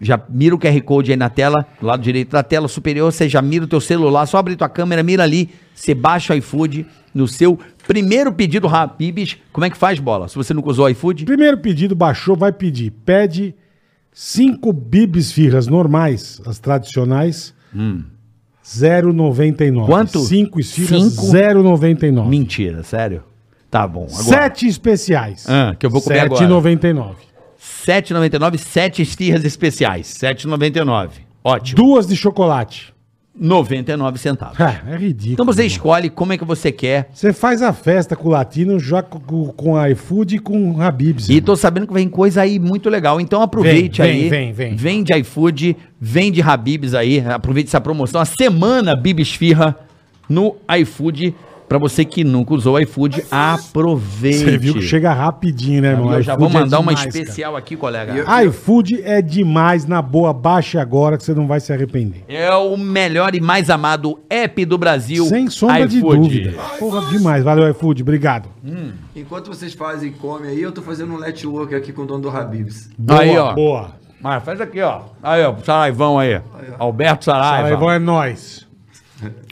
já mira o QR Code aí na tela, do lado direito da tela superior, você já mira o teu celular, só abre tua câmera, mira ali, você baixa o iFood no seu primeiro pedido Habibs. Como é que faz, bola? Se você nunca usou o iFood? Primeiro pedido, baixou, vai pedir. Pede cinco bibis firras normais, as tradicionais. 0,99. Hum. Quanto? Cinco esfirras, Cinco? 0,99. Mentira, sério? Tá bom. Agora, Sete especiais. Ah, que eu vou comer agora. 7,99. 7,99, 7 esfirras especiais. 7,99. Ótimo. Duas de chocolate. 99 centavos. Ah, é ridículo. Então você escolhe como é que você quer. Você faz a festa com o latino, já com, com iFood e com Habibs. E tô sabendo que vem coisa aí muito legal. Então aproveite Vem, vem, aí. vem, vem. Vende iFood, vende Habibs aí. Aproveite essa promoção. A semana Bibis Firra no iFood. Pra você que nunca usou o iFood, aproveite. Você viu que chega rapidinho, né, irmão? Eu já vou iFood é mandar uma demais, especial aqui, colega. cara. iFood é demais, na boa, baixe agora que você não vai se arrepender. É o melhor e mais amado app do Brasil. Sem sombra de iFood. dúvida. Porra, demais. Valeu, iFood. Obrigado. Enquanto vocês fazem e comem aí, eu tô fazendo um let work aqui com o dono do Habibs. Boa, aí, ó. Boa. Mas faz aqui, ó. Aí, ó, Saraivão aí. Alberto Saraiva. Aí vai é nóis.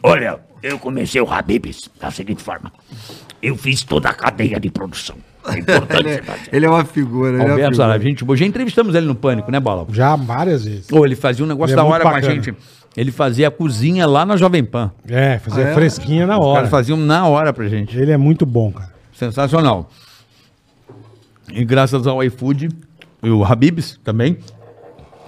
Olha, eu comecei o Habibs da seguinte forma. Eu fiz toda a cadeia de produção. É importante, Ele, Sebastião. ele é uma figura, ele é uma Alberto figura. Saraiva, gente boa. Já entrevistamos ele no Pânico, né, Bola? Já várias vezes. Ou ele fazia um negócio Ele é da muito hora com a bacana. gente. Ele fazia a cozinha lá na Jovem Pan. É, fazer Ah, é? fresquinha na Os hora. caras faziam na hora pra gente. Ele é muito bom, cara. Sensacional. E graças ao iFood e o Habibs também,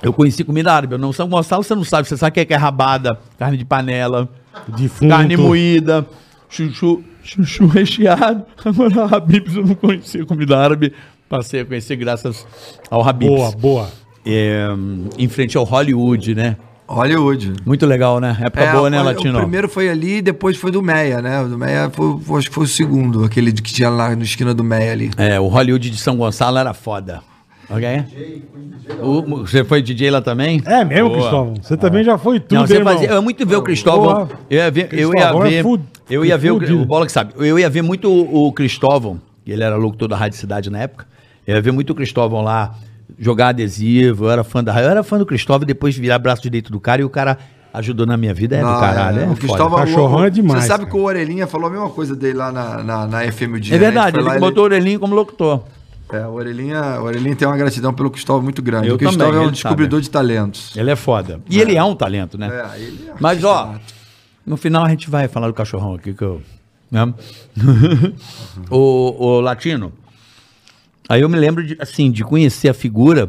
eu conheci comida árabe. Eu não São Gonçalo, você não sabe. Você sabe o que é, que é rabada, carne de panela, Defunto. carne moída, chuchu, chuchu recheado. Agora, Habibs, eu não conhecia comida árabe. Passei a conhecer graças ao Habibs. Boa, boa. É, hum, em frente ao Hollywood, né? Hollywood. Muito legal, né? Época É, boa, né, o- Latino? O primeiro É, foi ali e depois foi do Meia, né? O do Meia foi, foi- acho que foi o segundo, aquele de que tinha lá na esquina do Meia ali. É, o Hollywood de São Gonçalo era foda. Ok? O- você foi DJ lá também? É mesmo, Boa. É. Cristóvão? Você também já foi tudo, Não, hein, você irmão? fazia, eu ia muito ver o Cristóvão. Boa. Eu ia ver, eu ia Cristóvão é ver, fu- eu ia ver o, fudido. o Bola que sabe. Eu ia ver muito o, o Cristóvão, que ele era locutor da Rádio Cidade na época. Eu ia ver muito o Cristóvão lá jogar adesivo. Eu era fã da Eu era fã do Cristóvão e depois virar braço direito do cara e o cara ajudou na minha vida. É do Ah, caralho. É, o foda. Cristóvão Cachorrão é demais, Você sabe cara. que o Orelhinha falou a mesma coisa dele lá na, na, na FM o dia. É né? verdade, foi ele lá, botou o orelhinho como locutor. É, o Orelhinha, o Orelhinha tem uma gratidão pelo Cristóvão muito grande. Eu o Cristóvão também, é um ele descobridor de talentos. Ele é foda. E ele é um talento, né? É, ele é Mas, artista ó, nato. no final a gente vai falar do cachorrão aqui que eu. Né? o, o latino. Aí eu me lembro, de, assim, de conhecer a figura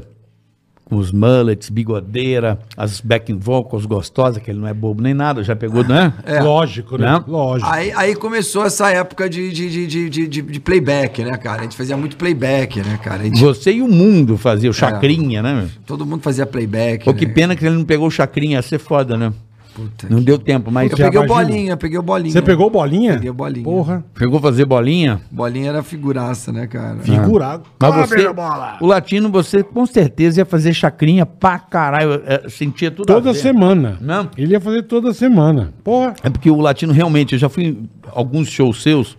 com os mullets, bigodeira, as backing vocals gostosas, que ele não é bobo nem nada, já pegou, né? Lógico, né? Não? Lógico. Aí, aí começou essa época de, de, de, de, de- de- de playback, né, cara? A gente fazia muito playback, né, cara? A gente- Você e o mundo fazia, o Chacrinha, né? meu? todo mundo fazia playback. Pô, que né? pena que ele não pegou o Chacrinha, ia ser foda, né? Puta Não que- deu tempo, mas Eu Já peguei o imagina. bolinha, peguei o bolinha. Você pegou bolinha? Peguei bolinha. Ah. Porra, pegou fazer bolinha. Bolinha era figuraça, né, cara? figurado. Mas Ah, você, meu bola. o latino, você com certeza ia fazer chacrinha pra caralho. é, sentia tudo a Toda ver. semana. Não? Ele ia fazer toda semana. Porra. É porque o latino realmente, eu já fui em alguns shows seus,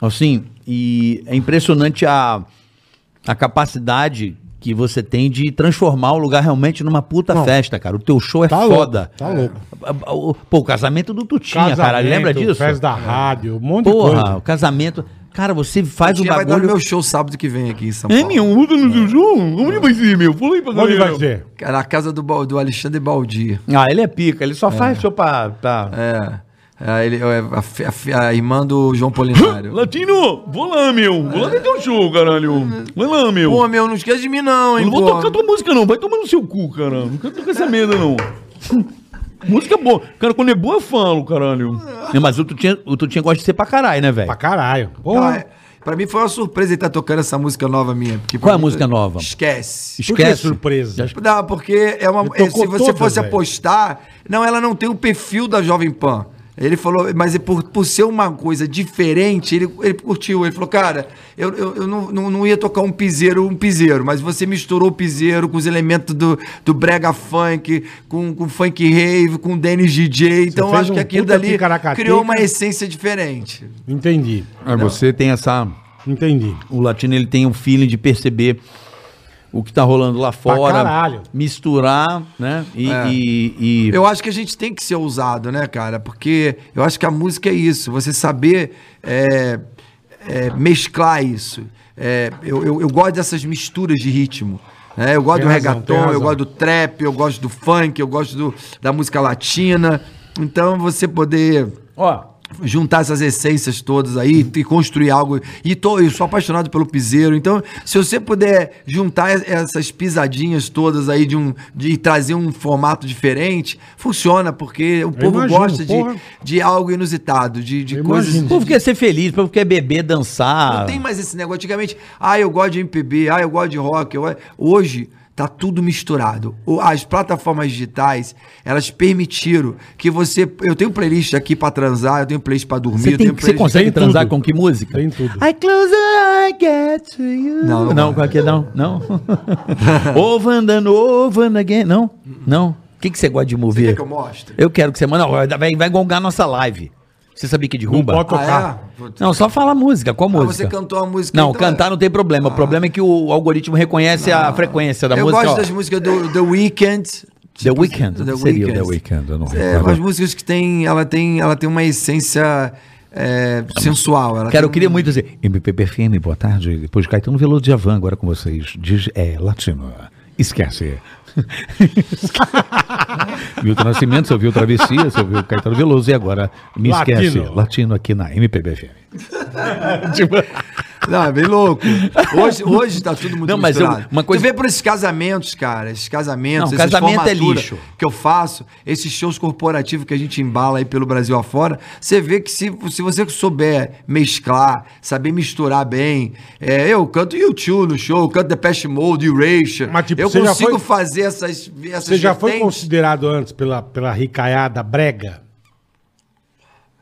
assim, e é impressionante a, a capacidade que você tem de transformar o lugar realmente numa puta festa, cara. O teu show é Tá louco, foda. tá louco. O- Pô, o casamento do Tutinha, cara, lembra Casamento, disso? Festa da rádio, um monte de Porra, coisa. o casamento. Cara, você faz Tinha- o vai dar no um bagulho. meu show sábado que vem aqui em São Paulo. É, meu, luta no seu show? Onde vai ser, meu? Pula aí pra Onde galera. vai ser? Cara, a casa do, Bal- do Alexandre Baldi. Ah, ele é pica, ele só faz show pra. pra... É. É, ele, é a, fi- a fi- a irmã do João Polinário. Latino, vou lá, meu. Vou lá ver teu show, caralho. Vai lá, meu. Pô, meu, não esquece de mim, não, hein, não vou pô. tocar tua música, não. Vai tomar no seu cu, caralho. Não quero tocar essa merda, não. música é boa. Cara, quando é boa, eu falo, caralho. Não, mas o Tutinha, o Tutinha gosta de ser pra caralho, né, velho? Pra caralho. Ah, Porra. é. Pra mim foi uma surpresa ele estar tocando essa música nova minha. porque Qual é a pra mim- música nova? Esquece. Por que surpresa? Já- Não, porque é uma. Ele tocou se você todas, fosse velho. apostar. Não, ela não tem o perfil da Jovem Pan. Ele falou, mas é por, por ser uma coisa diferente, ele, ele curtiu. Ele falou, cara, eu, eu, eu não, não, não ia tocar um piseiro, um piseiro, mas você misturou o piseiro com os elementos do, do brega funk, com, com funk rave, com Dennis DJ. Então eu fez acho que um aquilo puta dali picaracateca. criou uma essência diferente. Entendi. Ah, Você tem essa. Entendi. O latino ele tem um feeling de perceber o que tá rolando lá fora. caralho. Misturar, né? E. e- e- Eu acho que a gente tem que ser ousado, né, cara? Porque eu acho que a música é isso, você saber é, é, mesclar isso. É, eu, eu- eu gosto dessas misturas de ritmo. né? eu gosto Tem do razão, tem reggaeton, razão. eu gosto do trap, eu gosto do funk, eu gosto do- da música latina. Então você poder Ó, juntar essas essências todas aí e construir algo. E tô, eu sou apaixonado pelo piseiro, então se você puder juntar es- essas pisadinhas todas aí de um de e trazer um formato diferente, funciona, porque o povo imagino, gosta de, porra. de algo inusitado, de, de Eu coisas... o imagino. povo quer ser feliz, o povo quer beber, dançar. Não tem mais esse negócio. Antigamente, ah, eu gosto de MPB, ah, eu gosto de rock. eu- Hoje tá tudo misturado. O- As plataformas digitais, elas permitiram que você. Eu tenho playlist aqui pra transar, eu tenho playlist pra dormir, Você, eu tem- tenho você playlist. consegue Tem transar tudo. com que música? Tem tudo. I close I get to you. Não, não não vai. qual é que é? Não, não. over and then over and again. Não, não. O que, que você gosta de Você quer mover? que eu mostre? eu quero que você manda. Não, Vai, vai gongar nossa live. Você sabia que Não derruba? Não, pode tocar. Ah, é? Vou- só fala a música. Qual Ah, música? você cantou a música. Não, então cantar é- não tem problema. O problema é que o algoritmo reconhece a frequência da eu música. gosto ó. das músicas do The Weeknd. The tipo, Weeknd. The Seria o The Weeknd. Weeknd, eu não É, recordo. umas músicas que tem, ela tem, ela tem uma essência é, sensual. Ela Cara, eu tem queria muito dizer. MPPFM, boa tarde. Depois de Caetano Veloso de Avan, agora com vocês. Diz, é, latino. Esquece. viu o Nascimento, você ouviu Travessia, você ouviu Caetano Veloso e agora me Latino. esquece. Latino aqui na MPPFM. Tipo, Não, é bem louco. Hoje, hoje tá tudo muito Não, mas misturado. eu- uma coisa- Tu vê por esses casamentos, cara, esses casamentos, Não, essas casamento é formaturas lixo. que eu faço, esses shows corporativos que a gente embala aí pelo Brasil afora, você vê que se, se você souber mesclar, saber misturar bem, é, eu canto YouTube no show, eu canto The Pest Mode, Erasure, Mas, tipo, eu você já consigo foi- fazer essas, essas Você já foi vertentes. considerado antes pela, pela ricaiada brega?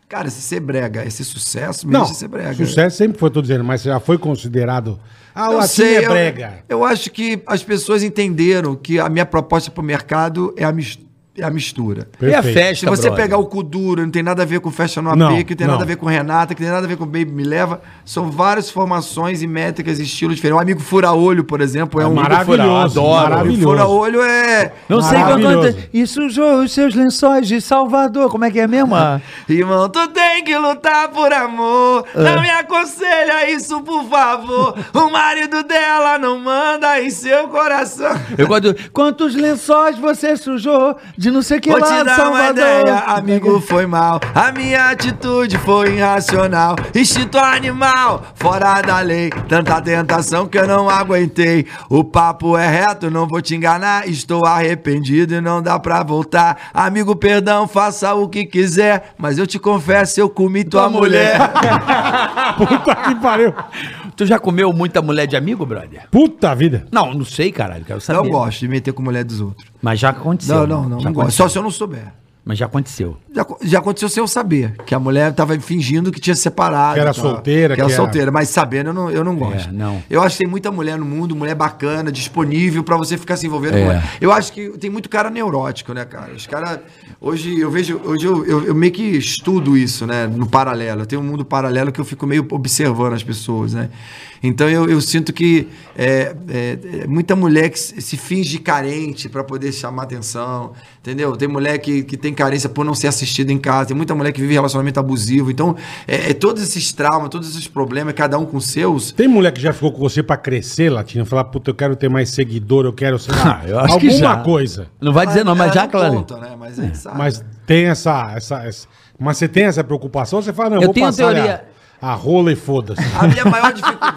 Cara, se ser brega, esse sucesso, Não, se ser brega. é. sucesso sempre foi, tô dizendo, mas você já foi considerado... Ah, o Eu latino sei, é eu- brega. Eu, acho que as pessoas entenderam que a minha proposta para o mercado é a, mis- é a mistura. É a Perfeito. festa, Se você brother. pegar o cu duro, não tem nada a ver com festa no AP, Não, que não tem não. nada a ver com Renata, que não tem nada a ver com Baby Me Leva, são várias formações e métricas e estilos diferentes. O amigo fura-olho, por exemplo, é um Maravilhoso, adoro. Ah, maravilhoso. Fura-olho é. Não sei Maravilhoso. quanto. E sujou os seus lençóis de Salvador. Como é que é mesmo? Ah, Irmão, tu tem que lutar por amor. É. Não me aconselha isso, por favor. O marido dela não manda em seu coração. Eu gosto do, Quantos lençóis você sujou de de não sei que Vou lá te de dar uma Salvador. ideia, amigo, foi mal. A minha atitude foi irracional. Instinto animal, fora da lei. Tanta tentação que eu não aguentei. O papo é reto, não vou te enganar. Estou arrependido e não dá pra voltar. Amigo, perdão, faça o que quiser. Mas eu te confesso, eu comi tua mulher. Puta que pariu. Tu já comeu muita mulher de amigo, brother? Puta vida. Não, não sei, caralho, quero saber. Não gosto de meter com mulher dos outros. Mas já aconteceu. Não, né? não, não, não, Já gosto. aconteceu. Só se eu não souber. Mas já aconteceu. Já, co- já aconteceu sem eu saber, que a mulher tava fingindo que tinha separado. Que era tal. solteira, Que era que era- solteira, mas sabendo eu não, eu não gosto. É, não. Eu acho que tem muita mulher no mundo, mulher bacana, disponível pra você ficar se envolvendo É. com ela. Eu acho que tem muito cara neurótico, né, cara? Os caras... Hoje eu vejo... Hoje eu, eu, eu meio que estudo isso, né, no paralelo. Eu tenho um mundo paralelo que eu fico meio observando as pessoas, né? Então eu, eu sinto que é, é, é muita mulher que se se finge carente pra poder chamar atenção, entendeu? Tem mulher que, que tem carência por não ser assistida em casa, tem muita mulher que vive relacionamento abusivo. Então, é, é todos esses traumas, todos esses problemas, cada um com seus, Tem mulher que já ficou com você pra crescer, Latino? Falar, puta, eu quero ter mais seguidor, eu quero, sei lá, Ah, eu acho que alguma já. coisa. Não vai dizer não, mas Ela já, não claro. conta, né? Mas, aí sabe. Mas tem essa, essa, essa- Mas você tem essa preocupação? Você fala, não, eu Eu vou tenho passar teoria. a, a rola e foda-se. A minha maior dificuldade.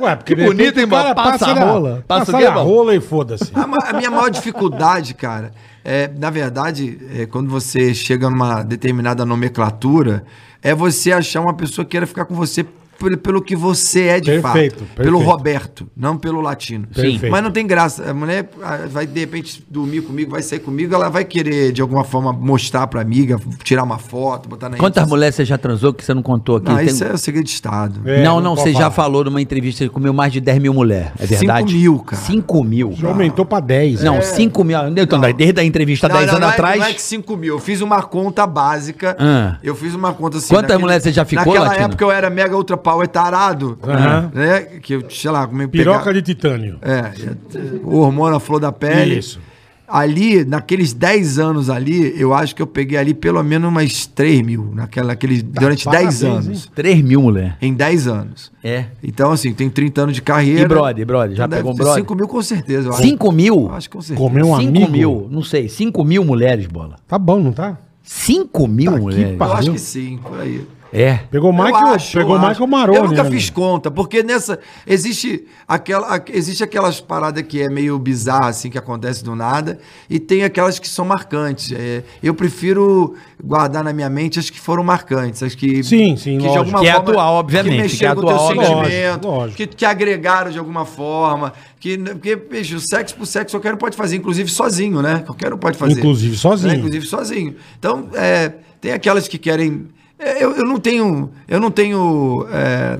Ué, porque Que bonito, hein, mano? mano? Passa a rola. Passa, Passa o a quê, mano? rola e foda-se. A, ma- a minha maior dificuldade, cara, é, na verdade, é, quando você chega numa determinada nomenclatura, é você achar uma pessoa que queira ficar com você pelo, pelo que você é de Perfeito, fato. perfeito. Pelo Roberto, não pelo latino. Perfeito. Mas não tem graça. A mulher ah, vai, de repente, dormir comigo, vai sair comigo, ela vai querer, de alguma forma, mostrar pra amiga, tirar uma foto, botar na Quantas Insta. mulheres você já transou que você não contou aqui? é Não, Tem- isso é o segredo de Estado. É, não, não, pode você já falar. falou numa entrevista que comeu mais de 10 mil mulheres. É Cinco verdade? mil, cara. É. 5 mil. Já aumentou pra 10. Não, né? 5 mil. Então, desde a entrevista há 10 anos não é- atrás. não é que 5 mil. Eu fiz uma conta básica. Ah. Eu fiz uma conta assim. Quantas mulheres você já ficou, Naquela Latino? época eu era mega ultra power tarado. Aham. Né? Que eu, sei lá, como eu Piroca pegava- de titânio. É, o hormônio à flor da pele. Isso. Ali, naqueles 10 anos ali, eu acho que eu peguei ali pelo menos umas 3 mil. Naquela, naqueles, durante 10 Tá, parabéns, anos. hein? 3 mil mulheres. Em 10 anos. É. Então, assim, tem 30 anos de carreira. Então, E brother, brother, já Deve pegou um ter brother? 5 mil com certeza. eu acho. 5 mil? Eu Acho que com certeza. Comeu um amigo. mil, não sei. 5 mil mulheres, bola. Tá bom, não tá? 5 mil que mulheres. Eu acho pariu. que sim, por aí. É. Pegou o Michael, eu acho, pegou eu o acho. Michael Maroni. Eu nunca né, fiz meu? conta, porque nessa. Existe, aquela, a- existe aquelas paradas que é meio bizarra, assim, que acontece do nada, e tem aquelas que são marcantes. É, eu prefiro guardar na minha mente as que foram marcantes, as que. Sim, sim, que lógico. Que é atual, obviamente, Que que é mexeram com o atual, teu lógico, sentimento, lógico. Que, que agregaram de alguma forma. Que, porque, bicho, sexo por sexo qualquer um pode fazer, inclusive sozinho, né? Qualquer um pode fazer. Inclusive sozinho. Né? Inclusive sozinho. Então, é, tem aquelas que querem. é, Eu, eu não tenho. Eu não tenho. é,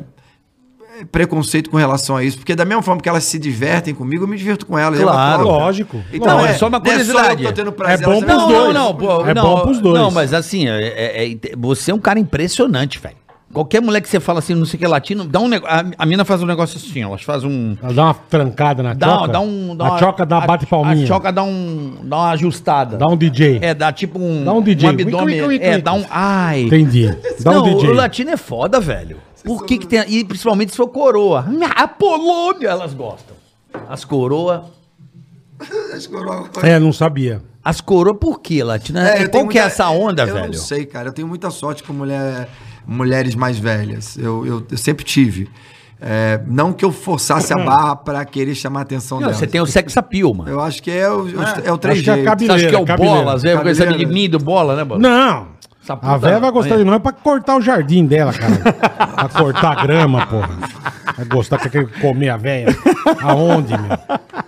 preconceito com relação a isso, porque da mesma forma que elas se divertem comigo, eu me diverto com elas. Claro. é uma troca. Lógico. Então, Não, é, é só uma não eu curiosidade. tô tendo prazer, É bom elas pros também- dois. Não, não, pô, É não, bom pros dois. Não, mas assim, é- é- é- você é um cara impressionante, velho. Qualquer mulher que você fala assim, não sei o que é latino, dá um negócio. A, a mina faz um negócio assim, elas fazem um. Ela Dá uma trancada na Dá, choca. dá um. Dá a uma- choca dá a- bate-palminha. A choca dá um. Dá uma ajustada. Dá um DJ. É, dá tipo um. Dá um DJ. abdômen. Ui, ui, ui, ui, é, ui. dá um. Ai. Entendi. Dá não, um DJ. o latino é foda, velho. Por que que tem... E principalmente se for coroa. A Polônia elas gostam. As coroa... Acho que eu não- É, não sabia. As coroa por quê, latino? É, eu É, tenho Qual que é muita- essa onda, eu velho? não sei, cara. Eu tenho muita sorte com mulher, mulheres mais velhas. Eu, eu, eu sempre tive. É, não que eu forçasse a barra pra querer chamar a atenção Não, delas. você tem o sex appeal, mano. Eu acho que é o, o- é o três Ah, acho que jeitos. acaba- Você acha que é o Cabineira, bola? Às vezes cabineira. sabe de mim, do bola, né, bola? Não. Essa puta- A véia vai gostar de nós pra cortar o jardim dela, cara. pra cortar a grama, porra. Vai gostar que quer comer a véia. Aonde, meu?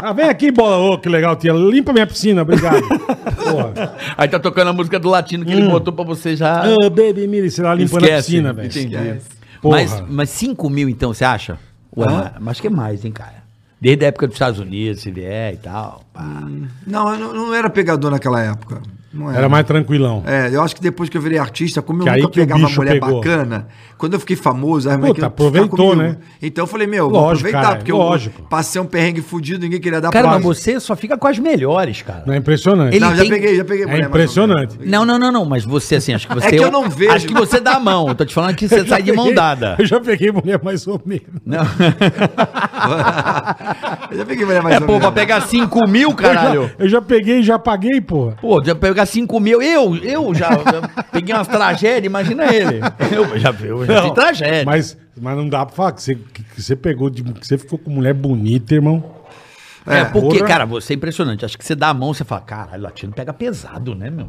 Ah, vem aqui, bola. Ô, que legal, tia. Limpa minha piscina, obrigado. Porra. Aí tá tocando a música do latino que ele botou pra você já... Ah, baby, mire, sei lá, limpando a Esquece. piscina, velho. Esquece. Porra. Mas, mas 5 mil, então, você acha? Ué, mas acho que é mais, hein, cara? Desde a época dos Estados Unidos, se vier e tal. pá. Não, eu não, não era pegador naquela época. Não Era mais tranquilão. É, eu acho que depois que eu virei artista, como Que eu aí nunca que o pegava uma bicho mulher pegou. bacana, quando eu fiquei famoso, as mulheres Puta, queriam ficar aproveitou, comigo. né? Então eu falei, meu, vou Lógico, aproveitar, cara, porque eu lógico. passei um perrengue fudido, ninguém queria dar Cara, pra mas você só fica com as melhores, cara. Não é impressionante. Ele- Não, já tem- peguei, já peguei. É mais ou menos. impressionante. Não, não, não, não, mas você assim, acho que você. É que eu não vejo. Acho que você dá a mão. eu Tô te falando que você Eu já sai de mão peguei- dada. Eu já peguei mulher mais ou menos. Não. Eu já peguei mulher mais É, ou pô, menos. pra pegar 5 mil, caralho. Eu já peguei e já paguei, porra. Pô, já pegar 5 mil. Eu, eu já, já peguei umas tragédias, imagina ele. Eu já, eu já fiz tragédia. Mas, mas não dá pra falar que você, que que você pegou, de, que você ficou com mulher bonita, irmão. É, porque, porra. cara, você é impressionante. Acho que você dá a mão, você fala, caralho, latino pega pesado, né, meu?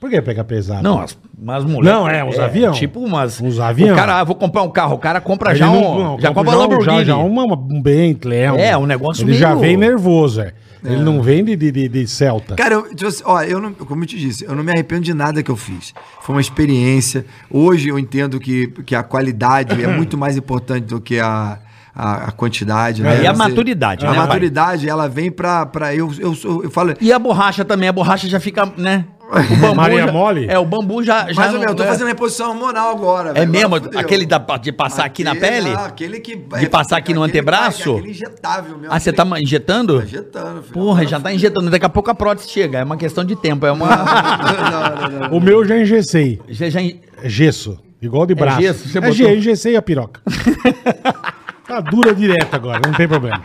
Por que pegar pesado? Não, as, umas mulheres. Não, é, uns avião. Tipo umas. Uns avião. O cara, ah, vou comprar um carro. O cara compra Ele já não- um. não, já compra já um- Lamborghini. Já, já uma, um Bentley. um- É, um negócio Ele já meio- vem nervoso, é. Ele não vem de, de, de, de Celta. Cara, eu, tipo assim, ó, eu não, como eu te disse, eu não me arrependo de nada que eu fiz. Foi uma experiência. Hoje eu entendo que, que a qualidade é muito mais importante do que a, a, a quantidade. É, Né? e a Você- maturidade, A né, pai? maturidade, ela vem pra. pra eu, eu, sou- eu falo. E a borracha também. A borracha já fica, né? O bambu Maria já- mole? É, o bambu já. já Mas, não- meu, eu tô é. fazendo reposição hormonal agora. É velho. mesmo? Agora fudeu. Aquele da, de passar aqui na Aquele, pele? ah, Aquele que. De passar aqui no aquele- antebraço? Aquele injetável mesmo. Ah, você tá ma- injetando? Injetando, filho. Porra, já tá injetando. Daqui a pouco a prótese chega. É uma questão de tempo. É uma. Não, não, não. O meu eu já engessei. já, já... en- É gesso. Igual de braço. gesso? Você é botou? ge- engessei a piroca. tá dura direto agora, não tem problema.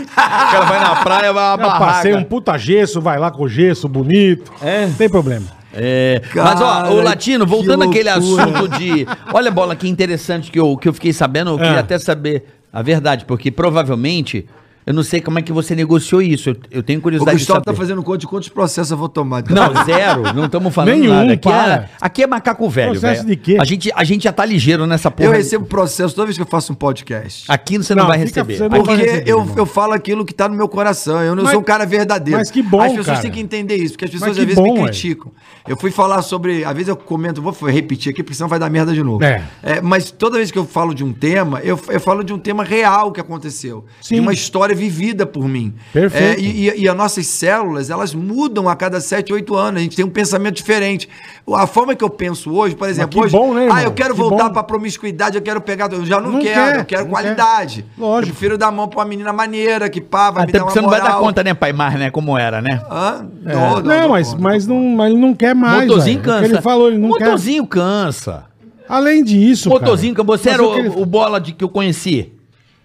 O cara vai na praia, vai uma Já passei barraca. um puta gesso, vai lá com gesso bonito. É. Não tem problema. É, mas ó, um- Cara, o Latino, que voltando àquele loucura. assunto de. Olha, bola, que interessante que eu, que eu fiquei sabendo, É. eu queria Ah. até saber a verdade, porque provavelmente. Eu não sei como é que você negociou isso. Eu, eu tenho O curiosidade de Gustavo saber. tá fazendo conta de quantos processos eu vou tomar. Não, zero. Não estamos falando Nenhum, nada. Aqui para. é, aqui é macaco velho, Processo velho. de quê? A gente, a gente já tá ligeiro nessa porra. Eu recebo processo toda vez que eu faço um podcast. Aqui você não, Não, vai fica- receber. você não- Porque vai receber, eu, irmão. eu falo aquilo que tá no meu coração. Eu não Mas- sou um cara verdadeiro. mas que bom, As pessoas cara. têm que entender isso, porque as pessoas que às vezes bom, me ué. criticam. Eu fui falar sobre. Às vezes eu comento, vou repetir aqui, porque senão vai dar merda de novo. É. mas toda vez que eu falo de um tema, eu, eu falo de um tema real que aconteceu. Sim. De uma história vivida por mim. Perfeito. É, e, e- e as nossas células, elas mudam a cada 7, 8 anos. A gente tem um pensamento diferente. A forma que eu penso hoje, por exemplo, que hoje. bom, né, ah, irmão? eu quero Que voltar bom. pra promiscuidade, eu quero pegar. Eu já não, Não quero, quer, eu quero não quer. qualidade. Lógico. Eu prefiro dar a mão pra uma menina maneira, que pá, vai me Até dar porque uma Ah, você não vai dar moral. conta, né, pai Mar, né? Como era, né? Hã? É. Não, mas, conta. mas, não, mas ele não quer mais. velho. É Motorzinho o que cansa. Ele falou, ele não Motorzinho cansa. quer. Além disso, Motorzinho, que cara. você mas era o que ele- o, o bola de, que eu conheci.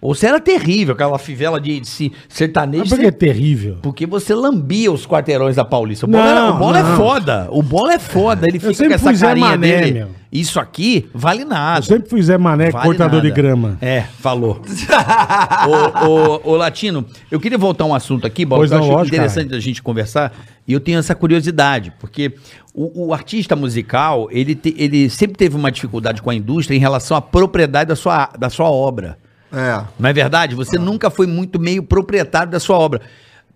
Ou você era terrível, aquela fivela de, de se- sertanejo. Mas por que é você- terrível? porque você lambia os quarteirões da Paulista. O bola, era- Não, o bola não. é foda. O bola é foda. Ele fica sempre com essa fui Zé carinha Mané, dele. meu. Isso aqui vale nada. Eu sempre fui Zé Mané, Vale É cortador nada. de grama. É, falou. ô, ô, ô, Latino, eu queria voltar a um assunto aqui, Bola, Pois que eu não, acho lógico, interessante cara. a gente conversar. E eu tenho essa curiosidade, porque o, o artista musical, ele, te- ele sempre teve uma dificuldade com a indústria em relação à propriedade da sua, da sua obra. É. Não é verdade? Você nunca foi muito meio proprietário da sua obra.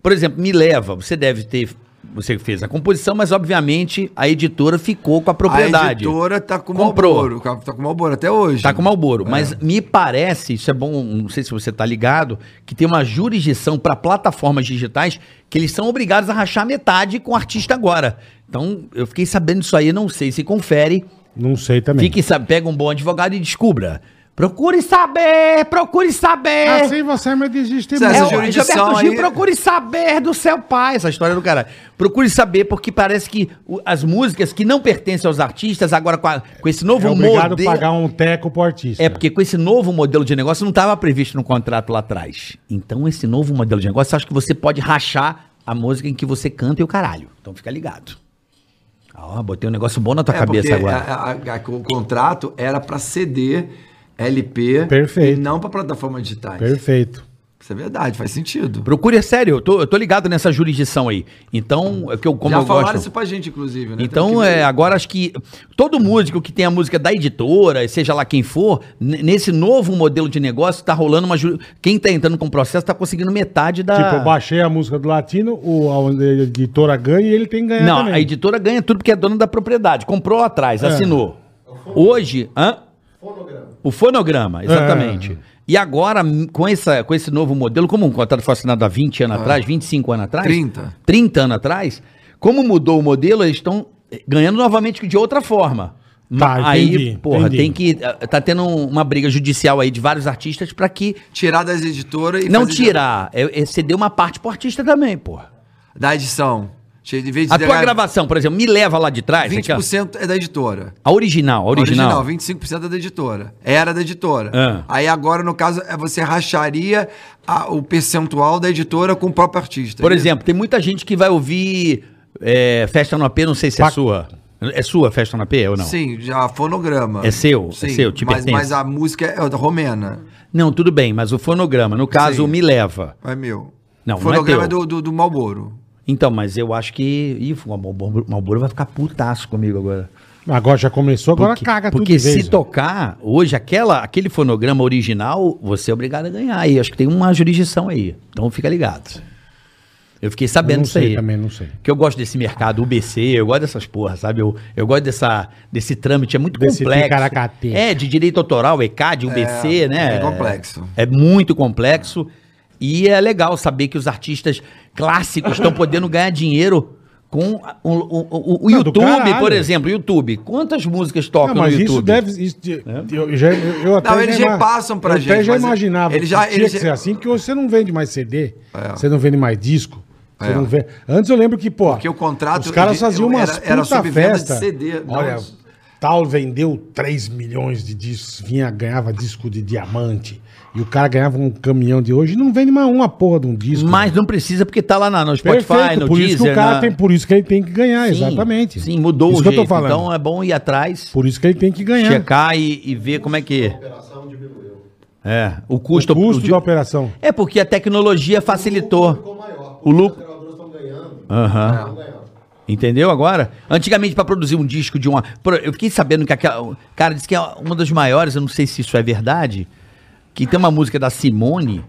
Por exemplo, Me Leva, você deve ter. Você fez a composição, mas obviamente a editora ficou com a A propriedade. editora tá com Comprou. Marlboro, cara, Tá com Malboro até hoje. Tá com Malboro, É. mas me parece, isso é bom, não sei se você tá ligado, que tem uma jurisdição para plataformas digitais que eles são obrigados a rachar metade com o artista agora. Então, eu fiquei sabendo disso aí, não sei se confere. Não sei também. Fique, sa- pega um bom advogado e descubra. Procure saber, procure saber. Assim você me desestimula. É, Essa o jurisdição Gilberto Gil, aí- procure saber do seu pai, essa história do cara. Procure saber, porque parece que o- as músicas que não pertencem aos artistas, agora com, a- com esse novo É obrigado a pagar um teco pro artista. é, porque com esse novo modelo de negócio não estava previsto no contrato lá atrás. Então, esse novo modelo de negócio, acho que você pode rachar a música em que você canta e o caralho. Então, fica ligado. Ó, botei um negócio bom na tua É, cabeça porque agora. a- a- a- o contrato era pra CD, LP Perfeito. e não pra plataforma digitais. Perfeito. Isso é verdade, faz sentido. Procure, é sério, eu tô, eu tô ligado nessa jurisdição aí. Então, é que eu, como Já eu falaram gosto... isso pra gente, inclusive, né? Temos Então, que ver. é, agora acho que todo músico que tem a música da editora, seja lá quem for, n- nesse novo modelo de negócio, tá rolando uma. ju- Quem tá entrando com o processo tá conseguindo metade da. Tipo, eu baixei a música do Latino, o, a editora ganha e ele tem que ganhar Não, também. É. a editora ganha tudo porque é dona da propriedade. Comprou lá atrás, assinou. Hoje. Hã? O fonograma, É. exatamente. E agora, m- com, essa, com Ah. esse novo modelo, como um contrato foi assinado há 20 anos atrás, 25 anos atrás. 30. 30 anos atrás, como mudou o modelo, eles estão eh, ganhando novamente de outra forma. Tá, Aí, entendi, porra, entendi. tem que. Tá tendo um- uma briga judicial aí de vários artistas pra que. Tirar das editoras e não fazer- tirar. É, é ceder uma parte pro artista também, porra. Da edição. Cheio de é vez de A tua gravação, por exemplo, me leva lá de trás. aqui, ó. 20% é da editora. a original, a original. 25% é da editora. Era da editora. Ah. Aí agora, no caso, é você racharia a- o percentual da editora com o próprio artista. Por Ele- exemplo, tem muita gente que vai ouvir é, Festa no AP, não sei se é Pa- sua. É sua Festa no AP ou não? Sim, já fonograma. É seu, é Sim, seu, te mas, pertence. mas a música é da romena. Não, tudo bem, mas o fonograma, no caso, Sim. o me leva. É meu. Não, não é fonograma teu. é, do, do, do Malboro. Então, mas eu acho que. Ih, o Malboro, Malboro vai ficar putaço comigo agora. Agora já começou, agora caga tudo porque de vez, se né? tocar hoje aquela, aquele fonograma original, você é obrigado a ganhar. E acho que tem uma jurisdição aí. Então fica ligado. Eu fiquei Eu sabendo não disso sei aí. também, não sei. Porque eu gosto desse mercado UBC, eu gosto dessas porras, sabe? Eu, eu gosto dessa, desse trâmite, é muito Desse complexo. picaracate. É, de direito autoral, ECAD, UBC, né? é complexo. É muito complexo. E é legal saber que os artistas clássicos estão podendo ganhar dinheiro com a- o, o- o- o Não, do YouTube, caralho. por exemplo. YouTube. Quantas músicas tocam Não, Ah, mas no YouTube? É. isso deve. Isso, eu, já, eu, eu até Não, eles já ima- passam pra eu Até gente, já mas imaginava. ele já- que tinha ele que já- ser assim, porque hoje você não vende mais CD, É. você não vende mais disco. Você É. não vende... Antes eu lembro que, pô. Porque o contrato Os caras de- faziam umas era- era puta subvenda de festa. CD, não- Olha, tal vendeu 3 milhões de discos, vinha, ganhava disco de diamante. E o cara ganhava um caminhão de hoje não vende mais uma porra de um disco. Mas não precisa, porque tá lá na, no Spotify, Perfeito, no por Deezer. isso que o cara na- tem, por isso que ele tem que ganhar, Sim, exatamente. Sim, mudou isso o que jeito. eu tô falando. Então é bom ir atrás, Por isso que ele tem que ganhar. checar e, e ver como é que... É, o custo... o custo o di- da operação. É porque a tecnologia facilitou. O lucro. Aham. Entendeu agora? Antigamente, para produzir um disco de uma. Pro- Eu fiquei sabendo que aquela. o Cara, disse que é uma das maiores, eu não sei se isso é verdade. Que tem uma música da Simone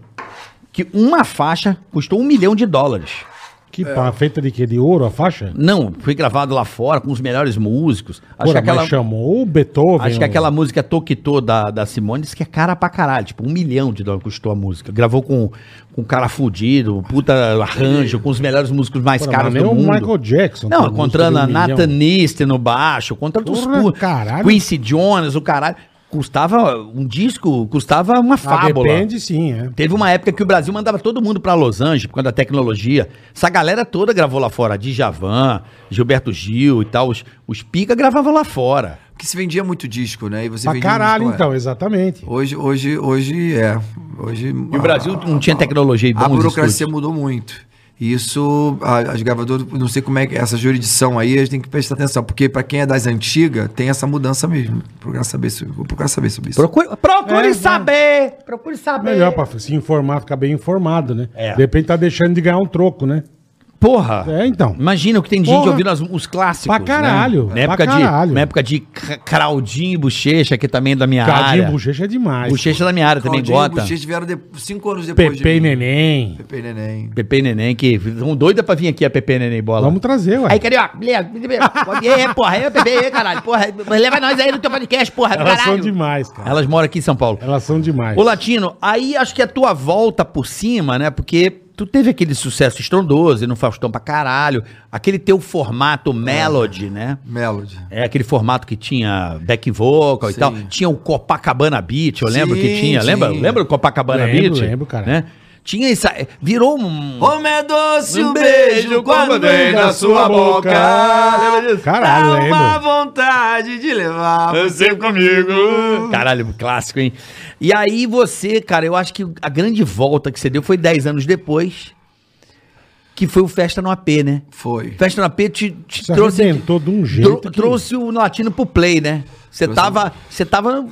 que uma faixa custou um milhão de dólares. Que pá, feita de quê? De ouro, a faixa? Não, foi gravado lá fora com os melhores músicos. Acho Porra, que aquela, mas chamou o Beethoven. acho que aquela música Toquitô da, da Simone disse que é cara pra caralho. Tipo, um milhão de dólares custou a música. Gravou com, com cara fudido, um puta arranjo, com os melhores músicos mais Porra, caros mas do nem o mundo. Michael Jackson tem Não, música encontrando de um a milhão. Nathan Niste no baixo, contrata os Porra, cu- caralho. Quincy Jones, o caralho. Custava, um disco custava uma Ah, fábula. depende sim, é. Teve uma época que o Brasil mandava todo mundo pra Los Angeles por causa da tecnologia. Essa galera toda gravou lá fora. Djavan, Gilberto Gil e tal. Os, os pica gravavam lá fora. Porque se vendia muito disco, né? E você Pra vendia caralho, muito, é. então, exatamente. Hoje, hoje, hoje é. Hoje, E o Brasil não tinha tecnologia e A bons burocracia estúdios. mudou muito. E Isso, a- as gravadoras, não sei como é que essa jurisdição aí, a gente tem que prestar atenção, porque pra quem é das antigas, tem essa mudança mesmo. Vou procurar saber sobre, vou procurar saber sobre isso. Procure, procure É, saber! né? Procure saber! Melhor pra se informar, ficar bem informado, né? É. De repente tá deixando de ganhar um troco, né? Porra! É, então. Imagina o que tem de gente Porra. ouvindo as- os clássicos. Pra caralho, Né? Na, pra época caralho. De, na época de Cra- Claudinho e Bochecha, que também é da minha Cadinho área. Bochecha é demais. Bochecha é da minha área também, Claudinho e Gota. Buchecha vieram é de- cinco anos depois Pepe e mim. Neném. Pepe e Neném. Pepe e Neném, que são doida pra vir aqui a Pepe e Neném Bola. Vamos trazer, ué. Aí, carioca, beleza, beleza. É, porra, é, bebê, é, caralho, porra, leva nós aí no teu podcast, porra, Elas caralho. são demais, cara. Elas moram aqui em São Paulo. Elas são demais. Ô, Latino, aí acho que a tua volta por cima, né, porque tu teve aquele sucesso estrondoso, e no Faustão pra caralho, aquele teu formato melody, né? Melody. É aquele formato que tinha back vocal e Sim. tal. Tinha o Copacabana Beat, eu lembro que Sim, tinha. Lembra, tinha. lembra o Copacabana Lembro, Beat? lembro, cara. Né? Tinha isso. aí, Virou um. Como é doce Um beijo quando vem na sua boca. Lembra disso? Caralho, Dá uma lembro. vontade de levar você comigo. Caralho, clássico, hein? E aí você, cara, eu acho que a grande volta que você deu foi 10 anos depois, que foi o Festa no AP, né? Foi. Festa no AP te, te Se trouxe... arrebentou de um jeito tro- que- Trouxe o Latino pro play, né? Você Trouxe- tava, você tava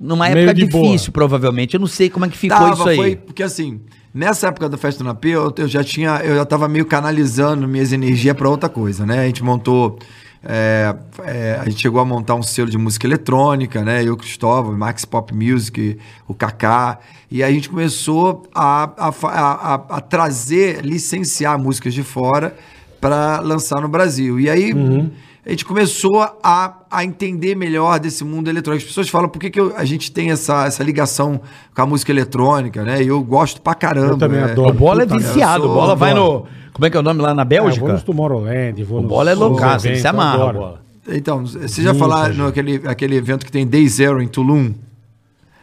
numa Meio época de boa. difícil, provavelmente. Eu não sei como é que ficou Tava, isso aí. foi porque assim, nessa época da festa na P, eu, eu já tinha, eu já tava meio canalizando minhas energias pra outra coisa, né? A gente montou, é, é, a gente chegou a montar um selo de música eletrônica, né? Eu, Cristóvão, Max Pop Music, o Kaká, e a gente começou a, a fa- a- a- a Uhum. trazer, licenciar músicas de fora pra lançar no Brasil. E aí a gente começou a, a entender melhor desse mundo eletrônico. As pessoas falam por que, que eu- a gente tem essa, essa ligação com a música eletrônica, né? E eu gosto pra caramba. Eu também né? adoro. O bola é Puta, cara, viciado. eu O sou- bola vai no. Como é que é o nome lá na Ah, vou Bélgica? nos Tomorrowland, vou o nos- bola é nos loucaço, ele se eventos, amarra. adoro. Bola. Então, você já Muita falar gente. naquele aquele evento que tem Day Zero em Tulum?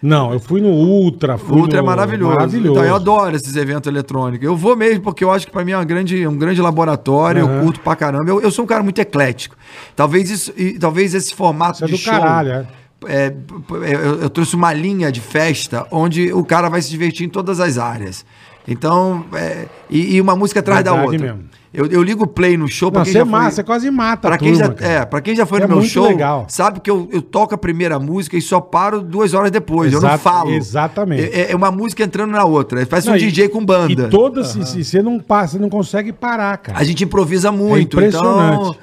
Não, eu fui no Ultra. O Fui Ultra é no- maravilhoso. Maravilhoso. Então, eu adoro esses eventos eletrônicos. Eu vou mesmo, porque eu acho que pra mim é uma grande, um grande laboratório, eu curto pra caramba. Eu, eu sou um cara muito eclético. Talvez isso, e talvez esse formato Isso é de do show. caralho, é. é, p- p- eu, eu trouxe uma linha de festa onde o cara vai se divertir em todas as áreas. Então, é, e, e uma música atrás da Verdade outra. mesmo. Eu, eu ligo o play no show pra Não, quem você já é massa, foi- você quase mata a Pra quem, turma, já, cara. é, pra quem já foi É no meu muito show, legal. sabe que eu, eu toco a primeira música e só paro duas horas depois. eu não Exato- falo. exatamente. É, é uma música entrando na outra. Parece Não, um e- DJ com banda. E todas, se- se você não passa, não consegue parar, cara. A gente improvisa muito. impressionante. Então,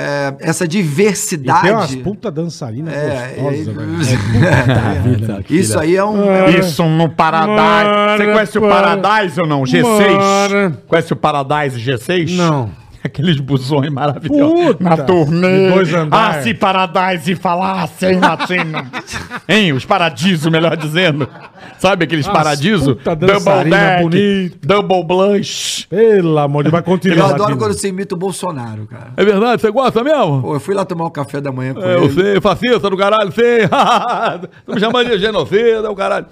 é, essa E tem umas diversidade. puta dançarinas É, gostosas, né? Ah, é, velho. isso aí é um. Isso no Paradise. Você conhece o Mara. Paradise ou não? G6? Mara. Conhece o Paradise G6? Não. Aqueles busões maravilhosos. Puta. Na turnê. De dois andares. Ah, se Paradise falassem latino. hein? Os paradiso, melhor dizendo. Sabe aqueles As paradiso? puta Double dançarina deck, bonita. double blush. Pelo amor de Deus, vai continuar. Eu adoro Latino. quando você imita o Bolsonaro, cara. É verdade, você gosta mesmo? Pô, eu fui lá tomar o café da manhã com É, eu ele. sei, fascista do caralho, sei. Tô me chamando de genocida, é o caralho.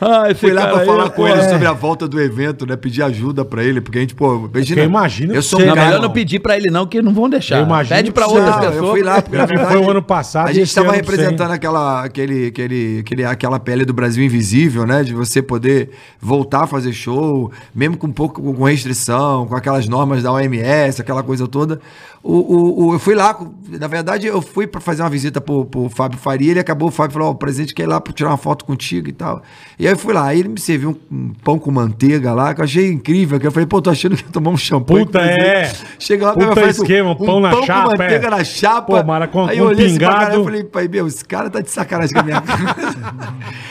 ah, esse Fui lá cara pra aí, falar com pô, ele é. sobre a volta do evento, né? Pedir ajuda pra ele, porque a gente, pô, imagina. Porque imagina Eu sou você- um Não, cara. melhor não pedir pra ele não, que não vão deixar. Eu imagino Pede pra que outras Não, pessoas. Eu fui lá porque, na Ele verdade, foi o ano passado A e gente esse estava ano representando aquela, aquele, aquele, aquele, aquela pele do Brasil invisível, né? De você poder voltar a fazer show, mesmo com um pouco com restrição, com aquelas normas da OMS, aquela coisa toda. O, o, o- eu fui lá, com- na verdade, eu fui para fazer uma visita pro, pro Fábio Faria, ele acabou, o Fábio falou, ó, o presidente quer ir lá pra tirar uma foto contigo e tal. E aí eu fui lá, aí ele me serviu um, um pão com manteiga lá, que eu achei incrível, que eu falei, pô, tô achando que ia tomar um shampoo. Puta, é. Chega lá, Puta me oferece esquema, um pão na chapa, com manteiga é. na chapa. Pô, Mara, com- aí com eu olhei esse pra pingado. caralho e falei, pai, meu, esse cara tá de sacanagem com a minha cara.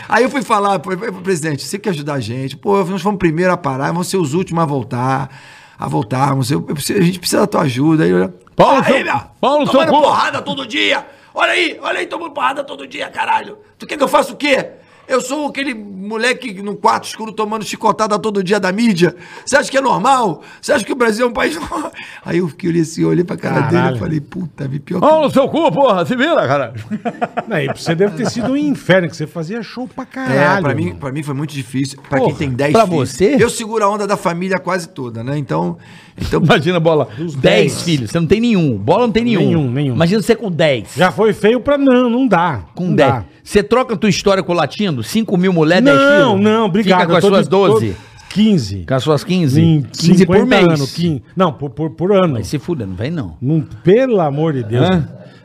aí eu fui falar, pô, pô, presidente, você quer ajudar a gente? Pô, nós fomos primeiro a parar, vamos ser os últimos a voltar. A voltarmos, eu, eu preciso- a gente precisa da tua ajuda. Aí, eu- Paulo, aí, seu- meu, Paulo, tomando seu cu. porrada todo dia. Olha aí, olha aí, tomando porrada todo dia, caralho. Tu quer que eu faça o quê? Eu sou aquele moleque no quarto escuro tomando chicotada todo dia da mídia. Você acha que é normal? Você acha que o Brasil é um país. normal? Aí eu fiquei olhei assim, eu olhei pra cara Caralho. dele e falei, puta, me pior que Pau no seu cu, porra, se vira, cara. Não, e você deve ter sido um inferno, que você fazia show pra caralho. É, pra mim, mano. pra mim foi muito difícil. Pra Porra, quem tem 10 pra você? Eu seguro a onda da família quase toda, né? Então, então Imagina, bola. 10 dez. filhos, você não tem nenhum. Bola não tem nenhum. Nenhum, nenhum. Imagina você com 10. Já foi feio pra não, não dá. Com não 10. dá. Você troca a tua história com o latino? 5 mil É mulheres, 10 filhos? Não, não, obrigado. Fica com eu as tô de- suas 12? tô- 15. Com as suas 15? Em 15 por 50 mês. Ano, 15. Não, por, por, por ano. Aí se fuda, não vem não. Não, pelo amor de Deus.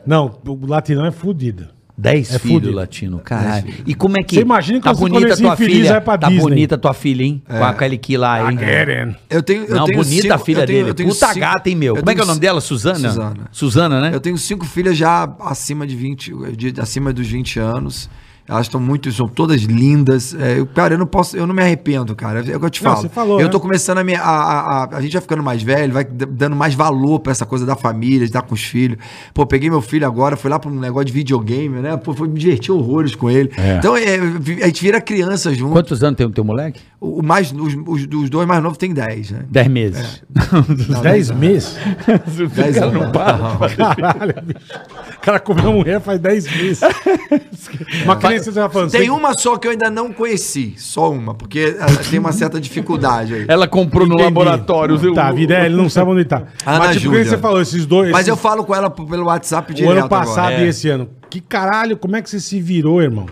Não, o latinão é fodido. 10 É filhos fudido. latino, caralho. E como é que. Você imagina tá quando você- bonita quando a esse tua infeliz vai filha. pra Tá Disney. bonita a tua filha, hein? Com a Kelly Key lá, hein? eu tenho. É. Tá, Eu Não, tenho bonita a filha eu tenho- dele. eu tenho Puta cinco- gata, hein, meu? eu Como é que é tenho o nome ci- dela? Suzana? Suzana. Suzana, né? Eu tenho cinco filhas já acima de 20, de- acima dos 20 anos. Elas estão muito, são todas lindas. É, eu, cara, eu não posso, eu não me arrependo, cara. É o que eu te Não, falo. você falou, eu né? tô começando a, me, a, a, a. a gente vai ficando mais velho, vai d- dando mais valor pra essa coisa da família, de estar com os filhos. Pô, peguei meu filho agora, fui lá pra um negócio de videogame, né? Pô, foi me divertir horrores com ele. Então, é, vi- a gente vira criança junto. Quantos anos tem o teu moleque? O o mais, os, os, os dois mais novos têm 10, né? 10 meses. 10 meses? 10 anos. Caralho, bicho. O cara comeu uma mulher faz 10 meses. Uma criança você já falando. Tem um você- uma só que eu ainda não conheci, só uma, porque ela tem uma certa dificuldade É, aí. Ela comprou no laboratório. viu? Tá, a vida é, ele não sabe onde tá. Ana Mas tipo, o que Júlia. você falou, esses dois. Mas eu esses- falo com ela p- pelo WhatsApp O direto ano passado agora. e esse ano. Que caralho, como é que você se virou, irmão?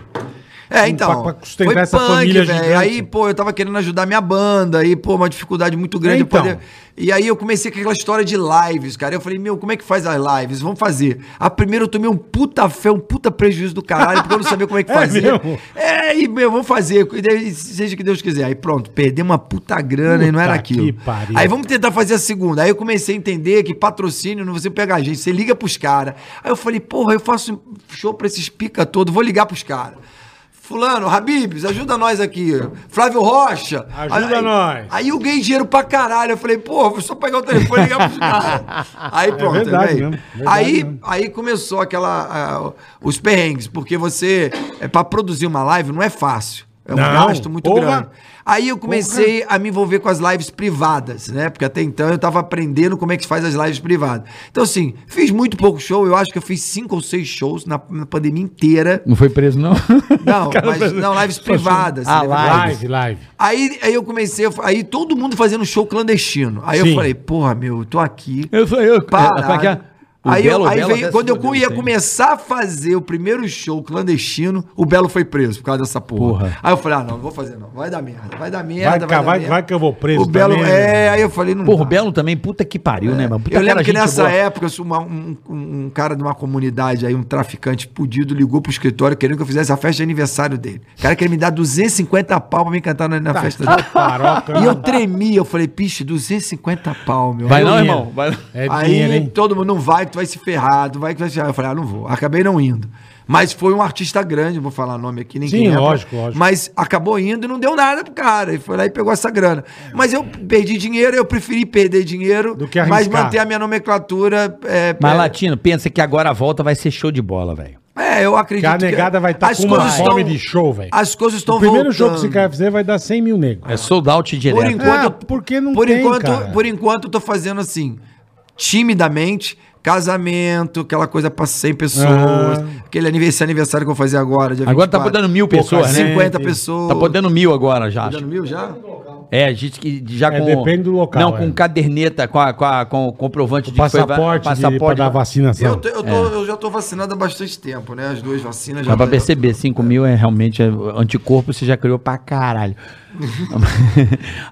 É, então. pra- pra sustentar essa família gigante. Aí, pô, eu tava querendo ajudar minha banda, aí, pô, uma dificuldade muito grande. É, então. poder- E aí eu comecei com aquela história de lives, cara. Eu falei, meu, como é que faz as lives? Vamos fazer. A primeira eu tomei um puta fé, um puta prejuízo do caralho, porque eu não sabia como é que É fazia. mesmo? É, e, meu, vamos fazer. E daí, seja o que Deus quiser. Aí pronto, perdi uma puta grana e não era Puta aquilo. que pariu. Aí vamos tentar fazer a segunda. Aí eu comecei a entender que patrocínio não você pega a gente, você liga pros caras. Aí eu falei, porra, eu faço show pra esses pica todo, vou ligar pros caras. Fulano, Habibs, ajuda nós aqui. Flávio Rocha. Ajuda aí, nós. Aí eu ganhei dinheiro pra caralho. Eu falei, pô, vou só pegar o telefone e ligar pros caras. Aí pronto. É verdade né? mesmo, verdade aí, mesmo. aí começou aquela, ah, os perrengues, porque você, é, pra produzir uma live não é fácil. É um Não, gasto muito porra. grande. Aí eu comecei a me envolver com as lives privadas, né? Porque até então eu tava aprendendo como é que se faz as lives privadas. Então, assim, fiz muito pouco show. Eu acho que eu fiz cinco ou seis shows na, na pandemia inteira. Não foi preso, não? Não, mas não, lives privadas. Ah, né? Live, live. Aí, aí eu comecei, eu fa- aí todo mundo fazendo show clandestino. Aí Sim. eu falei, porra, meu, eu tô aqui. Eu sou eu. Parado. Como é que é? O aí eu- Belo- o aí Belo veio- até quando se eu fudeu, ia sim. começar a fazer o primeiro show clandestino, o Belo foi preso por causa dessa porra. Porra. Aí eu falei, ah, não, não vou fazer não. Vai dar merda, vai dar merda, Vai, vai, cá, dar vai- merda. vai que eu vou preso O Belo, também, né? é, aí eu falei, não Porra, o dá. Belo também, puta que pariu, né, mano? Puta É. Eu lembro cara, que gente nessa boa. época, eu sou uma- um, um- um cara de uma comunidade aí, um traficante fudido, ligou pro escritório querendo que eu fizesse a festa de aniversário dele. O cara queria me dar 250 pau pra me cantar na, Tá. na festa dele. Paroca. E eu tremi, eu falei, piche, 250 pau, meu. Vai Aí eu não, ia. irmão? Vai não. É Aí dinheiro, hein? todo mundo, não vai, tu vai se ferrar, tu vai que tu vai se ferrar. Eu falei, ah, não vou. Acabei não indo. Mas foi um artista grande, não vou falar nome aqui, ninguém. Sim, lembra. lógico, lógico. Mas acabou indo e não deu nada pro cara. E foi lá e pegou essa grana. Mas eu perdi dinheiro, eu preferi perder dinheiro, Do que mas arriscar. manter a minha nomenclatura. É, Mas, é, Latino, pensa que agora a volta vai ser show de bola, velho. é, eu acredito. Que a negada vai tá as com uma coisas fome tão- de show, velho. As coisas estão O voltando. primeiro jogo que esse cara fizer vai dar 100 mil negros. É sold out direto. Por enquanto, Ah, porque não por tem, enquanto, cara. Por enquanto, eu tô fazendo assim, timidamente, casamento, aquela coisa pra 100 pessoas, Ah. aquele aniversário, esse aniversário que eu vou fazer agora, dia Agora tá podendo mil pessoas, né? 50 Sim, sim. pessoas. Tá podendo mil agora já. Tá acho. dando mil já? É, gente que já É, com. depende do local, Não, é. com caderneta, com, a, com, a- com o comprovante de que foi va- Passaporte, de, pra dar Eu, vacinação. tô- eu, tô- eu já tô vacinado há bastante tempo, né? As duas vacinas já. É. Dá pra perceber, 5 mil é realmente é, anticorpo, você já criou pra caralho.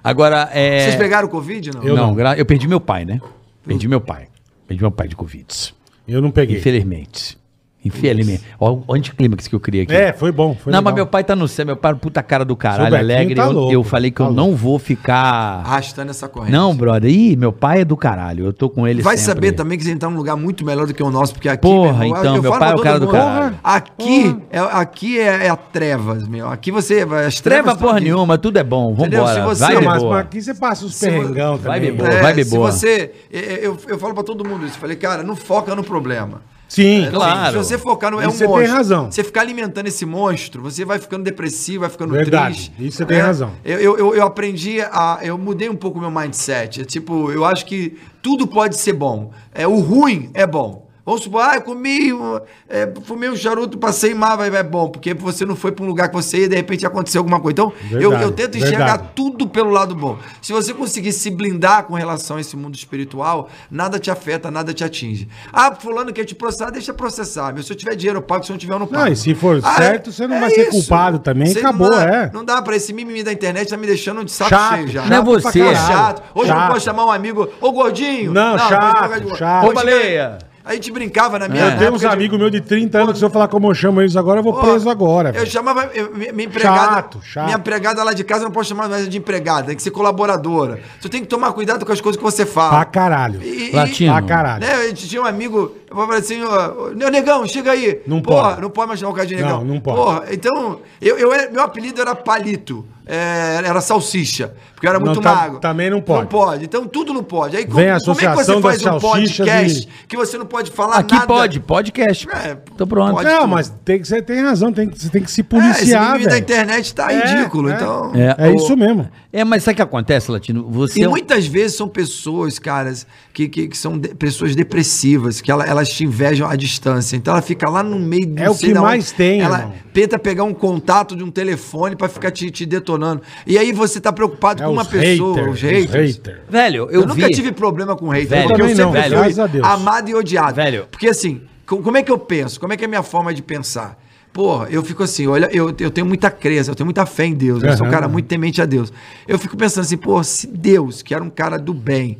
Agora, é. Vocês pegaram o Covid, não? Eu- não, não. gra- eu perdi meu pai, né? Perdi meu pai. Perdi meu pai de Covid. Eu não peguei. Infelizmente. Infelizmente. Olha o anticlímax que eu criei aqui. É, foi bom. Foi não, legal. mas meu pai tá no céu, meu pai é um puta cara do caralho, Seu Betinho alegre. tá eu, louco, Ah, eu falei que tá eu não vou ficar. Arrastando essa corrente. Não, brother. Ih, meu pai é do caralho. Eu tô com ele Vai sempre. saber também que você tá num lugar muito melhor do que o nosso, porque aqui. Porra, meu irmão, eu- então, eu meu falo pai é o todo cara do mundo. caralho. Aqui, é, aqui é, é a trevas, meu. Aqui você. As Treva tão porra aqui. nenhuma, tudo é bom. Entendeu? Vambora. Se você- é Vai Não, de mas, boa. mas aqui você passa os Se perrengão você- também. Vai de boa. vibe se boa. você. é, Eu, eu falo pra todo mundo isso. Falei, cara, não foca no problema. Sim, É, claro. Se você focar no. É Isso um você tem monstro. razão. Você ficar alimentando esse monstro, você vai ficando depressivo, vai ficando Verdade. triste. Isso você tem É, razão. Eu, eu, eu- eu aprendi a. Eu mudei um pouco o meu mindset. É tipo, eu acho que tudo pode ser bom. É, o ruim é bom. Vamos supor, ah, eu comi, um- é, fumei um charuto, passei mal, vai, vai, é bom, porque você não foi pra um lugar que você ia e de repente aconteceu alguma coisa. Então, eu, Verdade, eu tento enxergar verdade. tudo pelo lado bom. Se você conseguir se blindar com relação a esse mundo espiritual, nada te afeta, nada te atinge. Ah, fulano quer te processar, deixa processar. Meu, se eu tiver dinheiro, eu pago. Se eu não tiver, eu não pago. Ah, é e se for certo, você não vai ser culpado também, acabou, não dá, é. Não dá pra esse mimimi da internet, tá me deixando de saco Chato, cheio já. não é você. É chato. Hoje eu não Chato. posso chamar um amigo, ô gordinho. Não, chato, hoje eu não gosto de- chato. Hoje, Ô, baleia. A gente brincava na minha Eu tenho uns época de- amigos meus de 30 anos que se eu falar como eu chamo eles agora, eu vou Pô, preso agora. Eu velho. chamava eu- minha minha empregada. Chato, chato. Minha empregada lá de casa eu não posso chamar mais de empregada, tem que ser colaboradora. Você tem que tomar cuidado com as coisas que você Pra fala. caralho. E- e- Latino. Pra caralho. Né, a gente tinha um amigo, eu falava assim, ó, ô, "Não, negão, chega aí. Não Porra, pode. Não pode mais chamar o cara de Não, negão. não pode. Porra, então, eu, eu era- meu apelido era palito, é, era salsicha, porque eu era Não, muito tá- magro. também não pode. Não pode, então tudo não pode. Aí é Vem a associação das salsichas um podcast e- que você não pode falar Aqui nada? pode, podcast. É, Tô pronto. pode. Não, tudo. mas tem que, você tem razão, tem que, você tem que se É, esse policiar, mimimi da velho. internet tá É, ridículo, é. então... É isso mesmo. É, mas sabe o que acontece, Latino? Você é um E um muitas vezes são pessoas, caras, que, que, que são de- pessoas depressivas, que ela- elas te invejam à distância. Então ela fica lá no meio do É o que mais tem, Ela irmão. tenta pegar um contato de um telefone pra ficar te, te detonando. E aí você tá preocupado É com uma os pessoa, haters, os haters. haters. Velho, eu, Eu, vi. nunca tive problema com hater, Velho, porque eu também sempre não, velho. fui Graças a Deus. amado e odiado. Velho. Porque assim, co- como é que eu penso? Como é que é a minha forma de pensar? Porra, eu fico assim, olha, eu, eu tenho muita crença, eu tenho muita fé em Deus, eu sou um Aham. cara muito temente a Deus. Eu fico pensando assim, pô, se Deus, que era um cara do bem,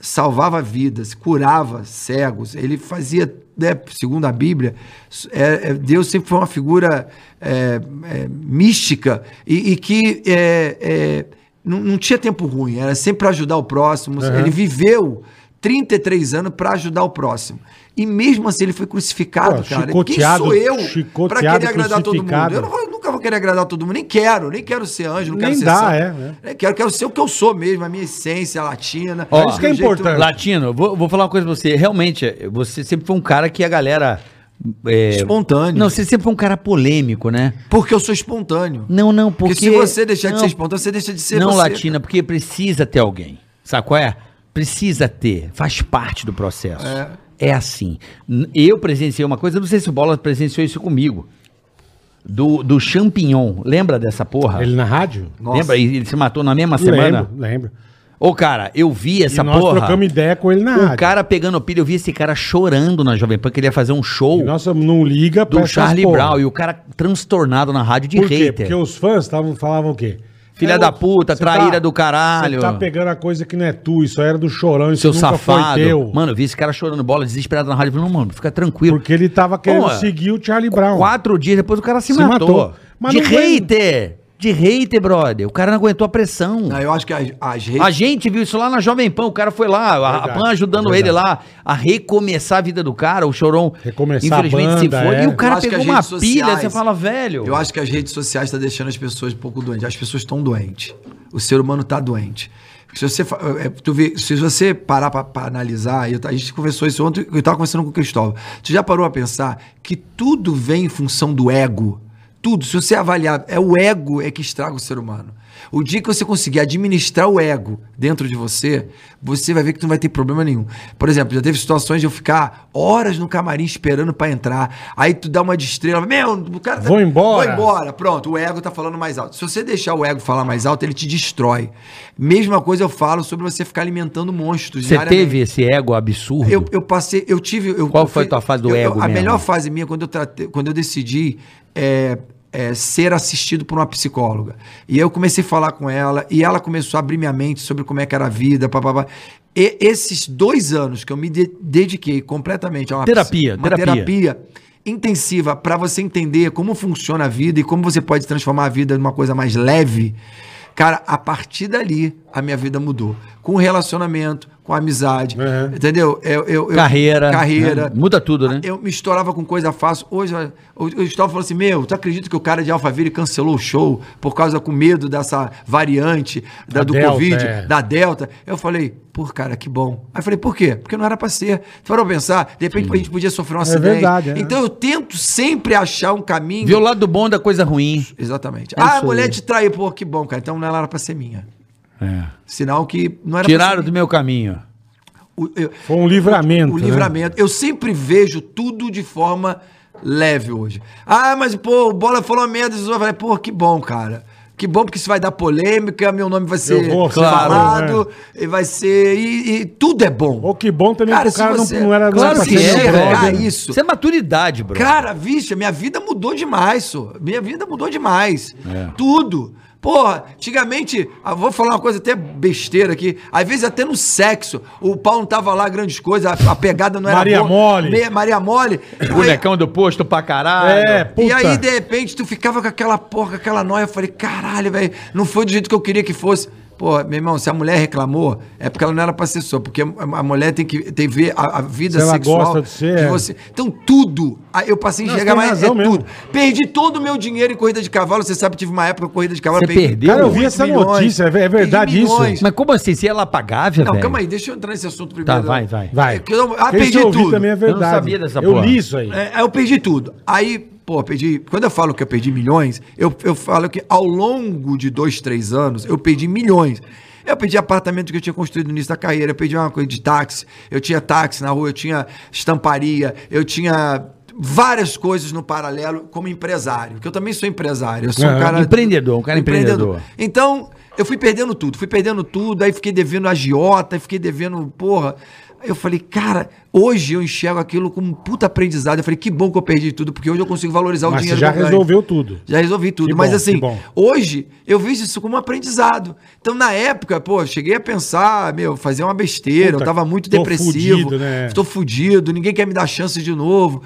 salvava vidas, curava cegos, ele fazia, né, segundo a Bíblia, é, é, Deus sempre foi uma figura é, é, mística e, e que é, é, não, não tinha tempo ruim, era sempre para ajudar o próximo, ele viveu 33 anos pra ajudar o próximo. E mesmo assim ele foi crucificado, Pô, cara. chicoteado, Quem sou eu pra chicoteado, querer agradar todo mundo? crucificado. Eu não vou- nunca vou querer agradar todo mundo, nem quero, nem quero ser anjo, não quero Nem ser dá, santo. é, né? Nem Quero, quero ser o que eu sou mesmo, a minha essência latina. Ó, isso que é Do jeito- importante. Latino, eu vou, vou falar uma coisa pra você. Realmente, é, você sempre foi um cara que a galera. é, Espontâneo. Não, você sempre foi um cara polêmico, né? Porque eu sou espontâneo. Não, não, porque. Porque se você deixar não, de ser espontâneo, você deixa de ser Não, você. Latina, porque precisa ter alguém. Sabe qual é? Precisa ter. Faz parte do processo. É, assim. N- Eu presenciei uma coisa, não sei se o Bola presenciou isso comigo. Do, do champignon. Lembra dessa porra? Ele na rádio? Nossa. Lembra? E Ele se matou na mesma Ah. semana? Lembro, lembro. Ô, cara, eu vi essa e nós porra. trocamos ideia com ele na O rádio. cara pegando pilha, eu vi esse cara chorando na Jovem Pan, que ele ia fazer um show E Nossa, não liga do essas Charlie porra. Brown. E o cara transtornado na rádio de Por quê? hater. Porque os fãs tavam, falavam o quê? Filha É, da ô, puta, cê traíra do caralho. Você tá pegando a coisa que não é tua, isso aí era do chorão, isso Seu nunca safado. foi teu. Mano, eu vi esse cara chorando bola, desesperado na rádio. Falei, não, mano, fica tranquilo. porque ele tava querendo Porra, seguir o Charlie Brown. Quatro dias depois o cara se, Se matou. matou. Mas de não foi- hater. De hater, brother. O cara não aguentou a pressão. Não, Ah, eu acho que as, as redes. A gente viu isso lá na Jovem Pan, o cara foi lá, a- a Verdade, Pan ajudando ele lá a recomeçar a vida do cara, o Chorão Recomeçar a banda, se foi, é. e o Eu cara acho que pegou as uma redes pilha, sociais- você fala, velho. Eu acho que as redes sociais estão deixando as pessoas um pouco doentes. As pessoas estão doentes. O ser humano está doente. Se você, fa- é, tu vê, se você parar para analisar, eu ta- a gente conversou isso ontem, eu estava conversando com o Cristóvão. Você já parou a pensar que tudo vem em função do ego? Tudo. Se você avaliar, é o ego é que estraga o ser humano. O dia que você conseguir administrar o ego dentro de você, você vai ver que tu não vai ter problema nenhum. Por exemplo, já teve situações de eu ficar horas no camarim esperando para entrar. Aí tu dá uma de estrela, meu, o cara Vou embora. Vou embora. Pronto, o ego tá falando mais alto. Se você deixar o ego falar mais alto, ele te destrói. Mesma coisa eu falo sobre você ficar alimentando monstros. Você diariamente. teve esse ego absurdo? Eu, eu passei, eu tive. eu- Qual eu foi fui- tua fase do eu- eu- ego A mesmo? melhor fase minha quando eu tratei, quando eu decidi é, é, ser assistido por uma psicóloga. E aí eu comecei a falar com ela e ela começou a abrir minha mente sobre como é que era a vida, papapá. E esses dois anos que eu me de- dediquei completamente a uma Terapia, uma terapia. terapia intensiva para você entender como funciona a vida e como você pode transformar a vida numa coisa mais leve. Cara, a partir dali a minha vida mudou. Com o relacionamento, com a amizade, Uhum. entendeu? Eu, eu- eu- Carreira. carreira. né? Muda tudo, né? Eu me estourava com coisa fácil. Hoje, eu- o o Gustavo falou assim: Meu, tu acredita que o cara de Alphaville cancelou o show por causa com medo dessa variante da, Da do Delta, Covid, é. da Delta? Eu falei, pô, cara, que bom. Aí eu falei, por quê? Porque não era pra ser. Foram pensar, de repente a gente podia sofrer um acidente. verdade, é. Então eu tento sempre achar um caminho. Viu o lado bom da coisa ruim. Exatamente. É ah, a isso mulher aí. te traiu, pô, que bom, cara. Então não era pra ser minha. É. Sinal que não era Tiraram pra do meu caminho. ser minha. O- eu- Foi um livramento. o né? livramento. Eu sempre vejo tudo de forma leve hoje. Ah, mas pô, o Bola falou merda, eu falei, pô, que bom, cara. Que bom, porque isso vai dar polêmica, meu nome vai ser Eu vou, falado, claro, e vai ser. E, e tudo é bom. Ou que bom também Cara, que o cara se não, você- não era Claro não era pra que ser né? é, meu velho. brother. Ah, isso. Isso é maturidade, bro. Cara, vixe, minha vida mudou demais, só. Minha vida mudou demais. É. Tudo. Porra, antigamente, ah, vou falar uma coisa até besteira aqui. Às vezes até no sexo, o pau não tava lá grandes coisas, a, a pegada não era Maria mole. Meia- Maria Mole. é. Bonecão do posto pra caralho. É, puta. E aí, de repente, tu ficava com aquela porca, aquela noia. Eu falei, caralho, velho, não foi do jeito que eu queria que fosse. Pô, meu irmão, se a mulher reclamou, é porque ela não era pra ser sua. Porque a- a mulher tem que ter ver a, a vida Se ela sexual gosta de ser, é. você. Então, tudo. a- Eu passei a Não, enxergar você tem mais é razão mesmo. tudo. Perdi todo o meu dinheiro em corrida de cavalo. Você sabe, tive uma época com corrida de cavalo. Você perdi perdeu? Cara, eu vi muitos essa notícia, é ver- é Perdi verdade isso? milhões. Mas como assim? Se é ela apagava, Não, velho? calma aí, deixa eu entrar nesse assunto primeiro. Tá, vai, vai. Vai. É que eu- ah, Porque isso perdi eu ouvi tudo. também é Eu não verdade. sabia dessa Eu porra. li isso aí. É, eu perdi tudo. Aí, pô, perdi. Quando eu falo que eu perdi milhões, eu, eu falo que ao longo de dois, três anos, eu perdi milhões. Eu perdi apartamento que eu tinha construído no início da carreira, eu perdi uma coisa de táxi, eu tinha táxi na rua, eu tinha estamparia, eu tinha várias coisas no paralelo como empresário, que eu também sou empresário, eu sou um Aham. cara Empreendedor, um cara empreendedor. então, eu fui perdendo tudo, fui perdendo tudo, aí fiquei devendo agiota, aí fiquei devendo, porra. Aí Eu falei, cara, hoje eu enxergo aquilo como um puta aprendizado. Eu falei, que bom que eu perdi tudo, porque hoje eu consigo valorizar o Mas você dinheiro já que eu ganho. resolveu tudo. Já resolvi tudo. Que Mas bom, assim, que bom. hoje eu vejo isso como um aprendizado. Então, na época, pô, eu cheguei a pensar, meu, fazer uma besteira, Puta, eu tava muito tô depressivo, fudido, né? É. tô fudido, ninguém quer me dar chance de novo.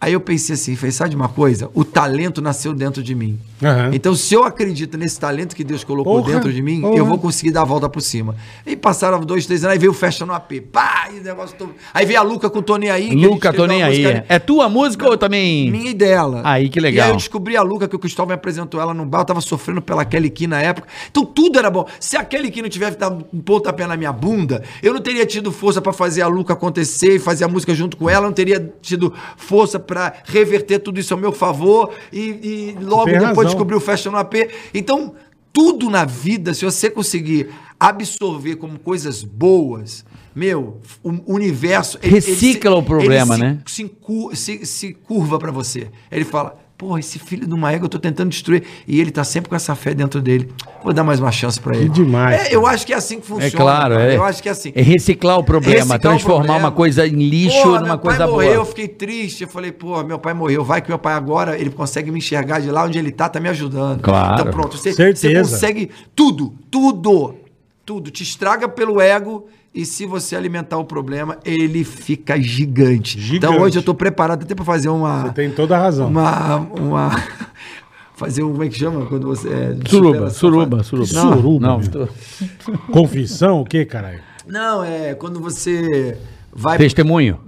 Aí eu pensei assim, falei, sabe de uma coisa? O talento nasceu dentro de mim. Aham. Então, se eu acredito nesse talento que Deus colocou Porra, dentro de mim, porra. eu vou conseguir dar a volta por cima. E passaram dois, três anos, aí veio festa no AP. Pá, e o negócio todo. Aí veio a Luca com o Tony aí. que a gente Luca, tô escreveu nem uma aí. música É tua música ou também. minha e dela. Aí, que E legal. aí eu descobri a Luca que o Cristóvão me apresentou ela num bar, eu tava sofrendo pela Kelly Key na época. Então tudo era bom. Se a Kelly Key não tivesse dado um pontapé na minha bunda, eu não teria tido força pra fazer a Luca acontecer e fazer a música junto com ela, eu não teria tido força pra reverter tudo isso ao meu favor e, e logo Tem depois razão. descobri o Fashion no AP. Então, tudo na vida, se você conseguir absorver como coisas boas, meu, o universo ele- ele se- Recicla o ele problema, se- né? se, encu- se- se curva pra você. Ele fala: Porra, esse filho de uma égua eu tô tentando destruir. E ele tá sempre com essa fé dentro dele. Vou dar mais uma chance pra ele. demais, É, eu acho que é assim que funciona. É claro, cara. é. Eu acho que é assim. É reciclar o problema, Reciclar o transformar problema. uma coisa em lixo Porra, numa meu coisa pai boa. morreu, eu fiquei triste. Eu falei, pô, meu pai morreu. Vai que meu pai agora, ele consegue me enxergar de lá onde ele tá, tá me ajudando. Claro. Então pronto, você, Certeza. você consegue tudo, tudo, tudo. Te estraga pelo ego e se você alimentar o problema, ele fica gigante. Gigante. Então hoje eu tô preparado até pra fazer uma... Você tem toda a razão. Uma... uma fazer um, como é que chama? Quando você... é, de Suruba, superação, suruba, faz- suruba. Não, Suruba, Não, meu. Confissão, o que, caralho? Não, é quando você... Vai Testemunho.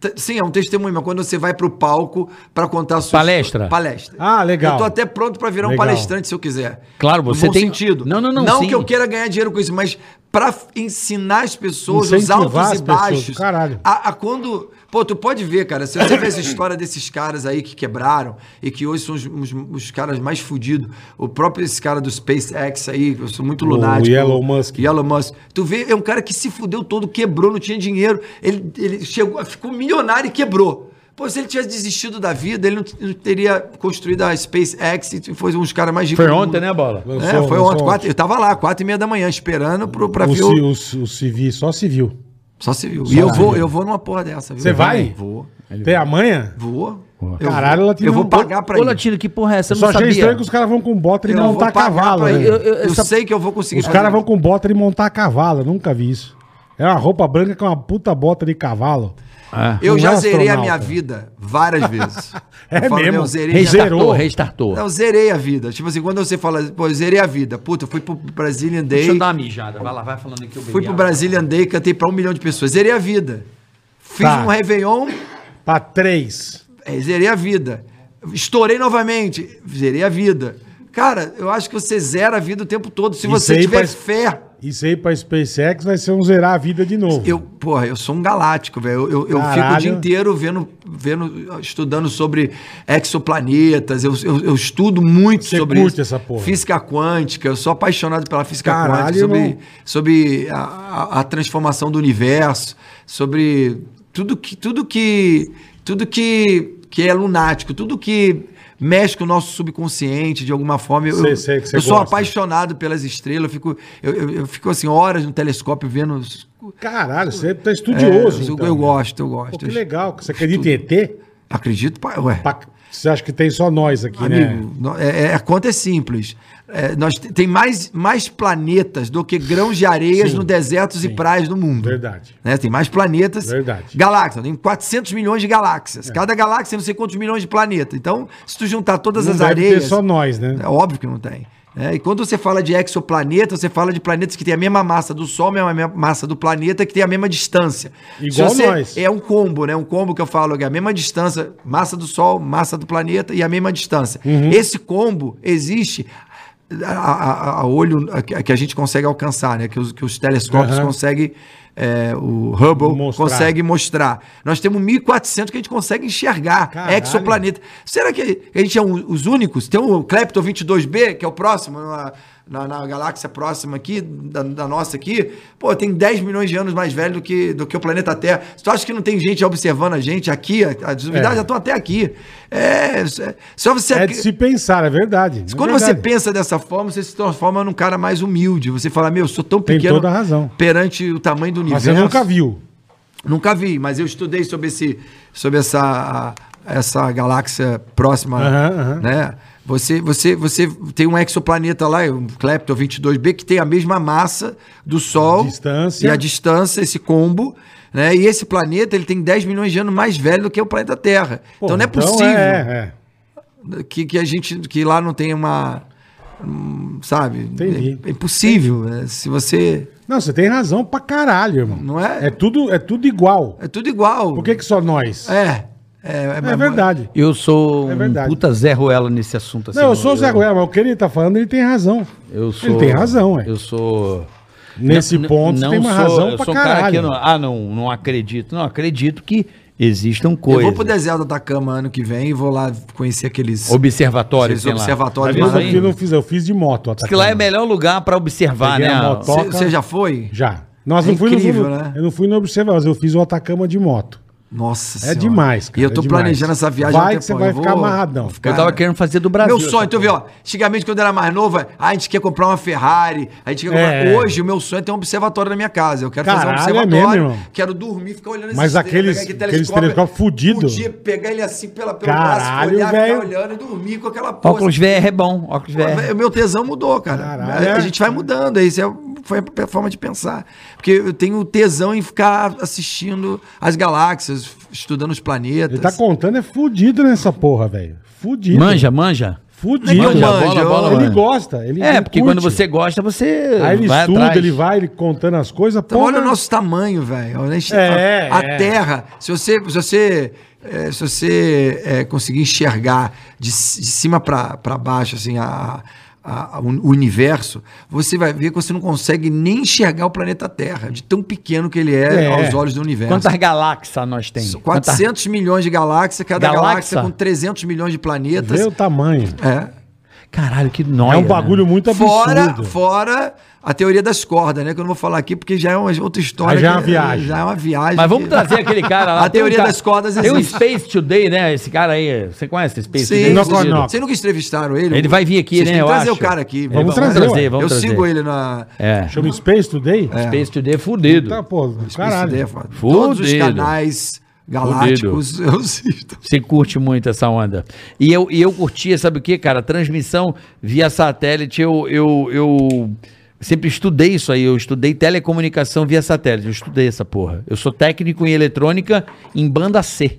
T- Sim, é um testemunho, mas quando você vai pro palco pra contar a sua Palestra. histó- Palestra. Ah, legal. Eu tô até pronto pra virar um Legal. palestrante se eu quiser. Claro, No você bom tem- sentido. Não, não, não, Não sim. que eu queira ganhar dinheiro com isso, mas pra f- ensinar as pessoas os Incentivar altos as e pessoas, baixos. caralho. A, a quando. Pô, tu pode ver, cara, se você vê essa história desses caras aí que quebraram e que hoje são os, os- os caras mais fodidos. O próprio esse cara do SpaceX aí, que eu sou muito lunático. Elon Musk. Elon Musk. Tu vê, é um cara que se fudeu todo, quebrou, não tinha dinheiro. Ele, ele chegou, ficou milionário e quebrou. Pô, se ele tivesse desistido da vida, ele não, t- não teria construído a SpaceX e foi um dos caras mais ricos Foi do ontem, mundo. né, Bola? Lançou- É, foi lançou ontem. Quatro, eu tava lá, quatro e meia da manhã, esperando pro, pra O, ver ci- o... o, ci- o civil, só civil. Só civil. E eu vou, eu vou numa porra dessa, viu? Você vai? Vou. Tem a manha? Vou. Eu Caralho, um vou. Latino. Eu vou pagar pra Ô, ir. Latino, que porra é essa? Eu Só não achei sabia. estranho que os caras vão com bota e Eu vou montar pagar cavalo. pra ir. né? Eu, eu- eu sei que eu vou conseguir Os caras vão com bota e montar cavalo, eu nunca vi isso. É uma roupa branca com uma puta bota de cavalo. Eu Não já é zerei a astronauta. minha vida várias vezes. É Eu falo, mesmo. meu, eu zerei minha Restartou, Zerou. restartou. Não, zerei a vida. Tipo assim, quando você fala, pô, eu zerei a vida. Puta, eu fui pro Brazilian Day. Deixa eu dar uma mijada. Vai lá, vai falando aqui o Fui pro Brazilian Day, cantei pra um milhão de pessoas. Zerei a vida. Fiz Tá. um Réveillon, Pra Tá três. é, zerei a vida. Estourei novamente, zerei a vida. Cara, eu acho que você zera a vida o tempo todo. Se Isso você aí tiver faz- fé. Isso aí pra SpaceX vai ser um zerar a vida de novo. Eu, porra, eu sou um galáctico, velho. Eu, eu, eu fico o Caralho. dia inteiro vendo, vendo, estudando sobre exoplanetas. Eu, eu, eu estudo muito Você sobre curte essa porra. física quântica. Eu sou apaixonado pela física Caralho, quântica, sobre, irmão. sobre a, a- a transformação do universo, sobre tudo que tudo que tudo que, que é lunático, tudo que mexe com o nosso subconsciente de alguma forma. Eu, Sei, sei que você eu sou gosta. apaixonado pelas estrelas. Eu fico, eu, eu, eu fico assim horas no telescópio vendo os- Caralho, você tá é, estudioso. eu, então. eu gosto, eu gosto. Pô, que legal. Você acredita em ET? Acredito, pai. Ué, Pra- Você acha que tem só nós aqui, né? amigo, nó- é, é- a conta é simples. É, nós te- tem mais, mais planetas do que grãos de areias no desertos e praias do mundo. Verdade. Né? Tem mais planetas. Verdade. É. Galáxias. Tem 400 milhões de galáxias. Cada galáxia, não sei quantos milhões de planetas. Então, se tu juntar todas Não as deve areias. ter só nós, né? É óbvio que não tem. né? e quando você fala de exoplaneta, você fala de planetas que têm a mesma massa do Sol, a mesma mesma massa do planeta, que tem a mesma distância. Igual Se você- nós. É um combo, né? Um combo que eu falo, que é a mesma distância, massa do Sol, massa do planeta e a mesma distância. Uhum. Esse combo existe a, a- a olho a- que a gente consegue alcançar, né? Que os, que os telescópios Aham. conseguem, é, o Hubble Uhum. Mostrar. consegue mostrar. Nós temos 1.400 que a gente consegue enxergar Caralho. exoplaneta. Será que a gente é um- os únicos? Tem o Klepto 22b, que é o próximo, na, na- na galáxia próxima aqui, da, da nossa aqui. Pô, tem 10 milhões de anos mais velho do que, do que o planeta Terra. Tu acha que não tem gente observando a gente aqui? As novidades É. já estão até aqui. É, é- só você... É de se pensar, é verdade. é Quando você verdade. pensa dessa forma, você se transforma num cara mais humilde. Você fala, meu, eu sou tão Tem pequeno toda a razão. perante o tamanho do Mas universo. você nunca viu. Nunca vi, mas eu estudei sobre, esse, sobre essa, essa galáxia próxima, Aham, aham. né? Você, você, você tem um exoplaneta lá, um Klepto 22b, que tem a mesma massa do Sol. Distância. E a distância, esse combo. Né? E esse planeta ele tem 10 milhões de anos mais velho do que o planeta Terra. Pô, então então não é possível. é, é. que, que a gente que lá não tem uma hum, sabe Entendi. É, é impossível é, se você Não, você tem razão pra caralho, irmão. Não é? É tudo, é tudo igual. é tudo igual Por que, que só nós? É, é é, é- verdade. Eu sou É um verdade. puta Zé Ruela nesse assunto. Não, assim, eu sou o Zé Ruela, mas o que ele tá falando, ele tem razão. Eu sou, Ele tem razão, é. Eu sou. Nesse N- n- ponto, você não tem uma sou- razão eu pra sou um caralho. Cara que não, ah, não, não acredito. Não, acredito que existam eu coisas. vou é. pro deserto da cama ano que vem e vou lá conhecer aqueles Observatório. Esses sei lá. observatórios Mas maravilhosos. eu não fiz, eu fiz de moto. Diz que lá é melhor lugar pra observar, Peguei né? a a- moto. Você Toca. você já foi? Já. Nós É não fui incrível, no, né? Eu não fui no observar, mas eu fiz o Atacama de moto. Nossa É demais, cara, E eu é tô demais. planejando essa viagem há Vai um que você tempão, vai eu ficar amarradão. vou Eu ficar- tava querendo fazer do Brasil. Meu sonho, tu vê, ó. Antigamente, quando eu era mais novo, ah, a gente quer comprar uma Ferrari, a gente quer comprar. É. Hoje, o meu sonho é ter um observatório na minha casa. Eu quero Caralho, é fazer um observatório. mesmo, irmão? quero dormir, ficar olhando Mas aqueles- aqueles telescópios fudido. Podia pegar ele assim pela, pelo Caralho, olhar, velho. ficar olhando e dormir com aquela porra. Óculos VR é bom. Óculos VR. O meu tesão mudou, cara. Caralho, A- é? A gente vai mudando, isso é, foi a forma de pensar. Porque eu tenho tesão em ficar assistindo as galáxias, estudando os planetas. Ele tá contando, é fudido nessa porra, velho. Fudido. Manja, manja. Fudido. Não é que eu mano. manjo, bola, bola, eu- Ele manja. gosta. Ele, É, ele porque curte. quando você gosta, você. Aí ele vai estuda, atrás. ele vai, ele contando as coisas. Então, porra. olha o nosso tamanho, velho. A, gente- É, a- a é. Terra, se você, se você, é, se você é, conseguir enxergar de, c- de cima pra pra baixo, assim, a, a- a- o universo, você vai ver que você não consegue nem enxergar o planeta Terra, de tão pequeno que ele é, É. aos olhos do universo. Quantas galáxias nós temos? 400 milhões de galáxias, cada Galáxia? galáxia, com 300 milhões de planetas. Vê o tamanho. É. Caralho, que nóia. é um bagulho né? muito Fora, absurdo. fora a teoria das cordas, né? Que eu não vou falar aqui porque já é uma outra história. Aí já é uma que- viagem. Já é uma viagem. Mas vamos que- trazer aquele cara lá. A Tem um teoria ca- das cordas Tem um existe. Space Today, né? Esse cara aí. Você conhece esse Space Sim, Today? Knock on vocês- knock. Vocês nunca entrevistaram ele? Ele vai vir aqui, Vocês né? têm que eu trazer acho. o cara aqui. Vamos, Vamos trazer, trazer, ué. vamos eu trazer. sigo ele na. É. Chama Space Today? Space Today é fudido. Tá, pô, caralho. SBT, foda. Todos os Fudido. canais galácticos eu assisto. Você curte muito essa onda. E eu, e eu curtia, sabe o que, cara? Transmissão via satélite, eu, eu, eu sempre estudei isso aí. Eu estudei telecomunicação via satélite. Eu estudei essa porra. Eu sou técnico em eletrônica em banda C.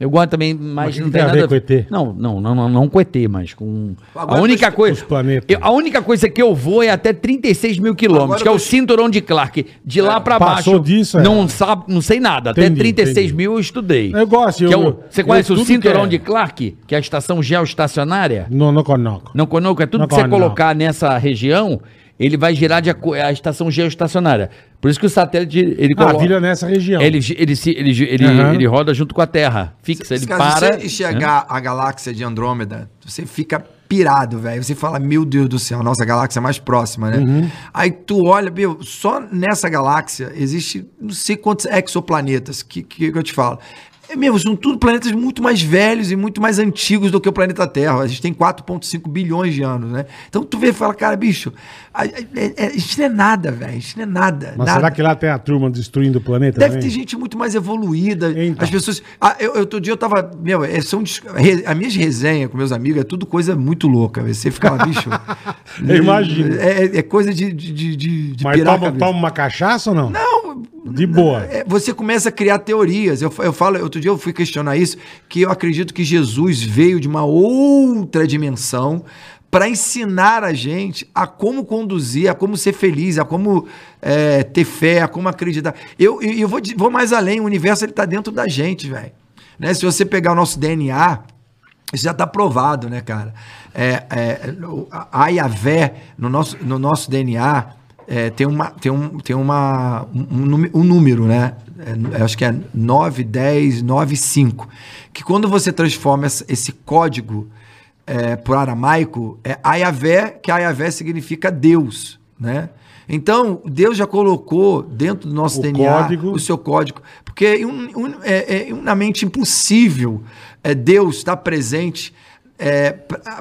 Eu gosto também, mas, que não que tem tem a nada ver com ET? Não, não, não, não, não com ET, mas com. Agora a única os- coisa. os planetas. eu- a única coisa que eu vou é até 36 mil quilômetros, Agora que é o eu- cinturão de Clark. De lá pra baixo. Passou disso, é. Não, sabe, não sei nada. até Entendi, 36 entendi. mil eu estudei. Eu gosto, Que é o- eu- você eu conhece o tudo cinturão que é- de Clark, que é a estação geoestacionária? No Noconoco. Não conoco, é tudo Não que você conoco. colocar nessa região, ele vai girar de aco- a estação geoestacionária. Por isso que o satélite ele Ah, coloca. vira nessa região. ele, gi- ele, se- ele, gi- ele, Aham. ele roda junto com a Terra. Fixa, ele Cara, se para. você enxergar a galáxia de Andrômeda, você fica pirado, velho. Você fala, meu Deus do céu, nossa a galáxia é mais próxima, né? Aí tu olha, meu, só nessa galáxia existe não sei quantos exoplanetas, que, que, que eu te falo. É mesmo, são tudo planetas muito mais velhos e muito mais antigos do que o planeta Terra. A gente tem 4,5 bilhões de anos, né? Então tu vê e fala, cara, bicho, a, a- é- é- isso não é nada, velho. Isso não é nada. Mas nada. será que lá tem a turma destruindo o planeta Deve também? ter gente muito mais evoluída. Então. As pessoas. Ah, eu, eu- outro dia eu tava. Meu, é, são. dis- re- As minhas resenhas com meus amigos é tudo coisa muito louca. velho. Você fica lá, bicho. Eu imagino. É, é- é coisa de, de, de, de, de Mas pirar a toma, cabeça. toma uma cachaça ou não? Não, De boa. é, você começa a criar teorias. Eu, fa- eu falo, outro dia eu fui questionar isso, que eu acredito que Jesus veio de uma outra dimensão para ensinar a gente a como conduzir, a como ser feliz, a como é, ter fé, a como acreditar. Eu, eu, eu vou, de- vou mais além, o universo ele tá dentro da gente, velho. Né? Se você pegar o nosso DNA, isso já está provado, né, cara? É, é, o- a a Iavé, no nosso, no nosso DNA, é, tem, uma, tem, um, tem uma, um, um número- um número, né? É, acho que é 9, 10, 9, 5. Que quando você transforma essa- esse código é, para aramaico, é Ayavé, que Ayavé significa Deus, né? Então, Deus já colocou dentro do nosso O DNA código. o seu código. Porque é, um- um- é- é humanamente impossível é, Deus estar presente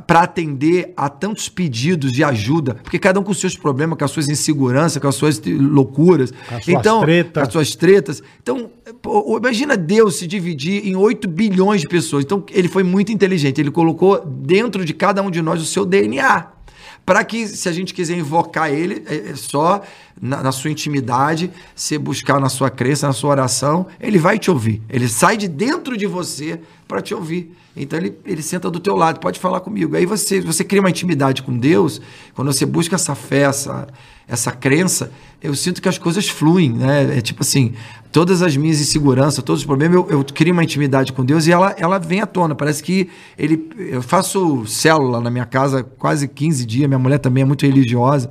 para atender a tantos pedidos de ajuda. Porque cada um com os seus problemas, com as suas inseguranças, com as suas te- loucuras. Com as suas tretas. com as suas tretas. Então, pô, imagina Deus se dividir em 8 bilhões de pessoas. Então, ele foi muito inteligente. Ele colocou dentro de cada um de nós o seu DNA. Para que, se a gente quiser invocar ele, é é só na, na sua intimidade, se buscar na sua crença, na sua oração, ele vai te ouvir. Ele sai de dentro de você para te ouvir. Então ele, ele senta do teu lado, pode falar comigo. Aí você, você cria uma intimidade com Deus, quando você busca essa fé, essa, essa crença, eu sinto que as coisas fluem, né? É tipo assim, todas as minhas inseguranças, todos os problemas, eu, eu crio uma intimidade com Deus e ela, ela vem à tona. Parece que ele. Eu faço célula na minha casa quase 15 dias, minha mulher também é muito religiosa.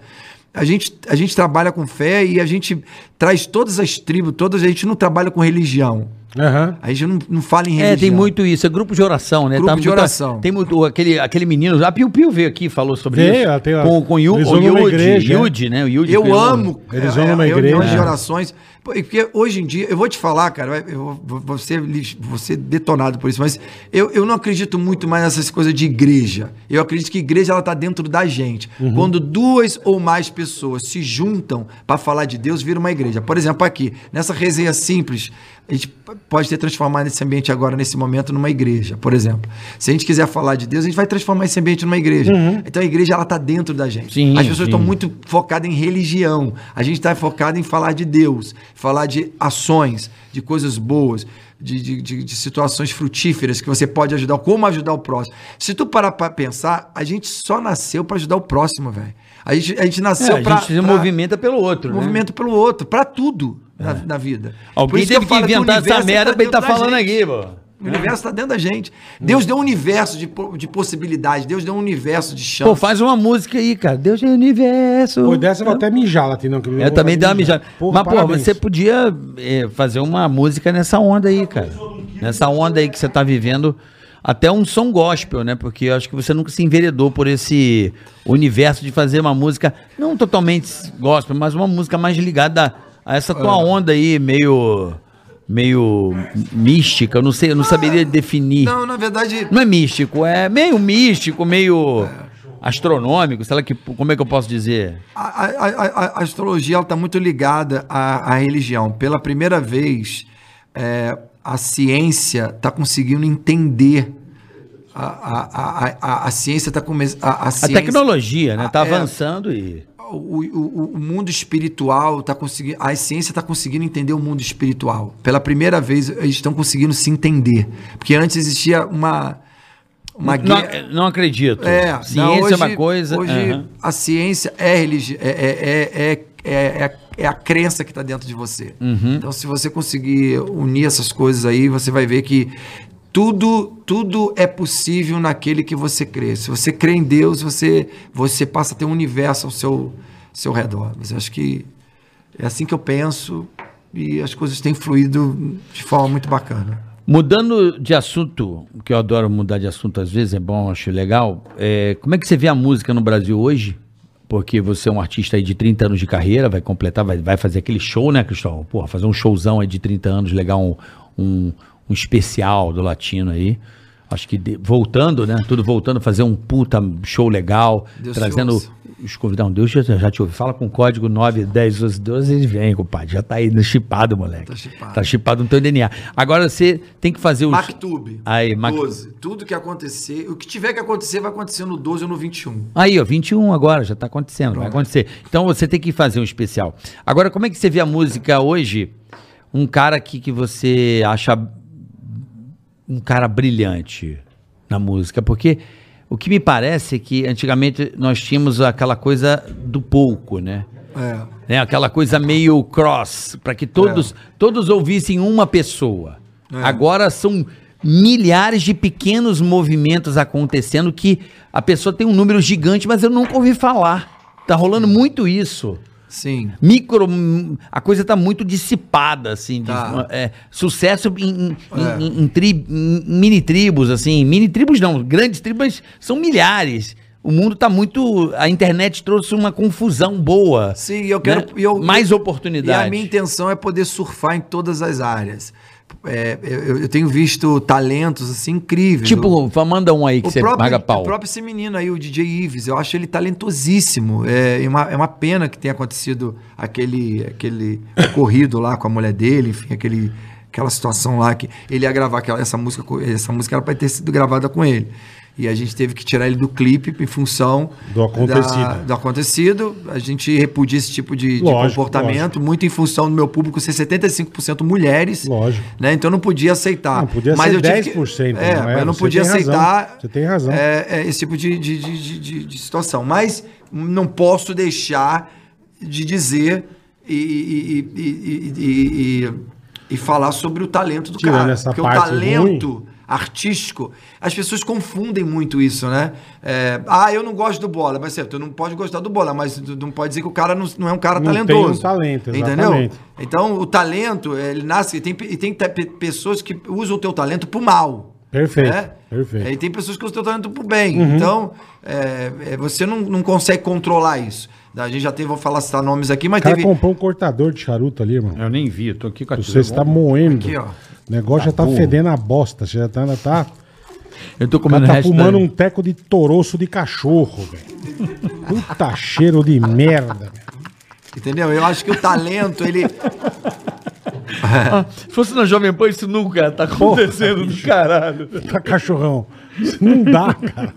A gente, a gente trabalha com fé e a gente traz todas as tribos, todas, a gente não trabalha com religião. Aham. A gente não, não fala em religião. É, tem muito isso. É grupo de oração, né? Grupo de muito- oração. Tem muito. Aquele, aquele menino. A Piu Piu veio aqui e falou sobre Veio, isso. ela tem lá- com com o Yu- eles o vão numa Yudi, igreja, é. Yudi, né? O Yudi Eu Piu. amo Eles é, vão numa é, reuniões igreja. de orações. Pô, e Porque hoje em dia, eu vou te falar, cara, eu vou, vou, ser, lis- vou ser detonado por isso, mas eu, eu não acredito muito mais nessas coisas de igreja. Eu acredito que igreja ela tá dentro da gente. Quando duas ou mais pessoas se juntam para falar de Deus, vira uma igreja. Por exemplo, aqui, nessa resenha simples, a gente p- pode ter transformado esse ambiente agora, nesse momento, numa igreja, por exemplo. Se a gente quiser falar de Deus, a gente vai transformar esse ambiente numa igreja. Então a igreja ela tá dentro da gente. Sim, As pessoas sim. estão muito muito focado em religião. A gente está focado em falar de Deus, falar de ações, de coisas boas, de, de, de- de situações frutíferas que você pode ajudar, como ajudar o próximo. Se tu parar para pensar, a gente só nasceu para ajudar o próximo, velho. A gente, a gente É, nasceu a para gente se movimenta pelo outro. né? É. movimento pelo outro, para tudo na, na vida. Por Alguém isso teve que eu falo o inventar essa universo merda pra ele tá dentro da falando gente. aqui, pô. O universo está dentro da gente. Deus deu um universo de, po- de possibilidades. Deus deu um universo de chance. Pô, faz uma música aí, cara. Deus é universo. Então, Pô, dessa eu vou até mijar, Latinão. que me Eu deu também vontade de dei uma mijada. Porra, Mas, pô, parabéns. você podia é, fazer uma música nessa onda aí, cara. Nessa onda aí que você tá vivendo. Até um som gospel, né? Porque eu acho que você nunca se enveredou por esse universo de fazer uma música, não totalmente gospel, mas uma música mais ligada a essa tua onda aí, meio. meio mística. Eu não sei, eu não saberia definir. Não, na verdade, Não é místico, é meio místico, meio astronômico, sei lá que, como é que eu posso dizer? A, a- a- a- a astrologia está muito ligada à, à religião. Pela primeira vez, é, a ciência está conseguindo entender. A, a, a, a, a ciência está começando. A, a A ciência- tecnologia, né? Tá Ah, é. avançando e. o, o- o mundo espiritual está conseguindo. A ciência está conseguindo entender o mundo espiritual. Pela primeira vez, eles estão conseguindo se entender. Porque antes existia uma. Uma Não, guerra- não acredito. É, Ciência não, é uma coisa. Hoje aham. a ciência é religi- é, é, é, é, é, é- é a crença que está dentro de você. Uhum. Então, se você conseguir unir essas coisas aí, você vai ver que tudo tudo é possível naquele que você crê. Se você crê em Deus, você você passa a ter um universo ao seu seu redor. Mas eu acho que é assim que eu penso e as coisas têm fluído de forma muito bacana. Mudando de assunto, que eu adoro mudar de assunto às vezes, é bom, acho legal. é, como é que você vê a música no Brasil hoje? Porque você é um artista aí de 30 anos de carreira, vai completar, vai, vai fazer aquele show, né, Cristóvão? Porra, fazer um showzão aí de 30 anos, legal, um, um, um especial do Latino aí. Acho que de- voltando, né? Tudo voltando, fazer um puta show legal, Deus te trazendo ouça. os convidados. Deus já, já te ouve. Fala com o código 9, 10, 12, 12, eles vêm, compadre. Já tá aí no chipado, moleque. Tá chipado. Tá chipado no teu DNA. Agora você tem que fazer um os. Mactube. Aí, Mac- 12. Tudo que acontecer, o que tiver que acontecer, vai acontecer no 12 ou no 21. Aí, ó, 21 agora, já tá acontecendo, vai acontecer. Então você tem que fazer um especial. Agora, como é que você vê a música hoje? Um cara aqui que você acha um cara brilhante na música, porque o que me parece é que antigamente nós tínhamos aquela coisa do pouco, né? É. né? Aquela coisa meio cross, para que todos, todos ouvissem uma pessoa. É. Agora são milhares de pequenos movimentos acontecendo que a pessoa tem um número gigante, mas eu nunca ouvi falar. Tá Hum. rolando muito isso. Sim. Micro, a coisa tá muito dissipada, assim. de- Tá. é, sucesso em, em- É. em- em tri- em mini tribos, assim. Mini tribos não, grandes tribos são milhares. O mundo tá muito. A internet trouxe uma confusão boa. Sim, eu quero. né? e eu- Mais E oportunidade. a minha intenção é poder surfar em todas as áreas. É, eu, eu tenho visto talentos assim incríveis. Eu- Tipo, fa- manda um aí que o você próprio, paga pau. o próprio esse menino aí, o DJ Ives, eu acho ele talentosíssimo. É é uma, é uma pena que tenha acontecido aquele, aquele ocorrido lá com a mulher dele, enfim, aquele, aquela situação lá que ele ia gravar aquela, essa música, com- essa música era para ter sido gravada com ele. E a gente teve que tirar ele do clipe em função Do acontecido. da- do acontecido. A gente repudia esse tipo de, de Lógico, comportamento, muito em função do meu público ser 75% mulheres. Lógico. Né? Então eu não podia aceitar. Não, podia mas ser eu tive que- 10%, é, não é? mas eu não Você podia tem razão. aceitar Você tem razão. é, é, esse tipo de, de, de- de- de- de situação. Mas não posso deixar de dizer e, e- e- e- e- e- e falar sobre o talento do Tirando cara. essa porque o parte talento artístico, as pessoas confundem muito isso, né? É, ah, eu não gosto do bola, mas você tu não pode gostar do bola, mas tu não pode dizer que o cara não, não é um cara Não tem talentoso. um talento, entendeu? exatamente. Então, o talento, ele nasce. E tem, pe- e tem te- pe- pessoas que usam o teu talento pro mal. Perfeito, É? né? perfeito. Uhum. E tem pessoas que usam o teu talento pro bem. Então, é, é, você não, não consegue controlar isso. A gente já teve, vou falar, citar nomes aqui, mas O cara teve. comprou um cortador de charuto ali, irmão. É, Eu nem vi, eu tô aqui com a Você está moendo. Aqui, ó. O negócio já tá fedendo a bosta. Você já tá. já tá Eu tô o cara comendo tá resto fumando da- um teco de toroço de cachorro, velho. Puta cheiro de merda. velho. Entendeu? Eu acho que o talento, ele. Se fosse na Jovem Pan, isso nunca tá acontecendo do caralho. Tá cachorrão. Não dá, cara.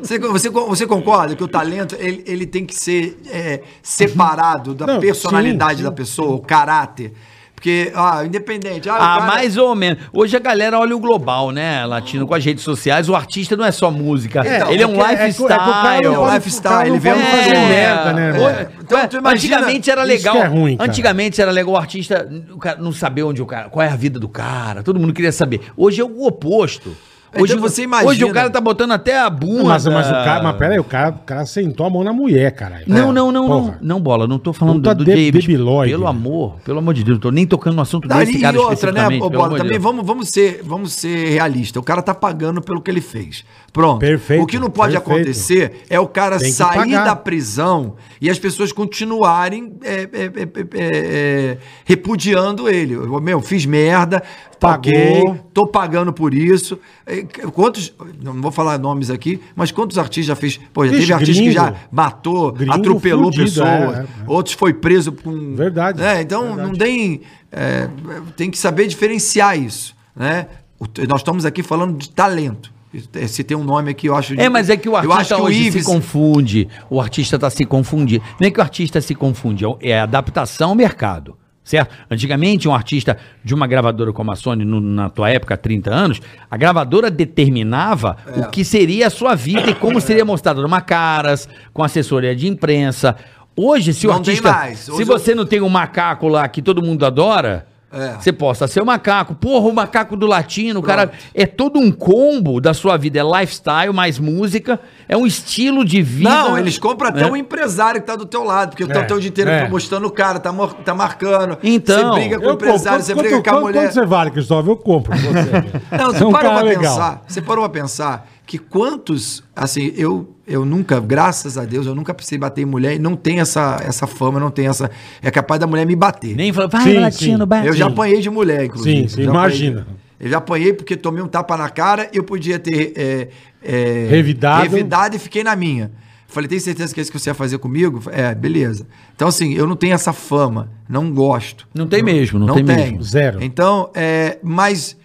Você, você, você concorda que o talento ele, ele tem que ser é, separado da Não, personalidade sim, sim. da pessoa, o caráter? Porque, ah, independente. Ah, o Ah, cara- mais ou menos. Hoje a galera olha o global, né, Latino, com as redes sociais. O artista não é só música. Então, ele é um porque é que o- é que o cara lifestyle. É não o faz- lifestyle, ele vê Não um faz fazer É. merda, né, irmão? É. Então, Ué, tu imagina- antigamente era Isso legal. que é ruim, cara. Antigamente era legal o artista o cara não saber onde o cara, qual é a vida do cara. Todo mundo queria saber. Hoje é o oposto. Então Hoje, você imagina. Hoje o cara tá botando até a bunda. Mas, mas o cara. Mas peraí, o cara, o cara sentou a mão na mulher, caralho. Não, não, não, não, Porra. não, bola, não tô falando Puta do, do de- James. debilóide. Pelo amor, pelo amor de Deus, não tô nem tocando no assunto Não, desse e, cara e outra, né, especificamente. ô, pelo Bola, amor de também Deus. vamos, vamos, ser, vamos ser realista. O cara tá pagando pelo que ele fez. Pronto. Perfeito, O que não pode perfeito. acontecer é o cara Tem que sair pagar. da prisão e as pessoas continuarem é, é, é, é, é, repudiando ele. Eu, meu, fiz merda, paguei, Pagou. tô pagando por isso. É, Quantos, não vou falar nomes aqui, mas quantos artistas já fez? Pô, já Ixi, teve artista que gringo. já matou, Gringo atropelou fudido, pessoas, é, é, é. outros foi preso com... Verdade. É, então não tem. é, tem que saber diferenciar isso. Né? O t- nós estamos aqui falando de talento. É, Se tem um nome aqui, eu acho. É, mas é que o eu acho artista que o hoje Ives- se confunde. O artista tá se confundindo. Nem que o artista se confunde, é o- é a adaptação ao mercado. Certo? Antigamente, um artista de uma gravadora como a Sony, no- na tua época, há 30 anos, a gravadora determinava É. o que seria a sua vida e como seria mostrado numa caras, com assessoria de imprensa. Hoje, se o Não tem artista. mais. Se Hoje você não tem um macaco lá que todo mundo adora, É. você possa ser o macaco. Porra, o macaco do latino, o cara. É todo um combo da sua vida. É lifestyle, mais música. É um estilo de vida. Não, eles compram É. até um empresário que tá do teu lado, porque É, tá o teu dia inteiro é. mostrando o cara, tá, mor- tá marcando. Então. Você briga com o Eu empresário, compro. você Quanto- briga com a quanto- mulher. Quanto você vale, Cristóvão? Eu compro. pra Você, velho. Não, você É um parou cara pra legal. pensar. Você parou pra pensar que quantos. Assim, eu, eu nunca, graças a Deus, eu nunca precisei bater em mulher e não tem essa, essa fama, não tem essa. É capaz da mulher me bater. Nem fala, vai, Sim, latino, sim. bate. Eu já apanhei de mulher, inclusive. Sim, sim, Já imagina. apanhei. eu já apanhei porque tomei um tapa na cara, eu podia ter. é, é, Revidado. Revidado e fiquei na minha. Falei, tem certeza que é isso que você ia fazer comigo? É, beleza. Então, assim, eu não tenho essa fama, não gosto. Não tem Tipo, mesmo, não, tem, mesmo. Zero. Então, é, mas,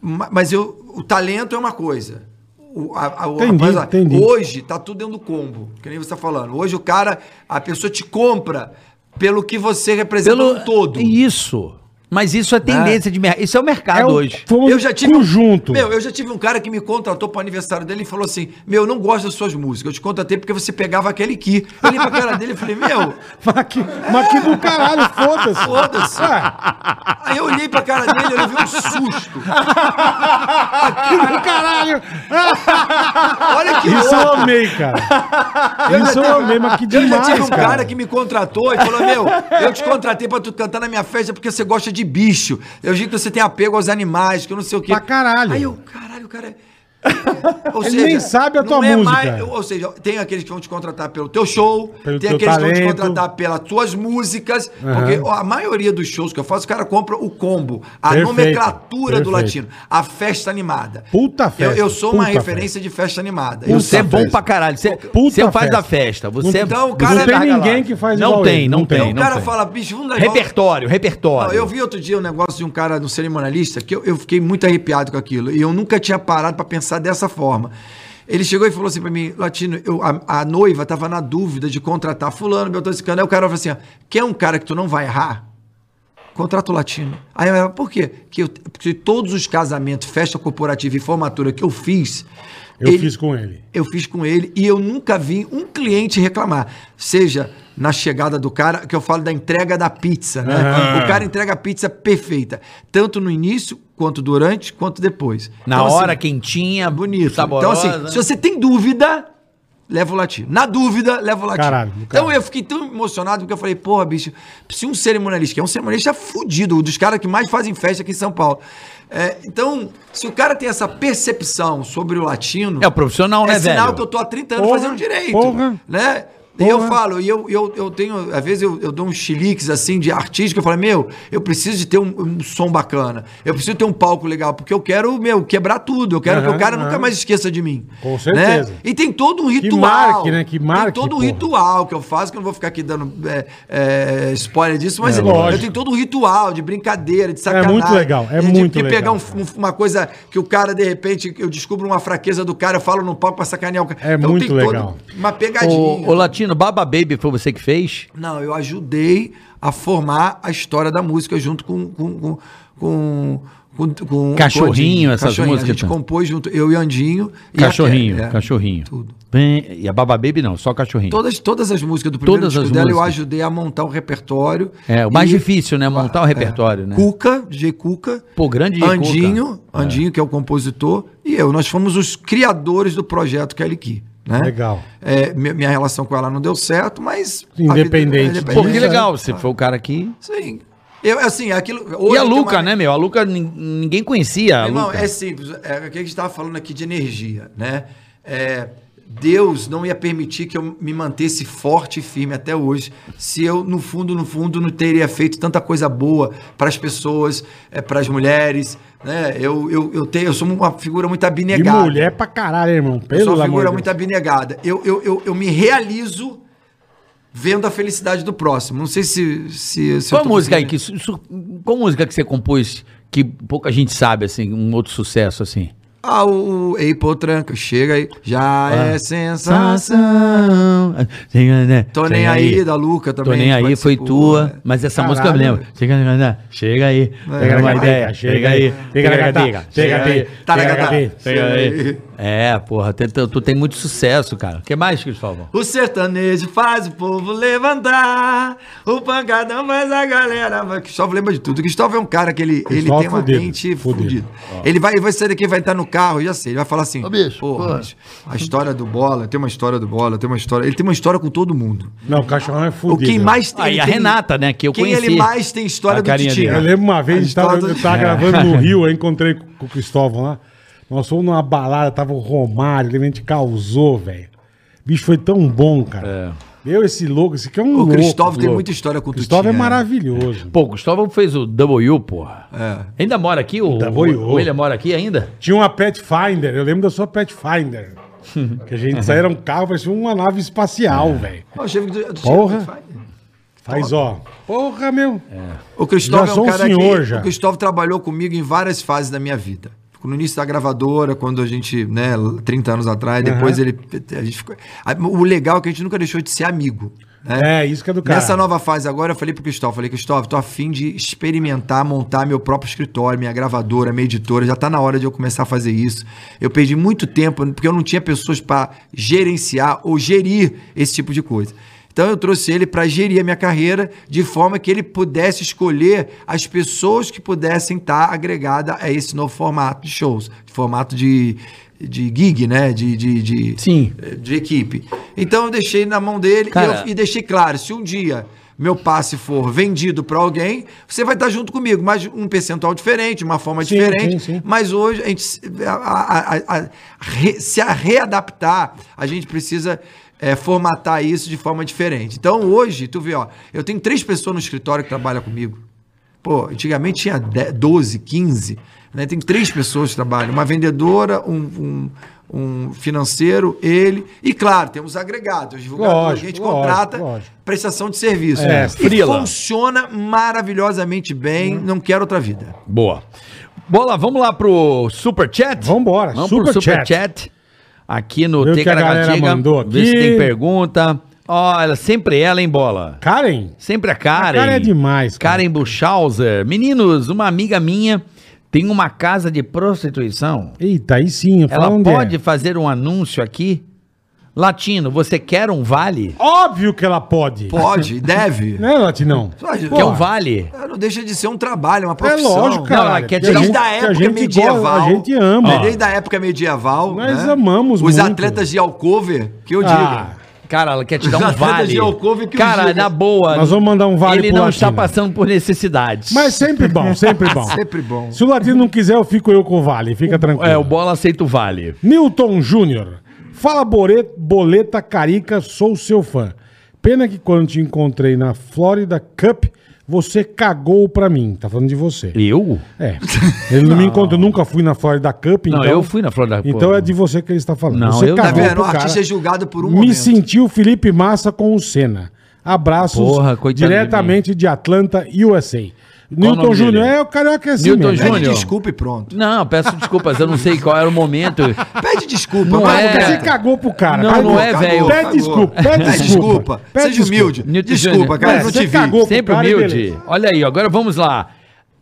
ma- mas eu, o talento é uma coisa. O, a, a, o Entendi, rapaz lá, entendi. Hoje tá tudo dentro do combo, que nem você tá falando. Hoje o cara, a pessoa te compra pelo que você representa Pelo no todo. Né? Isso. Mas isso é tendência de mercado. Isso é o mercado É o- hoje. Fomos Eu já tive conjunto. Um, meu, eu já tive um cara que me contratou pro aniversário dele e falou assim: Meu, eu não gosto das suas músicas. Eu te contratei porque você pegava aquele que. Eu olhei pra cara dele e falei: Meu. Mas que, mas que do caralho, foda-se. Foda-se. Ué, Aí eu olhei pra cara dele e levei um susto. que do caralho. Olha que Isso eu louco. amei, cara. Isso eu amei, mas que Eu já demais, tive um cara. cara. que me contratou e falou: Meu, eu te contratei pra tu cantar na minha festa porque você gosta de bicho. Eu digo que você tem apego aos animais, que eu não sei o quê. Pra caralho. Aí eu, caralho, cara. é-" Ou Ele nem sabe a não tua é música. ou seja, tem aqueles que vão te contratar pelo teu show, Pelo tem teu aqueles que vão talento. te contratar pelas tuas músicas, porque ó, a maioria dos shows que eu faço, o cara compra o combo, a Perfeito, nomenclatura perfeito. do latino, a festa animada. Puta Eu, festa, eu sou uma puta referência de festa animada. Eu Você é sou- bom pra caralho. Você, Puta você faz festa. a festa. Você Então, é, o cara- você Não tem larga lá. ninguém que faz Não igual tem, ele, não não tem. tem. o não cara tem. fala, bicho, vamos levar. um-" Repertório, repertório. Não, eu vi outro dia um negócio de um cara, do cerimonialista, que eu, eu fiquei muito arrepiado com aquilo. E eu nunca tinha parado pra pensar dessa forma. Ele chegou e falou assim pra mim, Latino, eu, a, a noiva tava na dúvida de contratar fulano, meu Aí o cara falou assim, ó, quer um cara que tu não vai errar? Contrato latino. Aí eu falei, por quê? Que eu- porque todos os casamentos, festa corporativa e formatura que eu fiz. Eu ele- fiz com ele. Eu fiz com ele e eu nunca vi um cliente reclamar. Seja na chegada do cara, que eu falo da entrega da pizza, né? O cara entrega a pizza perfeita. Tanto no início, quanto durante, quanto depois. Na Então, assim, hora, quentinha, bonito. saborosa. né? Então, assim, se você tem dúvida, leva o latino. Na dúvida, leva o latino. Caralho, então caralho. eu fiquei tão emocionado porque eu falei, porra, bicho, se um cerimonialista, que é um cerimonialista fudido, um dos caras que mais fazem festa aqui em São Paulo. É, então, se o cara tem essa percepção sobre o latino. É o profissional, é né, sinal velho? que eu tô há 30 anos Porra, fazendo direito. porra. Né? E Porra. eu falo, e eu, eu, eu tenho, às vezes eu, eu dou uns chiliques assim de artístico, eu falo, meu, eu preciso de ter um, um som bacana, eu preciso ter um palco legal, porque eu quero, meu, quebrar tudo, eu quero que Aham, o cara aham. nunca mais esqueça de mim. né?" Com certeza. E tem todo um ritual. marque, né? Que marque, Tem todo um porra. ritual que eu faço, que eu não vou ficar aqui dando é, é, spoiler disso, mas É, eu lógico. tenho todo um ritual de brincadeira, de sacanagem. muito legal, é de- muito de legal, pegar um, cara. um- uma coisa que o cara, de repente, eu descubro uma fraqueza do cara, eu falo no palco pra sacanear o Então, cara. É muito legal. uma pegadinha. O, o Latino, Baba Baby foi você que fez? Não, eu ajudei a formar a história da música junto com. com, com, com com- com- Cachorrinho, com essas músicas, A gente tá? compôs junto, eu e Andinho. e a Cachorrinho, Kelly, é. cachorrinho. Tudo. Bem, E a Baba Baby não, só cachorrinho. Todas, todas as músicas do primeiro Todas disco as dela eu músicas. ajudei a montar o repertório. É, o mais E- é. difícil, né? Montar o repertório, né? Cuca, DJ Cuca. Pô, grande DJ Andinho, Cuca. Andinho, que é o compositor, e eu. Nós fomos os criadores do projeto Kelly Key. Né? Legal. É, mi- minha relação com ela não deu certo, mas. a Independente vida- Pô, que É, legal, você foi o cara que... Sim. Eu, assim, aquilo. E Ah. hoje a tem Luca, uma- né, meu? A Luca, nin- ninguém conhecia a Irmão, Luca. é simples. É o que a gente estava falando aqui de energia, né? É, Deus não ia permitir que eu me mantesse forte e firme até hoje, se eu, no fundo, no fundo, não teria feito tanta coisa boa para as pessoas, para as mulheres, né? Eu, eu, eu, tenho, eu sou uma figura muito E abnegada. mulher pra caralho, irmão. eu sou Pelo amor uma figura de muito abnegada. Eu, eu, eu, eu me realizo vendo a felicidade do próximo. Não sei se... se, se eu Qual a tô música aí conseguindo- que... su- su- Qual música que você compôs que pouca gente sabe, assim, um outro sucesso, assim? Ah, o, o Ei, pô, tranca, chega aí. Já Ah. é sensação. Sensação. né? Tô nem aí, da Luca também. Tô nem aí, participou, foi tua. é. Mas essa né? Caralho, É. música eu lembro. Chega, chega aí. Pega uma Chega, ideia. Chega aí. Chega, Chega chega, aí. Tá chega, Tarará. chega. Chega aí. É, porra, tem- tu, tu tem muito sucesso, cara. O que mais, Cristóvão? O sertanejo faz o povo levantar. O pancadão faz a galera. vai- Cristóvão lembra de tudo. O Cristóvão é um cara que ele, ele Cristóvão tem uma fudido, mente fudido. fudida. Ele vai, ele vai sair daqui, vai entrar no carro, já sei. Ele vai falar assim: Ô, bicho, porra, porra." bicho, a história do bola, tem uma história do bola, tem uma história. Ele tem uma história com todo mundo. Não, o cachorrão é O fudido. quem mais tem. Ah, e a tem- Renata, né, que eu quem conheci. ele mais tem história A do carinha Titi. dele. Eu lembro uma vez, a gente tava, História eu do- É. tava gravando no Tá Rio, eu encontrei com com o Cristóvão lá. Nós fomos numa balada, tava o Romário, ele a gente causou, velho. Bicho, foi tão bom, cara. Eu, esse louco, esse aqui é um O louco. Cristóvão tem louco. muita história com o Cristóvão é Tutinha. maravilhoso. Pô, o Cristóvão fez o W, porra. É. Ainda mora aqui? O, W. o William mora aqui ainda? Tinha uma Pathfinder, eu lembro da sua Pathfinder. que a gente saía um carro, parecia uma nave É. espacial, velho. Ó, o chefe do- do- Porra. Faz, ó. Porra, meu. O Cristóvão Já é sou um um cara senhor, que já. o Cristóvão trabalhou comigo em várias fases da minha vida. No início da gravadora, quando a gente, né, 30 anos atrás, depois ele a gente ficou, a- o legal é que a gente nunca deixou de ser amigo, né? É, isso que é do cara. Nessa nova fase agora, eu falei pro Cristóvão, falei, Cristóvão, tô afim de experimentar, montar meu próprio escritório, minha gravadora, minha editora, já tá na hora de eu começar a fazer isso. Eu perdi muito tempo, porque eu não tinha pessoas pra gerenciar ou gerir esse tipo de coisa. Então eu trouxe ele pra gerir a minha carreira de forma que ele pudesse escolher as pessoas que pudessem estar agregadas a esse novo formato de shows, formato de, de gig, né? De, de, de- Sim. de equipe. Então eu deixei na mão dele e Cara- eu- e, deixei claro, se um dia meu passe for vendido para alguém, você vai estar junto comigo, mas um percentual diferente, uma forma Sim, sim, diferente. sim. Mas hoje a gente se- a- a- a- a- re- se a readaptar, a gente precisa é, formatar isso de forma diferente. Então hoje, tu vê, ó, eu tenho três pessoas no escritório que trabalham comigo. Pô, antigamente tinha 10, 12, 15, né? Tem três pessoas que trabalham. Uma vendedora, um, um, um financeiro, ele. E claro, temos agregados, divulgadores, Lógico, que a gente lógico, contrata lógico. prestação de serviço. É, Uhum. e frila. funciona maravilhosamente bem, não quero outra vida. Boa. Bola, vamos lá pro Super Chat? Vambora, vamos Super pro Super Chat. Chat. aqui no Vê o que a galera mandou Vê aqui. se tem pergunta. Olha, sempre ela em bola. Karen? Sempre a Karen. A Karen é demais, cara. Karen Buchhauser. Meninos, uma amiga minha tem uma casa de prostituição. Eita, aí sim. eu Ela falo onde é. pode fazer um anúncio aqui? Latino, você quer um vale? Óbvio que ela pode. Pode, deve. Né, Latinão? Pode. Quer um vale? Não deixa de ser um trabalho, É uma profissão. lógico, cara. cara. ela quer Que a tirar um- gente- Desde a que época gente gosta, medieval. É, a gente ama. Desde a época medieval. né? Nós amamos Os muito. atletas de Alcove, que eu Ah, diga. Cara, ela quer te Os dar um atletas vale. de Alcove que Cara, os- na boa. Nós vamos mandar um vale Ele pro não Latino. está passando por necessidades. Mas sempre bom, sempre bom. Sempre bom. Se o Latino não quiser, eu fico eu com o Vale. Fica tranquilo. É, o bola aceita o vale. Newton Júnior. Fala, Bore- Boleta Carica, sou seu fã. Pena que quando te encontrei na Florida Cup, você cagou pra mim. Tá falando de você. Eu? É. Ele não, me encontrou, eu nunca fui na Florida Cup, então. Não, eu fui na Florida Cup. Então é de você que ele está falando. Não, você eu não. Tá cagou vendo? pro O artista cara. é julgado por um Me momento. senti o Felipe Massa com o Senna. Abraços Porra, coitado diretamente de, Atlanta, USA. Newton nome Júnior dele? é o carioca é assim Newton mesmo. Pede Júnior. desculpa e pronto. Não, peço desculpas, eu não sei qual era o momento. Pede desculpa. Não vai, é. cara. Ah, Você cagou pro cara. Não, cagou. não é, velho. Pede desculpa, pede desculpa. Pede Seja desculpa. humilde. Newton Desculpa, Júnior. cara, É, não você te vi. cagou. Pô, Sempre pro cara e humilde. beleza. Olha aí, agora vamos lá.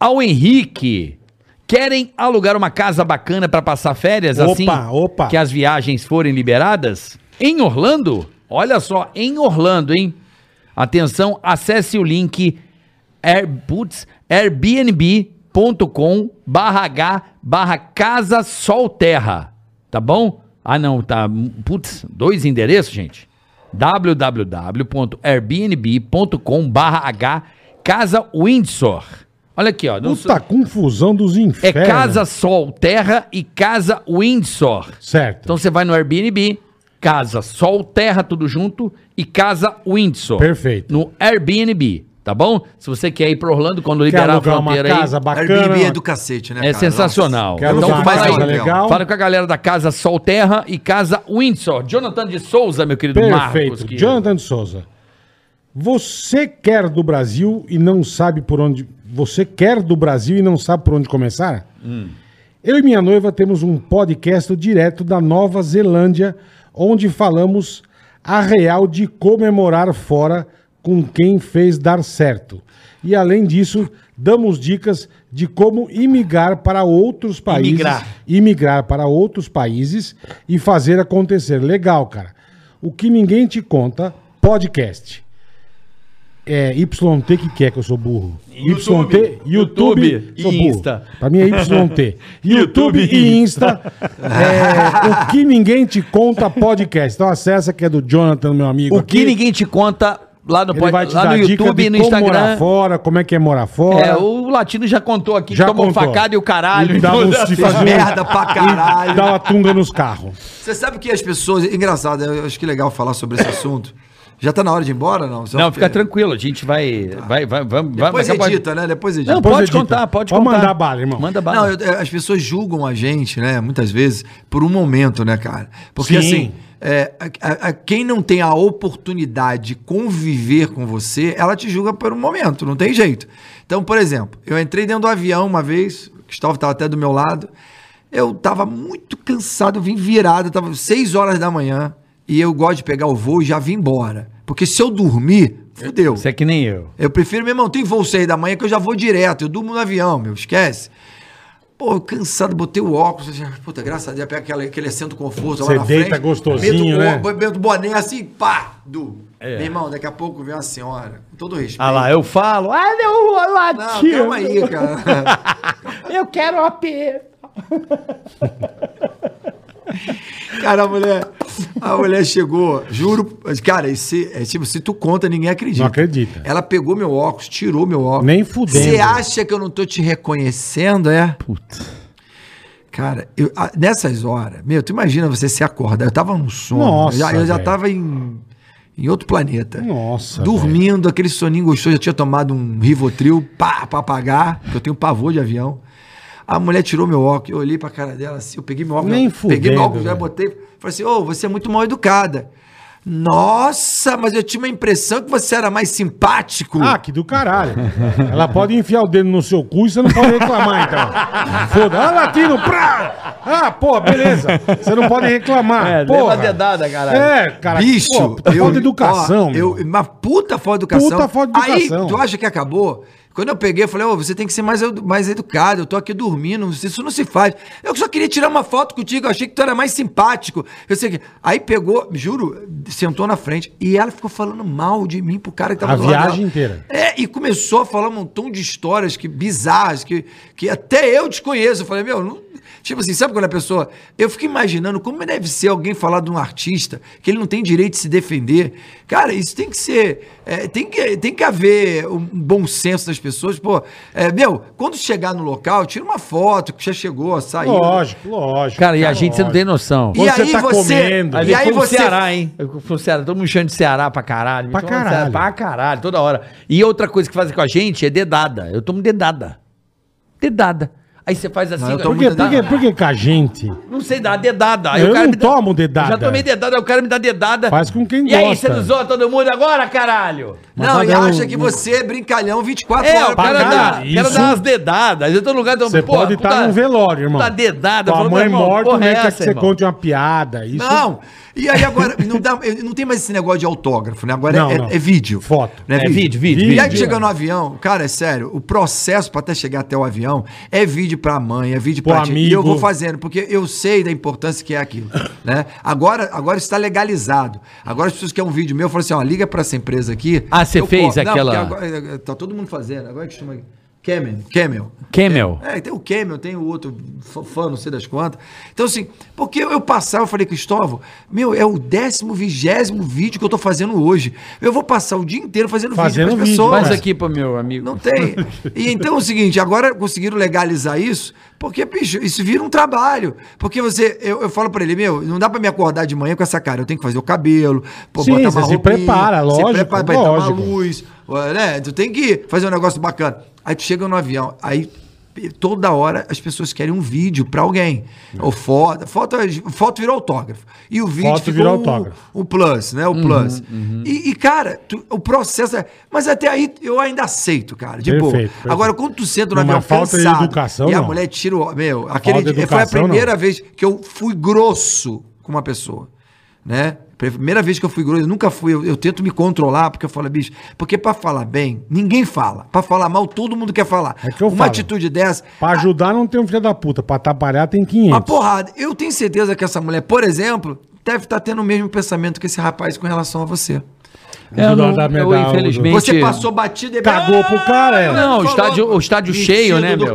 Ao Henrique. Querem alugar uma casa bacana pra passar férias Opa, assim opa. que as viagens forem liberadas? Em Orlando? Olha só, em Orlando, hein? Atenção, acesse o link air, putz, airbnb.com barra H barra Casa Sol Terra, tá bom? Ah não, tá, putz, dois endereços, gente. www.airbnb.com barra H Casa Windsor. Olha aqui, ó. não Puta sou- confusão dos é infernos. Casa Sol Terra e Casa Windsor. Certo. Então você vai no Airbnb, Casa Sol Terra, tudo junto, e Casa Windsor. Perfeito. No Airbnb, tá bom? Se você quer ir para Orlando quando Quer liberar a alugar uma fronteira aí. casa bacana. Airbnb é do cacete, né, É sensacional. Quer Quero Então alugar uma faz casa aí, Léo. legal. Fala com a galera da Casa Sol Terra e Casa Windsor. Jonathan de Souza, meu querido Marcos. Perfeito. que- Jonathan de Souza. Você quer do Brasil e não sabe por onde. Você quer do Brasil e não sabe por onde começar? Eu e minha noiva temos um podcast direto da Nova Zelândia, onde falamos a real de comemorar fora com quem fez dar certo. E além disso, damos dicas de como imigrar para outros países. Imigrar. imigrar para outros países e fazer acontecer. Legal, cara. O que ninguém te conta, podcast. É YT que quer que eu sou burro. YouTube, YT, YouTube, YouTube sou e burro. Insta. Pra mim é YT. YouTube e Insta. É, o que ninguém te conta podcast. Então acessa que é do Jonathan, meu amigo. O que ninguém te conta lá no, Ele pod- vai te lá dar no dica YouTube de e no como morar Instagram. fora, como é que é morar fora. É, o Latino já contou aqui, Já que tomou contou. facada e o caralho. E dá então, uns- assim, de fazer um- Merda pra caralho. Dá uma tunga nos carros. Você sabe que as pessoas. Engraçado, eu acho que é legal falar sobre esse assunto. Já tá na hora de ir embora, não? Só Não, porque- fica tranquilo, a gente vai. Vai, vai, vai, Depois vai acabar- edita, né? Depois edita. Não, Depois pode edita. contar, pode Pode contar. mandar bala, irmão. Manda bala. Não, eu- eu- as pessoas julgam a gente, né? Muitas vezes, por um momento, né, cara? Porque Sim. assim. é, a- a- a- quem não tem a oportunidade de conviver com você, ela te julga por um momento, não tem jeito. Então, por exemplo, eu entrei dentro do avião uma vez, o Cristóvão estava até do meu lado, eu tava muito cansado, eu vim virado, tava 6 horas da manhã, e eu gosto de pegar o voo e já vim embora. Porque se eu dormir, fudeu. Você é que nem eu. Eu prefiro, meu irmão, tem voo seis da manhã que eu já vou direto. Eu durmo no avião, meu, esquece. Pô, eu cansado, botei o óculos. Já, puta, graças a Deus, pega aquele, aquele assento conforto Você lá na deita frente. gostosinho, meto, o- né? É. Meto o boné assim, pá, du. Meu irmão, daqui a pouco vem uma senhora, com todo respeito. Ah lá, eu falo. Ah, não, ô, Não, Latino. calma é? aí, cara. Eu quero AP. cara, a mulher, a mulher chegou, juro. Cara, esse, é tipo, se tu conta, ninguém acredita. Não acredita. Ela pegou meu óculos, tirou meu óculos. Nem fudendo. Você acha que eu não tô te reconhecendo, é? Putz. Cara, eu- a- nessas horas, meu, tu imagina você se acordar. Eu tava num sono. Nossa, eu já, eu já velho. tava em, em outro planeta. Nossa, Dormindo, aquele soninho gostoso. Eu tinha tomado um Rivotril pá, pra apagar, que eu tenho pavor de avião. A mulher tirou meu óculos, eu olhei pra cara dela assim, eu peguei meu óculos, Nem já- peguei fudendo, meu óculos, já velho. botei, falei assim, ô, você é muito mal educada. Nossa, mas eu tinha uma impressão que você era mais simpático. Ah, que do caralho. Ela pode enfiar o dedo no seu cu e você não pode reclamar, então. Foda-se. Ah, latino, prá! Ah, pô, beleza. Você não pode reclamar. É, leva a dedada, caralho. É, cara. Bicho, pô, puta falta de educação. ó, meu. eu, uma puta falta de educação. Puta falta de educação. Aí, tu acha que acabou? Quando eu peguei, eu falei, ô, você tem que ser mais, edu- mais educado, eu tô aqui dormindo, isso não se faz. Eu só queria tirar uma foto contigo, eu achei que tu era mais simpático. Eu sei que... Aí pegou, juro, sentou na frente e ela ficou falando mal de mim pro cara que tava A do lado viagem dela. inteira. É, e começou a falar um montão de histórias que, bizarras, que, que até eu desconheço. Eu falei, meu, não- tipo assim, sabe quando a pessoa. Eu fico imaginando como deve ser alguém falar de um artista que ele não tem direito de se defender. Cara, isso tem que ser. é, tem, que, tem que haver um bom senso das pessoas. Pô, é, meu, quando chegar no local, tira uma foto que já chegou, saiu. Lógico, lógico. Cara, e a gente, você não tem noção. E Você aí tá você. comendo. E aí você. um Ceará, hein? Eu fui no Ceará, todo mundo chama de Ceará pra caralho. me Pra chama de Ceará caralho. Pra caralho, toda hora. E outra coisa que fazem com a gente é dedada. Eu tomo dedada. Dedada. Aí você faz assim... Não, eu Por tomo que, muita por, que, dedada. por que com a gente? Não sei dar dedada. Aí Eu não me dá- tomo dedada. Já tomei dedada, aí o cara me dá dedada. Faz com quem e E aí, gosta. você não zoa todo mundo agora, caralho? Mas não, vai e dar um- acha que você é brincalhão 24 É, horas. o cara pra dá, caralho, o cara isso- dá umas dedadas. Eu tô no lugar... Você pode estar num velório, irmão. Tá dedada. Tua falando, mãe irmão, morta, porra né? é Quer que essa, você irmão? conte uma piada. Isso Não. E aí agora, não, dá, não tem mais esse negócio de autógrafo, né? Agora é- Não, é, não. é vídeo. Foto. Não É vídeo, vídeo, E aí vídeo. que chega no avião, cara, é sério, o processo pra até chegar até o avião é vídeo pra mãe, é vídeo Pro pra tia. E eu amigo. vou fazendo, porque eu sei da importância que é aquilo, né? Agora, agora está legalizado. Agora as pessoas querem um vídeo meu, falam assim, ó, liga pra essa empresa aqui. Ah, você Eu fez cobro. Não, aquela- porque agora- tá todo mundo fazendo, agora que chama... Camel, Camel. Camel. É, tem o Camel, tem o outro f- fã, não sei das quantas. Então, assim, porque eu, eu passava, eu falei, Cristóvão, meu, é o décimo, vigésimo vídeo que eu tô fazendo hoje. Eu vou passar o dia inteiro fazendo, Fazendo vídeo pras vídeo, pessoas. Faz aqui pro meu amigo. Não tem. E então é o seguinte, agora conseguiram legalizar isso, porque, bicho, isso vira um trabalho. Porque você, eu, eu falo pra ele, meu, não dá pra me acordar de manhã com essa cara, eu tenho que fazer o cabelo, pô, Sim, você se prepara, lógico, se prepara pra entrar uma lógico. luz, né? Tu tem que fazer um negócio bacana. Aí tu chega no avião, aí toda hora as pessoas querem um vídeo pra alguém. Ou foto, foto, foto virou autógrafo. E o vídeo É. Foto ficou um virou o- autógrafo. o plus, né? O Uhum, plus. E, e, cara, tu- o processo é. Mas até aí eu ainda aceito, cara. De Perfeito, boa. perfeito. Agora, quando tu senta no Numa avião falta de cansado educação, e a não. mulher tira o. Meu, aquele de dia- foi a educação, primeira não. vez que eu fui grosso com uma pessoa. Né? Primeira vez que eu fui grosso, eu nunca fui. Eu, eu tento me controlar, porque eu falo, bicho, porque pra falar bem, ninguém fala. Pra falar mal, todo mundo quer falar. É que eu uma falo. atitude dessa. Pra ajudar não tem um filho da puta, pra atrapalhar Ah, tem 500. Uma porrada. Eu tenho certeza que essa mulher, por exemplo, deve estar tendo o mesmo pensamento que esse rapaz com relação a você. Eu, não, Do- da- da- eu, da- infelizmente... Você passou batido e Cagou pro cara, é. Não, o estádio, o estádio cheio, né, meu? meu? Do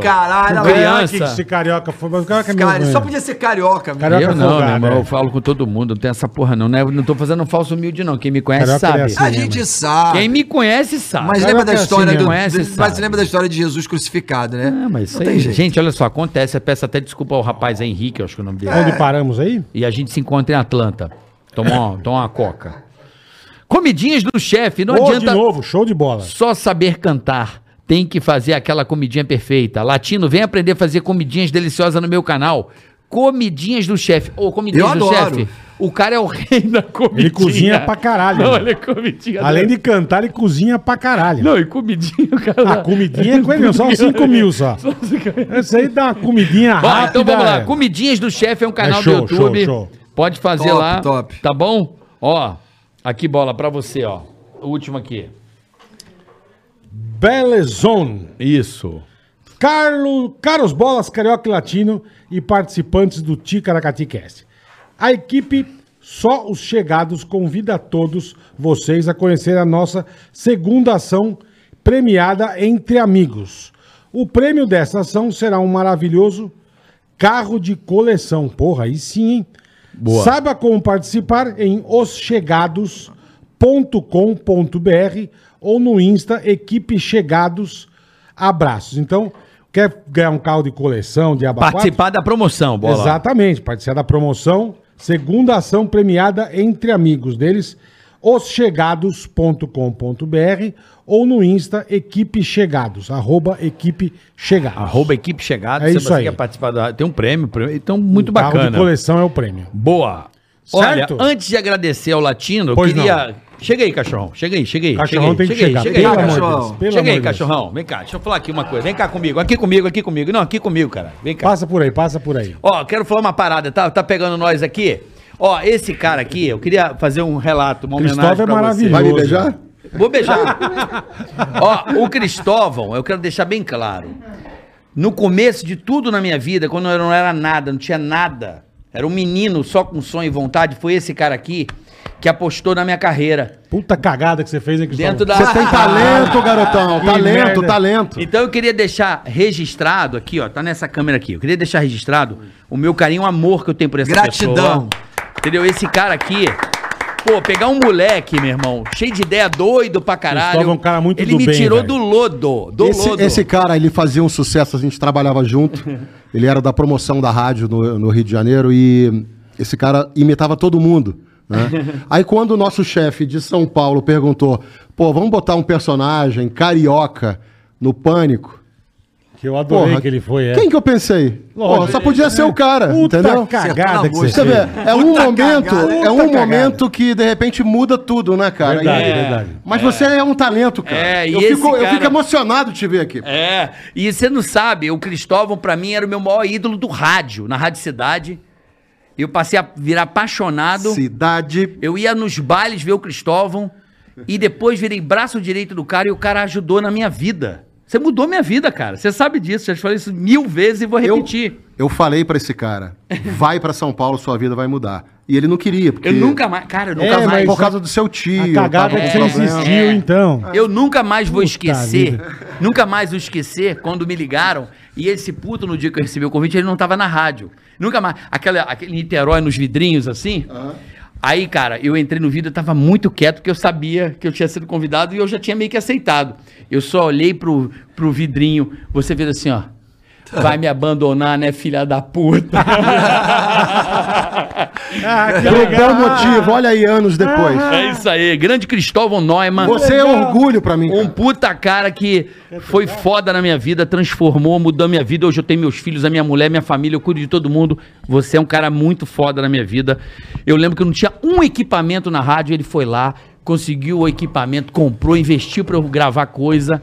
Com caralho, olha lá, Ah, que criança. esse carioca foi. Mas o cara que é meu Ah, Cara, velho. só podia ser carioca, meu. Carioca Eu não, folgado, meu irmão. é. Eu falo com todo mundo, não tem essa porra, não. Não, é- não tô fazendo um falso humilde, não. Quem me conhece Carioca é sabe. assim. A gente sabe. Quem me conhece sabe. Mas Carioca lembra da é assim história mesmo. do. Conhece, do- mas sabe. lembra da história de Jesus crucificado, né? Ah, mas isso Não aí, tem jeito. gente, olha só, acontece. Eu peço até desculpa ao rapaz aí, Henrique, eu acho que é o nome dele. Onde paramos aí? E a gente se encontra em Atlanta. Tomar uma, tomar uma coca. Comidinhas do chefe, não Ô, adianta de novo, show de bola. só saber cantar. Tem que fazer aquela comidinha perfeita. Latino, vem aprender a fazer comidinhas deliciosas no meu canal. Comidinhas do chefe. Ô, comidinhas Eu do adoro. chefe. O cara é o rei da comidinha. Ele cozinha pra caralho, Não, né? ele é comidinha. Além de cantar, ele cozinha pra caralho. Não, e comidinha, o cara. A comidinha é com ele, mesmo, só 5 mil só. Essa aí dá uma comidinha Bom, Ah, rápida. então vamos lá. é. Comidinhas do Chefe é um canal É show, do YouTube. show, show. Pode fazer Top, lá. top. Tá bom? Ó, aqui bola pra você, ó. O último aqui. Belezone. Isso. Carlos, Carlos Bolas, Carioca e Latino e participantes do Ticaracati Cast. A equipe Só os Chegados convida todos vocês a conhecer a nossa segunda ação premiada entre amigos. O prêmio dessa ação será um maravilhoso carro de coleção. Porra, aí sim, hein? Saiba como participar em oschegados.com.br ou no Insta Equipe Chegados Abraços. Então, quer ganhar um carro de coleção, de abacuado? Participar da promoção, bola. Exatamente, participar da promoção. Segunda ação premiada entre amigos deles, oschegados.com.br ou no Insta Equipe Chegados, arroba Equipe Chegados. Arroba equipe chegada. É se isso você aí. quer participar da... Tem um prêmio, prêmio- então muito Carro de bacana. coleção é o prêmio. Boa. Certo? Olha, antes de agradecer ao Latino, eu Pois queria. Chega aí, cachorrão. Chega aí, chega aí. Cachorrão chega tem aí, que chegar. chega Aí, Pelo chega aí, amor de cachorro. cachorrão. Deus. Pelo chega amor aí, de Deus. cachorrão. Vem cá, deixa eu falar aqui uma coisa. Vem cá comigo, aqui comigo, aqui comigo. Não, aqui comigo, cara. Vem cá. Passa por aí, passa por aí. Ó, quero falar uma parada, tá? Tá pegando nós aqui. Ó, esse cara aqui, eu queria fazer um relato, uma homenagem Cristóvão é pra você. maravilhoso. Vai me beijar? Vou beijar. Ó, o Cristóvão, eu quero deixar bem claro. No começo de tudo na minha vida, quando eu não era nada, não tinha nada, era um menino só com sonho e vontade, foi esse cara aqui que apostou na minha carreira. Puta cagada que você fez, hein, Cristóvão? Dentro da. Você tem talento, garotão. que Talento, merda. talento. Então eu queria deixar registrado aqui, ó, tá nessa câmera aqui. Eu queria deixar registrado o meu carinho, o amor que eu tenho por essa Gratidão. pessoa. Entendeu? Esse cara aqui, pô, pegar um moleque, meu irmão, cheio de ideia, doido pra caralho. Cristóvão é um cara muito Ele do me bem, tirou velho. do lodo, do Esse, lodo. esse cara, ele fazia um sucesso, a gente trabalhava junto. Ele era da promoção da rádio no, no Rio de Janeiro e esse cara imitava todo mundo. né? Aí quando o nosso chefe de São Paulo perguntou, pô, vamos botar um personagem carioca no pânico. Que eu adorei que ele foi, é. Quem que eu pensei? Lógico. Porra, só podia ser o cara, Puta entendeu? cagada que Você você Você vê, fez. é um Puta momento, cagada. é um Puta momento que de repente muda tudo, né, cara? Verdade, E- verdade. Mas você é um talento, cara. É, e eu, esse fico, eu cara- fico emocionado de te ver aqui. É, e você não sabe, o Cristóvão pra mim era o meu maior ídolo do rádio, na Rádio Cidade. Eu passei a virar apaixonado. Cidade. Eu ia nos bailes ver o Cristóvão e depois virei braço direito do cara e o cara ajudou na minha vida. Você mudou minha vida, cara. Você sabe disso. Já te falei isso mil vezes e vou Eu, repetir. eu falei pra esse cara, vai pra São Paulo, sua vida vai mudar. E ele não queria, porque Eu nunca mais. Cara, eu por nunca causa, mas mais. por causa do seu tio, A cagada tava é com que você problema. insistiu, então. Ah. Eu nunca mais vou esquecer, vida. nunca mais vou esquecer quando me ligaram e esse puto no dia que eu recebi o convite, ele não tava na rádio. Nunca mais. Aquela, aquele Niterói nos vidrinhos assim. Aí, cara, eu entrei no vidro, eu tava muito quieto porque eu sabia que eu tinha sido convidado e eu já tinha meio que aceitado. Eu só olhei pro, pro vidrinho, você fez assim, ó. Vai me abandonar, né, filha da puta? Ah, que Por um legal. bom motivo, olha aí anos depois. é isso aí, grande Cristóvão Ah, Neumann. Você é um orgulho pra mim. Um cara. puta cara que foi foda na minha vida, transformou, mudou minha vida. Hoje eu tenho meus filhos, a minha mulher, minha família, eu cuido de todo mundo. Você é um cara muito foda na minha vida. Eu lembro que eu não tinha um equipamento na rádio, ele foi lá, conseguiu o equipamento, comprou, investiu pra eu gravar coisa.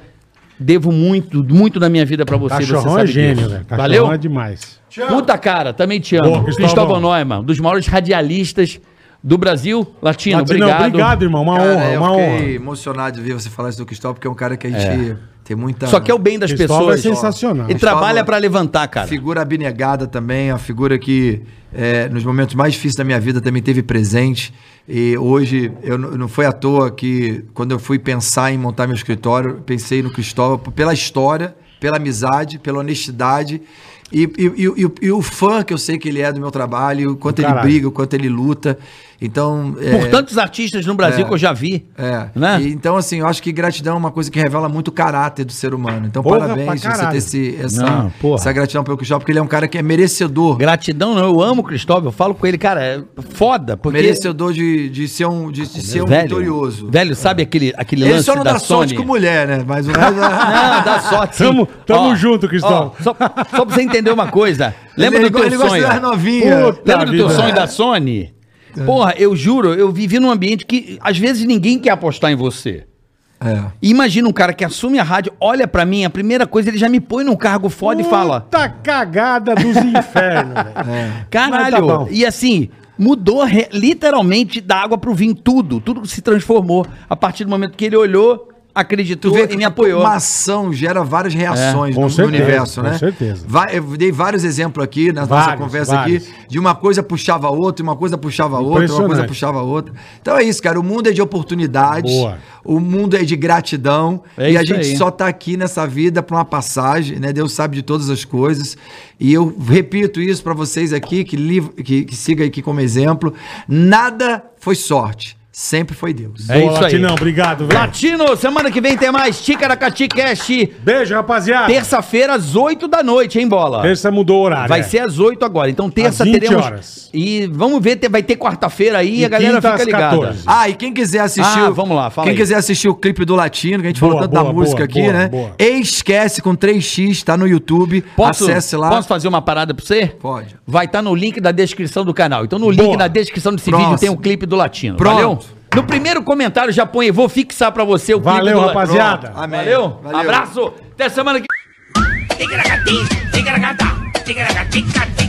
Devo muito, muito da minha vida pra você, você Cachorrão é gênio, disso. velho. Cachorrão Tá Valeu? é demais. Puta cara, também te amo. Boa, Cristóvão. Cristóvão, Neumann, um dos maiores radialistas do Brasil, latino. Latino, obrigado. obrigado, irmão. é Uma Cara, honra, eu uma fiquei honra. emocionado de ver você falar isso do Cristóvão, porque é um cara que a gente tem muita. Só que é o bem das Cristóvão é pessoas. sensacional. E trabalha pra levantar, cara. Figura abnegada também, a figura que é, nos momentos mais difíceis da minha vida também teve presente. E hoje, eu, n- não foi à toa que quando eu fui pensar em montar meu escritório, eu pensei no Cristóvão p- pela história, pela amizade, pela honestidade e, e- e- e o- e o fã que eu sei que ele é do meu trabalho, o quanto ele Caralho. briga, o quanto ele luta. Então, é, Por tantos artistas no Brasil que eu já vi. É. Né? E, então, assim, eu acho que gratidão é uma coisa que revela muito o caráter do ser humano. Então, Porra, parabéns pra você caralho. ter esse, essa, Não, porra. essa gratidão pelo Cristóvão, porque ele é um cara que é merecedor. Gratidão, não. Eu amo o Cristóvão. Eu falo com ele, cara, é foda. Porque Merecedor de, de ser um, de, de ser um velho, vitorioso. É. Velho, sabe aquele, aquele ele lance só não da dá Sony? sorte com mulher, né? Mas o resto. Não, dá sorte. sim. Tamo- tamo junto, Cristóvão. ó, só, só pra você entender uma coisa. Lembra ele, do teu ele sonho? gosta das novinhas. É. Puta Lembra do teu vida. sonho da Sony? Porra, eu juro, eu vivi num ambiente que às vezes ninguém quer apostar em você. É. E Imagina um cara que assume a rádio, olha pra mim, a primeira coisa ele já me põe num cargo foda Hum, e fala: Puta cagada dos infernos, velho. Mas Caralho! tá bom. e assim, mudou re- literalmente da água pro vinho tudo. Tudo se transformou a partir do momento que ele olhou, Tu acreditou vê e que me apoiou. uma ação gera várias reações É, com no, no certeza, universo, com né? certeza. Vai- eu dei vários exemplos aqui na nossa Vários, conversa vários. aqui, de uma coisa puxava a outra, uma coisa puxava a outra, uma coisa Impressionante. puxava a outra. Então é isso, cara, o mundo é de oportunidades, Boa. o mundo é de gratidão É e a isso gente aí. só tá aqui nessa vida para uma passagem, né? Deus sabe de todas as coisas. E eu repito isso para vocês aqui que, liv- que que siga aqui como exemplo, nada foi sorte. sempre foi Deus. É Boa, isso aí. Latinão, obrigado, velho. Latino, semana que vem tem mais Ticaracati Cast. Beijo, rapaziada. Terça-feira, às 8 da noite, hein, bola? Terça mudou o horário. Vai é. ser às 8 agora. Então, terça Às 20 teremos. horas. E vamos ver, te- vai ter quarta-feira aí, E a galera quinta fica às ligada. 14. Ah, e quem quiser assistir. Ah, o- vamos lá, fala Quem aí. quiser assistir o clipe do Latino, que a gente Boa, falou tanto boa, da boa, música aqui, boa, né? boa. Esquece com 3x, tá no YouTube. Posso, Acesse lá. posso fazer uma parada pra você? Pode. Vai estar no link da descrição do canal. Então no Boa. link da descrição desse Próximo. vídeo tem o clipe do Latino. Pronto. Valeu? No primeiro comentário já põe, vou fixar pra você o clipe Valeu, do rapaziada. Pronto. Amém. Valeu? Valeu. Abraço. Até semana que Tigra gatín, tigra gata, tigra gatica, tigra